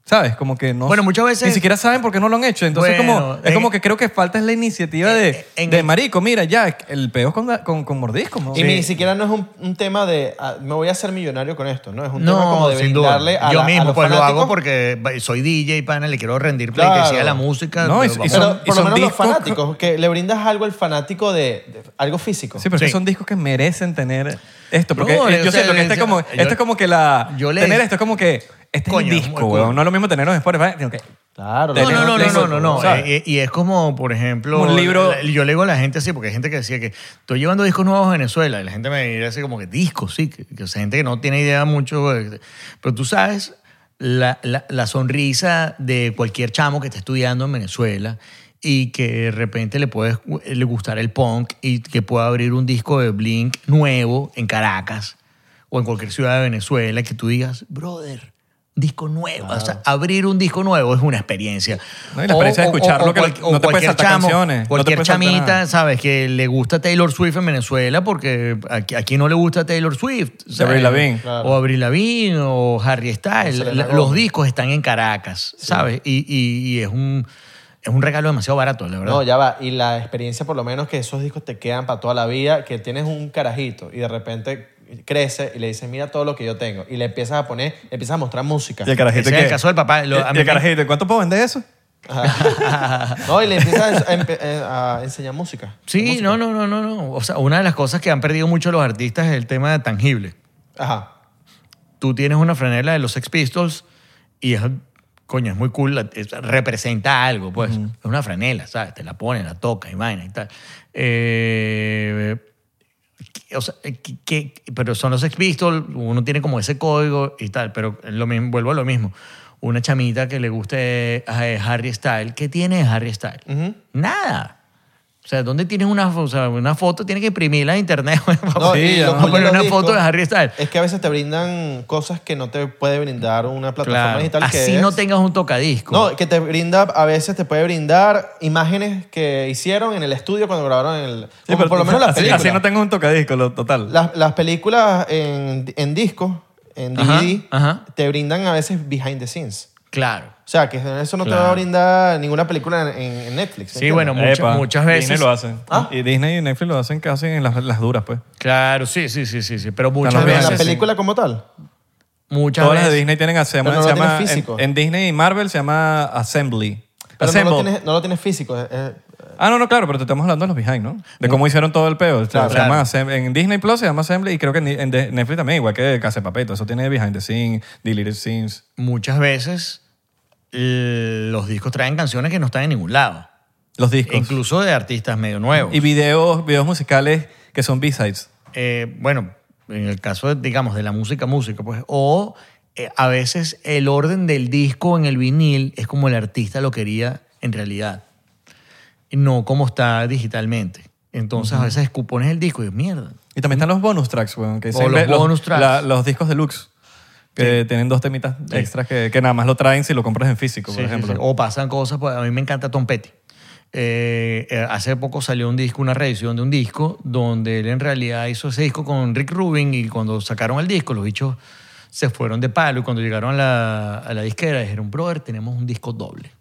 Speaker 3: ¿Sabes? Como que no.
Speaker 1: Bueno, muchas veces-
Speaker 3: Ni siquiera saben por qué no lo han hecho. Entonces,
Speaker 1: Bueno,
Speaker 3: como, es
Speaker 1: en-
Speaker 3: como que creo que falta es la iniciativa de,
Speaker 1: en-
Speaker 3: de marico. Mira, ya, el peo es con, da- con, con mordisco. ¿no?
Speaker 2: Y ni siquiera no es un, un tema de ah, me voy a hacer millonario con esto, ¿no? Es un tema como
Speaker 1: No,
Speaker 2: de
Speaker 1: sin duda.
Speaker 2: brindarle a
Speaker 1: Yo
Speaker 2: la- a
Speaker 1: mismo,
Speaker 2: los
Speaker 1: pues lo hago
Speaker 2: fanáticos.
Speaker 1: porque soy DJ, pana, le quiero rendir play, que
Speaker 2: Claro.
Speaker 1: sea la música.
Speaker 3: No,
Speaker 1: pero
Speaker 3: y
Speaker 1: vamos.
Speaker 2: Pero
Speaker 3: son- y
Speaker 2: por lo
Speaker 3: son
Speaker 2: menos los
Speaker 3: discos-
Speaker 2: fanáticos, que le brindas algo al fanático de, de- algo físico.
Speaker 3: Sí, pero es
Speaker 1: Sí.
Speaker 3: que son discos que merecen tener esto. Porque
Speaker 1: No,
Speaker 3: eh, yo
Speaker 1: o sea,
Speaker 3: siento que este,
Speaker 1: yo-
Speaker 3: como,
Speaker 1: yo-
Speaker 3: esto es como que la.
Speaker 1: yo le-
Speaker 3: tener esto es como que. Este
Speaker 1: Coño,
Speaker 3: es un
Speaker 1: es
Speaker 3: disco,
Speaker 1: muy cool.
Speaker 3: weón. No es lo mismo tenerlo en Spotify, sino que.
Speaker 2: Claro.
Speaker 1: No, no,
Speaker 3: tenemos-
Speaker 1: no, no, no,
Speaker 3: tenemos-
Speaker 1: no, no.
Speaker 3: ¿sabes?
Speaker 1: Eh, Y, y es como, por ejemplo,
Speaker 3: Un libro-
Speaker 1: la- yo le digo a la gente así, porque hay gente que decía que estoy llevando discos nuevos a Venezuela y la gente me diría así como que discos, sí, que, que, o sea, gente que no tiene idea mucho, eh, pero tú sabes la, la- la sonrisa de cualquier chamo que esté estudiando en Venezuela y que de repente le puede le gustar el punk y que pueda abrir un disco de Blink nuevo en Caracas o en cualquier ciudad de Venezuela que tú digas, brother, disco nuevo. O sea, abrir un disco nuevo es una experiencia.
Speaker 3: No, y la experiencia de escucharlo, que no te puedes
Speaker 1: cualquier
Speaker 3: saltar canciones, no te
Speaker 1: Cualquier
Speaker 3: puedes saltar
Speaker 1: chamita,
Speaker 3: nada.
Speaker 1: ¿sabes? Que le gusta Taylor Swift en Venezuela porque aquí, aquí no le gusta Taylor Swift. ¿sabes?
Speaker 3: Avril Lavigne.
Speaker 2: Claro.
Speaker 1: O Avril Lavigne o Harry Styles.
Speaker 2: Selena
Speaker 1: La-
Speaker 2: Gomez.
Speaker 1: Los discos están en Caracas, ¿sabes? Y, y- y es un... Es un regalo demasiado barato, la verdad.
Speaker 2: No, ya va. Y la experiencia, por lo menos, que esos discos te quedan para toda la vida, que tienes un carajito y de repente crece y le dices, mira todo lo que yo tengo. Y le empiezas a poner, le empiezas a mostrar música.
Speaker 3: Y el carajito
Speaker 1: Ese es
Speaker 3: que.
Speaker 1: el caso del papá. Lo- a
Speaker 3: y
Speaker 1: mí me-
Speaker 3: el carajito, ¿cuánto puedo vender eso?
Speaker 2: Ajá. no, y le empiezas a, empe- eh, a enseñar música.
Speaker 1: Sí,
Speaker 2: Música.
Speaker 1: no, no, no, no, no. O sea, una de las cosas que han perdido mucho los artistas es el tema de tangible.
Speaker 2: Ajá.
Speaker 1: tú tienes una franela de los Sex Pistols y es, coño, es muy cool, la- es- representa algo, pues. Es una franela, ¿sabes? Te la pones, la tocas y vaina y tal. Eh, o sea, eh, que- que- pero son los Sex Pistols, uno tiene como ese código y tal, pero lo mismo, vuelvo a lo mismo. Una chamita que le guste a Harry Styles, ¿qué tiene Harry Styles?
Speaker 2: Ujú.
Speaker 1: Nada. O sea, ¿dónde tienes una, fo- o sea, una foto? Tiene que imprimirla en internet.
Speaker 2: No,
Speaker 1: para
Speaker 2: y
Speaker 3: Sí,
Speaker 2: lo
Speaker 3: ya,
Speaker 2: cool de
Speaker 1: poner
Speaker 2: los
Speaker 1: una
Speaker 2: discos
Speaker 1: foto de Harry Styles.
Speaker 2: Es que a veces te brindan cosas que no te puede brindar una plataforma
Speaker 1: Claro.
Speaker 2: digital. que
Speaker 1: Así
Speaker 2: es-
Speaker 1: no tengas un tocadisco.
Speaker 2: No, que te brinda, a veces te puede brindar imágenes que hicieron en el estudio cuando grabaron el.
Speaker 3: Sí,
Speaker 2: como por lo menos las
Speaker 3: así,
Speaker 2: películas.
Speaker 3: así no tengo un tocadisco, lo total.
Speaker 2: las, las películas en, en disco, en
Speaker 1: Ajá,
Speaker 2: DVD,
Speaker 1: ajá.
Speaker 2: te brindan a veces behind the scenes.
Speaker 1: Claro.
Speaker 2: O sea, que eso no te
Speaker 1: Claro.
Speaker 2: va a brindar ninguna película en, en Netflix.
Speaker 1: Sí, bueno, muchas-
Speaker 3: Epa,
Speaker 1: muchas veces.
Speaker 3: Disney lo hacen.
Speaker 2: Ah.
Speaker 3: Y Disney y Netflix lo hacen casi en las, las duras, pues.
Speaker 1: Claro, sí, sí, sí, sí, sí. Pero
Speaker 3: los
Speaker 1: muchas
Speaker 2: Pero la
Speaker 1: veces.
Speaker 3: videos.
Speaker 2: película como tal.
Speaker 1: Muchas
Speaker 3: Todas las de
Speaker 1: veces.
Speaker 3: Disney tienen. Se llama,
Speaker 2: Pero no
Speaker 3: se
Speaker 2: lo
Speaker 3: llama-
Speaker 2: tienes
Speaker 3: en,
Speaker 2: físico.
Speaker 3: en Disney y Marvel se llama Assembly.
Speaker 2: Pero no
Speaker 3: Assemble.
Speaker 2: lo, tienes, no lo tienes físico. eh, eh,
Speaker 3: Ah, no, no, claro, pero te estamos hablando de los behind, ¿no? De cómo hicieron todo el peo. O sea,
Speaker 2: Claro.
Speaker 3: se llama Assemb- en Disney Plus se llama Assembly y creo que en en de- Netflix también, igual que Casa de Papel, todo eso tiene behind the scenes, deleted scenes.
Speaker 1: Muchas veces l- los discos traen canciones que no están en ningún lado.
Speaker 3: Los discos.
Speaker 1: Incluso de artistas medio nuevos.
Speaker 3: y videos, videos musicales que son B-sides.
Speaker 1: Eh, bueno, en el caso, de, digamos, de la música, música, pues, o eh, a veces el orden del disco en el vinil es como el artista lo quería en realidad, no como está digitalmente. Entonces, a veces cupones el disco y mierda.
Speaker 3: Y también están los bonus tracks, weón. Que
Speaker 1: O
Speaker 3: siempre-
Speaker 1: los bonus tracks.
Speaker 3: los discos deluxe. Que tienen dos temitas extras que, que nada más lo traen si lo compras en físico,
Speaker 1: Sí,
Speaker 3: por
Speaker 1: sí,
Speaker 3: ejemplo.
Speaker 1: sí. O pasan cosas, pues, a mí me encanta Tom Petty. Eh, eh, hace poco salió un disco, una reedición de un disco, donde él en realidad hizo ese disco con Rick Rubin y cuando sacaron el disco, los bichos se fueron de palo y cuando llegaron a la, a la disquera dijeron, brother, tenemos un disco doble.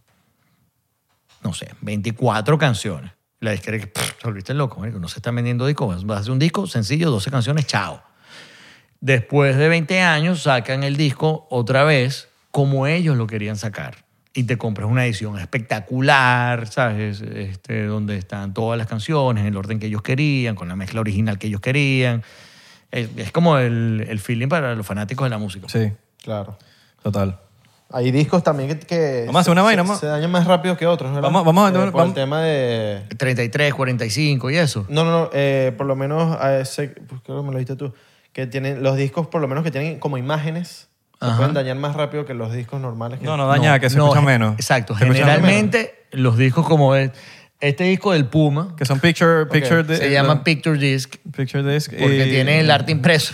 Speaker 1: No sé, 24 canciones. La disquera que, "Pff, te volviste loco, marico, no se están vendiendo discos, vas a hacer un disco sencillo, 12 canciones, chao. Después de 20 años sacan el disco otra vez como ellos lo querían sacar. Y te compras una edición espectacular, ¿sabes? Este, donde están todas las canciones, en el orden que ellos querían, con la mezcla original que ellos querían. Es, es como el, el feeling para los fanáticos de la música.
Speaker 3: Sí,
Speaker 2: Claro.
Speaker 3: total.
Speaker 2: Hay discos también que, que
Speaker 3: Vamos a hacer
Speaker 2: se-
Speaker 3: una vaina,
Speaker 2: se,
Speaker 3: vamos.
Speaker 2: se dañan más rápido que otros, ¿verdad?
Speaker 3: Vamos- vamos a-
Speaker 2: Eh, por
Speaker 3: vamos-
Speaker 2: el tema de
Speaker 1: 33, 45 y eso.
Speaker 2: No, no, no. eh, por lo menos, eh, sé- pues creo que me lo dijiste tú, que tienen los discos, por lo menos que tienen como imágenes,
Speaker 1: Ajá.
Speaker 2: se pueden dañar más rápido que los discos normales. que-
Speaker 3: No, no, daña, que se
Speaker 1: no,
Speaker 3: escucha
Speaker 1: gen-
Speaker 3: menos.
Speaker 1: Exacto.
Speaker 3: Se escucha menos.
Speaker 1: Generalmente los discos como es- este disco del Puma,
Speaker 3: Que son picture, picture
Speaker 2: Ok,
Speaker 3: di-
Speaker 1: se llama
Speaker 3: no,
Speaker 1: Picture Disc,
Speaker 3: picture disc.
Speaker 1: Porque
Speaker 3: y-
Speaker 1: tiene el arte impreso.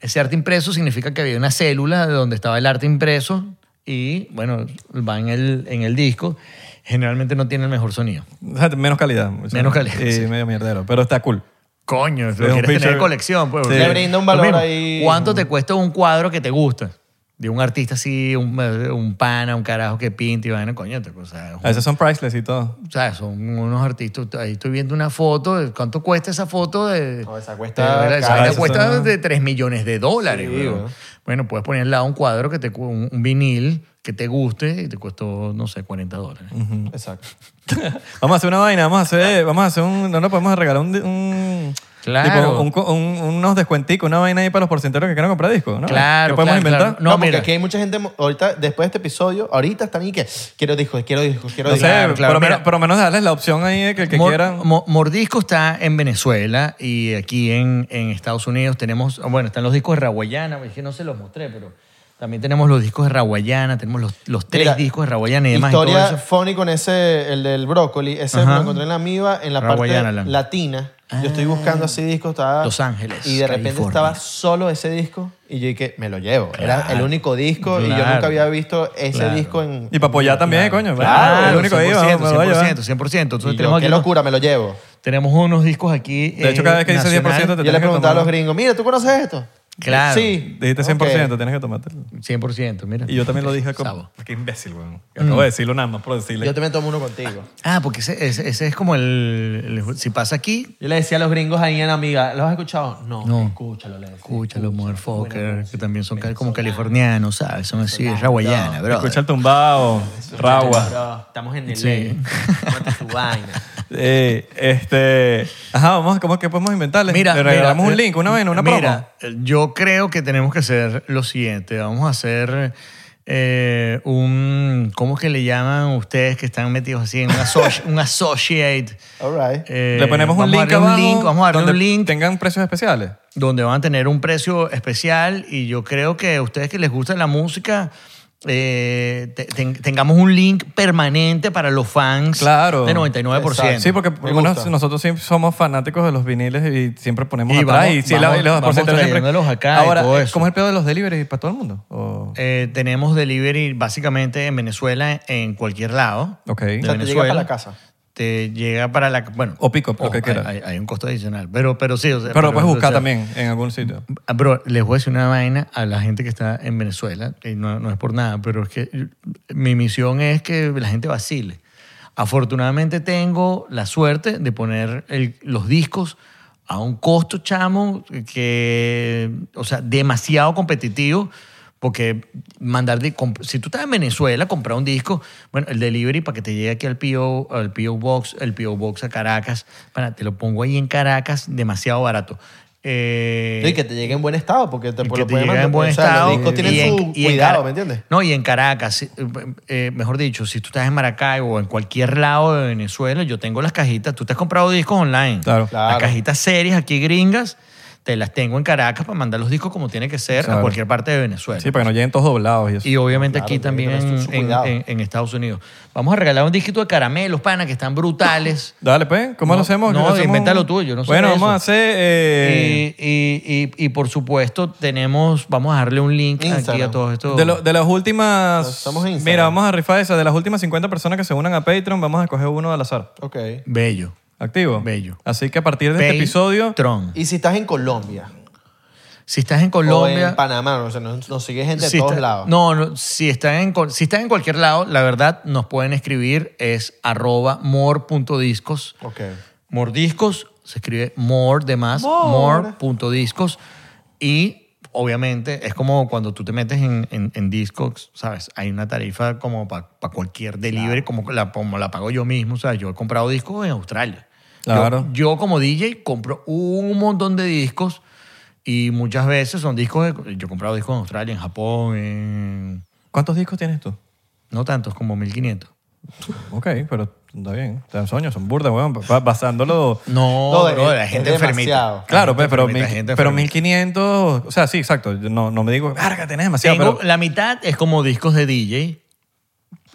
Speaker 1: Ese arte impreso significa que había una célula de donde estaba el arte impreso y, bueno, va en el, en el disco. Generalmente no tiene el mejor sonido.
Speaker 3: o sea, menos calidad. o sea,
Speaker 1: Menos calidad,
Speaker 3: Y
Speaker 1: sí.
Speaker 3: medio mierdero, pero está cool.
Speaker 1: Coño, lo
Speaker 3: un
Speaker 1: quieres tener
Speaker 3: picture-
Speaker 1: de colección. Pues,
Speaker 3: Sí.
Speaker 1: porque-
Speaker 3: Le
Speaker 2: brinda un
Speaker 1: Lo
Speaker 2: valor
Speaker 1: mismo,
Speaker 2: ahí.
Speaker 1: ¿Cuánto te cuesta un cuadro que te gusta? De un artista así, un, un pana, un carajo que pinta y vaina, coño. te- o sea, es un-
Speaker 3: A veces son priceless y todo.
Speaker 1: o sea, son unos artistas. Ahí estoy viendo una foto. de ¿Cuánto cuesta esa foto? De,
Speaker 2: No, esa cuesta
Speaker 1: de- esa
Speaker 2: cara,
Speaker 1: vaina
Speaker 3: esa
Speaker 1: cuesta
Speaker 3: son-
Speaker 1: de 3 millones de dólares.
Speaker 2: Sí,
Speaker 1: bro.
Speaker 2: bro.
Speaker 1: Bueno, puedes poner al lado un cuadro, que te, cu- un, un vinil que te guste y te costó, no sé, 40 dólares.
Speaker 2: Exacto.
Speaker 3: Vamos a hacer una vaina, vamos a
Speaker 1: Ah.
Speaker 3: hacer, vamos a hacer un, no nos podemos regalar un, un
Speaker 1: Claro.
Speaker 3: tipo, un co- un- unos descuenticos, una vaina ahí para los porcenteros que quieran comprar discos, ¿no?
Speaker 1: Claro,
Speaker 3: ¿Qué podemos
Speaker 1: claro,
Speaker 3: inventar?
Speaker 1: claro. No,
Speaker 2: No, porque
Speaker 1: mira.
Speaker 2: aquí hay mucha gente, mo- ahorita, después de este episodio, ahorita están ahí que quiero discos, quiero discos, quiero
Speaker 3: No sé,
Speaker 2: discos.
Speaker 1: Claro, claro,
Speaker 3: por, lo menos,
Speaker 1: mira.
Speaker 3: por lo menos darles la opción ahí de que el que
Speaker 1: Mor-
Speaker 3: quiera.
Speaker 1: Mo- Mordisco está en Venezuela y aquí en, en Estados Unidos tenemos, ah, bueno, están los discos de Rawayana, es que no se los mostré, pero también tenemos los discos de Rawayana, tenemos los, los tres
Speaker 2: Mira,
Speaker 1: discos de Rawayana y demás. y todo
Speaker 2: Historia
Speaker 1: eso.
Speaker 2: funny con ese, el del brócoli. Ese
Speaker 1: Ajá.
Speaker 2: me lo encontré en la MIBA, en la
Speaker 1: Rawayana,
Speaker 2: parte
Speaker 1: la-
Speaker 2: latina. Yo estoy buscando así discos. Estaba,
Speaker 1: Ah. Los Ángeles,
Speaker 2: Y de repente
Speaker 1: California.
Speaker 2: estaba solo ese disco. Y yo dije, me lo llevo. Era
Speaker 1: Claro.
Speaker 2: el único disco y yo
Speaker 1: Claro.
Speaker 2: nunca había visto ese
Speaker 1: Claro.
Speaker 2: disco en...
Speaker 3: Y para apoyar también, coño.
Speaker 1: Claro,
Speaker 3: el único ahí, vamos, me lo voy a
Speaker 1: 100%,
Speaker 3: llevar.
Speaker 1: 100%, 100%. Entonces
Speaker 2: Y yo,
Speaker 1: tenemos,
Speaker 2: qué
Speaker 1: aquí unos-
Speaker 2: locura, me lo llevo.
Speaker 1: tenemos unos discos aquí. eh,
Speaker 3: De hecho, cada vez que dices 10% te-
Speaker 2: Yo
Speaker 3: tenés que
Speaker 2: le preguntaba a
Speaker 3: tomar.
Speaker 2: los gringos, mira, ¿tú conoces esto?
Speaker 1: Claro.
Speaker 2: Sí.
Speaker 3: Dijiste
Speaker 2: Ok.
Speaker 3: 100%, tienes que tomártelo.
Speaker 1: 100%, mira.
Speaker 3: Y yo también lo dije
Speaker 1: Sabo. Mm.
Speaker 3: como, qué imbécil, weón. Acabo de decirlo nada más por decirle.
Speaker 2: Yo también tomo uno contigo.
Speaker 1: Ah, porque ese, ese- ese es como el, el- Si pasa aquí,
Speaker 2: Yo le decía a los gringos ahí en Amiga, ¿los has escuchado? No,
Speaker 1: No.
Speaker 2: escúchalo, le decía.
Speaker 1: escúchalo, motherfucker, que también son cal- como californianos, ¿sabes? Son así, es raguayana, bro.
Speaker 3: Escucha el tumbao, ragua.
Speaker 2: Bro, estamos en el
Speaker 1: Sí.
Speaker 2: Tómate tu vaina.
Speaker 3: Eh, este, ajá, vamos, ¿cómo que podemos inventarles? Le regalamos un
Speaker 1: eh,
Speaker 3: link, una vaina, una promo.
Speaker 1: mira, eh, Yo creo que tenemos que hacer lo siguiente. Vamos a hacer eh, un... ¿Cómo que le llaman ustedes que están metidos así en un, asso- un associate?
Speaker 2: All right.
Speaker 1: Eh,
Speaker 3: Le ponemos un
Speaker 1: vamos a
Speaker 3: link
Speaker 1: darle
Speaker 3: abajo.
Speaker 1: un link, vamos a darle
Speaker 3: donde
Speaker 1: un link
Speaker 3: Tengan precios especiales.
Speaker 1: donde van a tener un precio especial y yo creo que a ustedes que les gusta la música eh, te- ten- tengamos un link permanente para los fans
Speaker 3: Claro.
Speaker 1: de 99%.
Speaker 2: Exacto.
Speaker 3: Sí, porque por
Speaker 2: Me
Speaker 3: lo menos
Speaker 2: gusta.
Speaker 3: nosotros siempre somos fanáticos de los viniles y siempre ponemos
Speaker 1: Y
Speaker 3: atrás.
Speaker 1: vamos-
Speaker 3: y sí,
Speaker 1: vamos-
Speaker 3: la- y los
Speaker 1: vamos
Speaker 3: porcenteros siempre-
Speaker 1: trayéndolos acá y
Speaker 3: Ahora,
Speaker 1: todo eso.
Speaker 3: ¿cómo es el pedo de los delivery para todo el mundo? O-
Speaker 1: Eh, tenemos delivery básicamente en Venezuela, en cualquier lado.
Speaker 3: ok.
Speaker 1: de
Speaker 2: O sea, te llega
Speaker 1: Venezuela.
Speaker 2: para la casa.
Speaker 1: Te llega para la... Bueno,
Speaker 3: O pick up, lo
Speaker 1: ojo,
Speaker 3: que quieras.
Speaker 1: Hay, hay un costo adicional, pero, pero sí. o sea,
Speaker 3: Pero lo puedes
Speaker 1: o
Speaker 3: buscar
Speaker 1: sea,
Speaker 3: también en algún sitio.
Speaker 1: Ah, Bro, les voy a decir una vaina a la gente que está en Venezuela, y no, no es por nada, pero es que yo- mi misión es que la gente vacile. Afortunadamente tengo la suerte de poner el- los discos a un costo chamo que, o sea, demasiado competitivo, Porque mandar, di- comp- si tú estás en Venezuela, comprar un disco, bueno, el delivery para que te llegue aquí al PO, al PO Box, el PO Box a Caracas, para, te lo pongo ahí en Caracas, demasiado barato. Eh,
Speaker 2: Y que te llegue en buen estado, porque te
Speaker 1: y
Speaker 2: lo
Speaker 1: que te
Speaker 2: pueden
Speaker 1: llega
Speaker 2: mandar.
Speaker 1: en buen
Speaker 2: o sea,
Speaker 1: estado.
Speaker 2: Los discos
Speaker 1: y
Speaker 2: tienen
Speaker 1: en-
Speaker 2: su
Speaker 1: y en
Speaker 2: cuidado,
Speaker 1: Cara-
Speaker 2: ¿me entiendes?
Speaker 1: No, y en Caracas, eh, eh, mejor dicho, si tú estás en Maracaibo o en cualquier lado de Venezuela, yo tengo las cajitas. Tú te has comprado discos online.
Speaker 3: Claro.
Speaker 2: Claro.
Speaker 1: Las cajitas serias aquí gringas, te las tengo en Caracas para mandar los discos como tiene que ser
Speaker 3: Claro.
Speaker 1: a cualquier parte de Venezuela.
Speaker 3: Sí, pues. para que no lleguen todos doblados y eso.
Speaker 1: Y obviamente
Speaker 2: Claro,
Speaker 1: aquí
Speaker 2: tiene que
Speaker 1: también
Speaker 2: tener su- su
Speaker 1: en,
Speaker 2: cuidado.
Speaker 1: en- en Estados Unidos. Vamos a regalar un disquito de caramelos, pana, que están brutales.
Speaker 3: Dale, pues, ¿cómo
Speaker 1: No,
Speaker 3: lo hacemos?
Speaker 1: no,
Speaker 3: ¿Lo hacemos?
Speaker 1: invéntalo tú, yo no sé
Speaker 3: Bueno,
Speaker 1: de
Speaker 3: vamos
Speaker 1: eso.
Speaker 3: a hacer... eh,
Speaker 1: Y, y- y- y, por supuesto, tenemos, vamos a darle un link aquí
Speaker 2: Instagram.
Speaker 1: a todos estos.
Speaker 3: de, lo- de las últimas...
Speaker 2: Estamos en Instagram.
Speaker 3: mira, vamos a rifar esa. De las últimas 50 personas que se unan a Patreon, vamos a coger uno al azar.
Speaker 2: Ok.
Speaker 1: Bello.
Speaker 3: ¿Activo?
Speaker 1: Bello.
Speaker 3: Así que a partir de este episodio...
Speaker 1: Tron.
Speaker 2: Y si estás en Colombia,
Speaker 1: Si estás en
Speaker 2: o
Speaker 1: Colombia.
Speaker 2: en Panamá, o sea, nos, nos sigue gente
Speaker 1: si
Speaker 2: de todos
Speaker 1: está-
Speaker 2: lados.
Speaker 1: No, no, si están, en, col- si están en cualquier lado, la verdad, nos pueden escribir. Es arroba more.discos.
Speaker 2: Ok.
Speaker 1: Mordiscos, se escribe more de más,
Speaker 2: More.
Speaker 1: more.discos. Y obviamente es como cuando tú te metes en, en, en Discogs, ¿sabes? Hay una tarifa como para cualquier delivery, como, la, como la pago yo mismo. O sea, yo he comprado discos en Australia.
Speaker 3: Claro.
Speaker 1: Yo, yo como DJ compro un montón de discos y muchas veces son discos, de- yo he comprado discos en Australia, en Japón, en...
Speaker 3: ¿Cuántos discos tienes tú?
Speaker 1: No tantos, como 1500.
Speaker 3: Ok, pero está bien. Te dan sueño, son burdas, weón. Ba- Basándolo...
Speaker 1: No,
Speaker 2: No, de-
Speaker 1: bro, la
Speaker 2: es
Speaker 1: gente enfermita.
Speaker 2: demasiado.
Speaker 1: La
Speaker 3: Claro,
Speaker 1: gente
Speaker 3: pues, pero,
Speaker 1: enfermita,
Speaker 3: mil-
Speaker 1: la gente
Speaker 3: pero
Speaker 1: enfermita.
Speaker 3: 1500... O sea, sí, exacto. Yo No, no me digo, verga, tenés demasiado,
Speaker 1: Tengo-
Speaker 3: pero...
Speaker 1: La mitad es como discos de DJ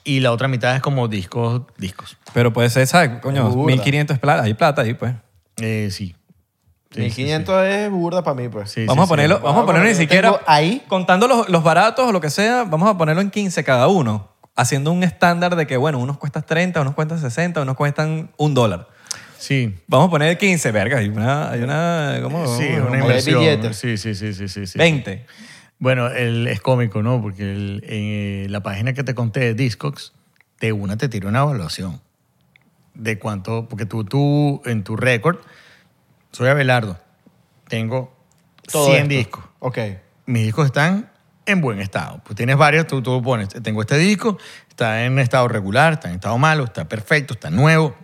Speaker 1: y la otra mitad es como discos, discos.
Speaker 3: Pero puede ser, ¿sabes? Coño,
Speaker 2: Burda.
Speaker 3: 1500 es plata. Hay plata ahí, pues.
Speaker 1: Eh, sí. Sí,
Speaker 2: 1500 es burda para mí, pues.
Speaker 1: sí, sí. Sí,
Speaker 3: vamos,
Speaker 1: sí,
Speaker 3: a ponerlo,
Speaker 1: sí.
Speaker 3: vamos a ponerlo ni
Speaker 2: Yo
Speaker 3: siquiera.
Speaker 2: tengo ahí.
Speaker 3: Contando los, los baratos o lo que sea, vamos a ponerlo en 15 cada uno. Haciendo un estándar de que, bueno, unos cuestan 30, unos cuestan 60, unos cuestan un dólar.
Speaker 1: Sí.
Speaker 3: Vamos a poner 15, verga. Hay una. Hay una ¿Cómo?
Speaker 1: Sí, es
Speaker 3: ¿Cómo?
Speaker 1: una
Speaker 2: hay
Speaker 1: inversión.
Speaker 2: billetes.
Speaker 1: Sí, sí, sí, sí, sí, sí.
Speaker 3: 20.
Speaker 1: Bueno, el- es cómico, ¿no? Porque el- en eh, la página que te conté de Discogs, de una te tira una evaluación de cuánto, porque tú, tú en tu récord, soy Abelardo, tengo
Speaker 2: Todo
Speaker 1: 100
Speaker 2: esto.
Speaker 1: discos.
Speaker 2: Ok.
Speaker 1: mis discos están en buen estado. Pues tienes varios, tú, tú pones, tengo este disco, está en estado regular, está en estado malo, está perfecto, está nuevo.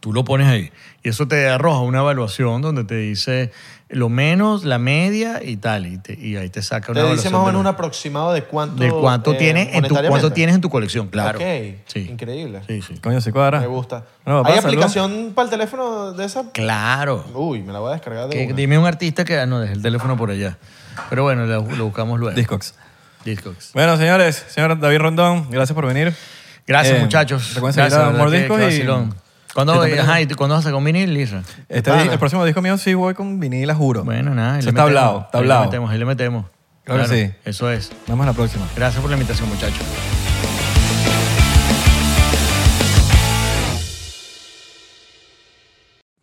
Speaker 1: Tú lo pones ahí. Y eso te arroja una evaluación donde te dice lo menos, la media y tal. Y, te- y ahí te saca una
Speaker 2: Te dice
Speaker 1: evaluación
Speaker 2: más o
Speaker 1: de
Speaker 2: menos un
Speaker 1: lo-
Speaker 2: aproximado de cuánto.
Speaker 1: de cuánto,
Speaker 2: eh,
Speaker 1: tienes en tu, cuánto
Speaker 2: monetariamente.
Speaker 1: tienes en tu colección, claro.
Speaker 2: Ok.
Speaker 1: Sí.
Speaker 2: Increíble.
Speaker 1: Sí, sí.
Speaker 3: Coño, sí cuadra.
Speaker 2: Me gusta.
Speaker 3: Bueno, papá,
Speaker 2: ¿Hay
Speaker 3: salud.
Speaker 2: aplicación para el teléfono de esa?
Speaker 1: Claro.
Speaker 2: Uy, me la voy a descargar de
Speaker 1: Que-
Speaker 2: una.
Speaker 1: dime un artista que... ah, No, dejé el teléfono por allá. Pero bueno, lo, lo buscamos luego.
Speaker 3: Discogs.
Speaker 1: Discogs.
Speaker 3: Bueno, señores, señor David Rondón, gracias por venir.
Speaker 1: Gracias,
Speaker 3: Eh,
Speaker 1: muchachos.
Speaker 3: Recuerden seguir
Speaker 1: Gracias,
Speaker 3: a
Speaker 1: ¿verdad?
Speaker 3: More
Speaker 1: Qué-
Speaker 3: Discos
Speaker 1: qué
Speaker 3: y-
Speaker 1: vacilón. ¿Cuándo,
Speaker 3: Yo también-
Speaker 1: eh, ajá, ¿y tú- ¿Cuándo vas a sacar un vinil, Isra?
Speaker 3: Este
Speaker 2: pana.
Speaker 3: di- el próximo disco mío sí voy con vinila, juro.
Speaker 1: Bueno, nada. ahí
Speaker 3: Eso
Speaker 1: le
Speaker 3: está
Speaker 1: metemos,
Speaker 3: hablado, está
Speaker 1: ahí
Speaker 3: hablado.
Speaker 1: Le metemos, ahí le metemos.
Speaker 3: Claro que sí.
Speaker 1: Eso es.
Speaker 3: Nos vemos la próxima.
Speaker 1: Gracias por la invitación, muchachos.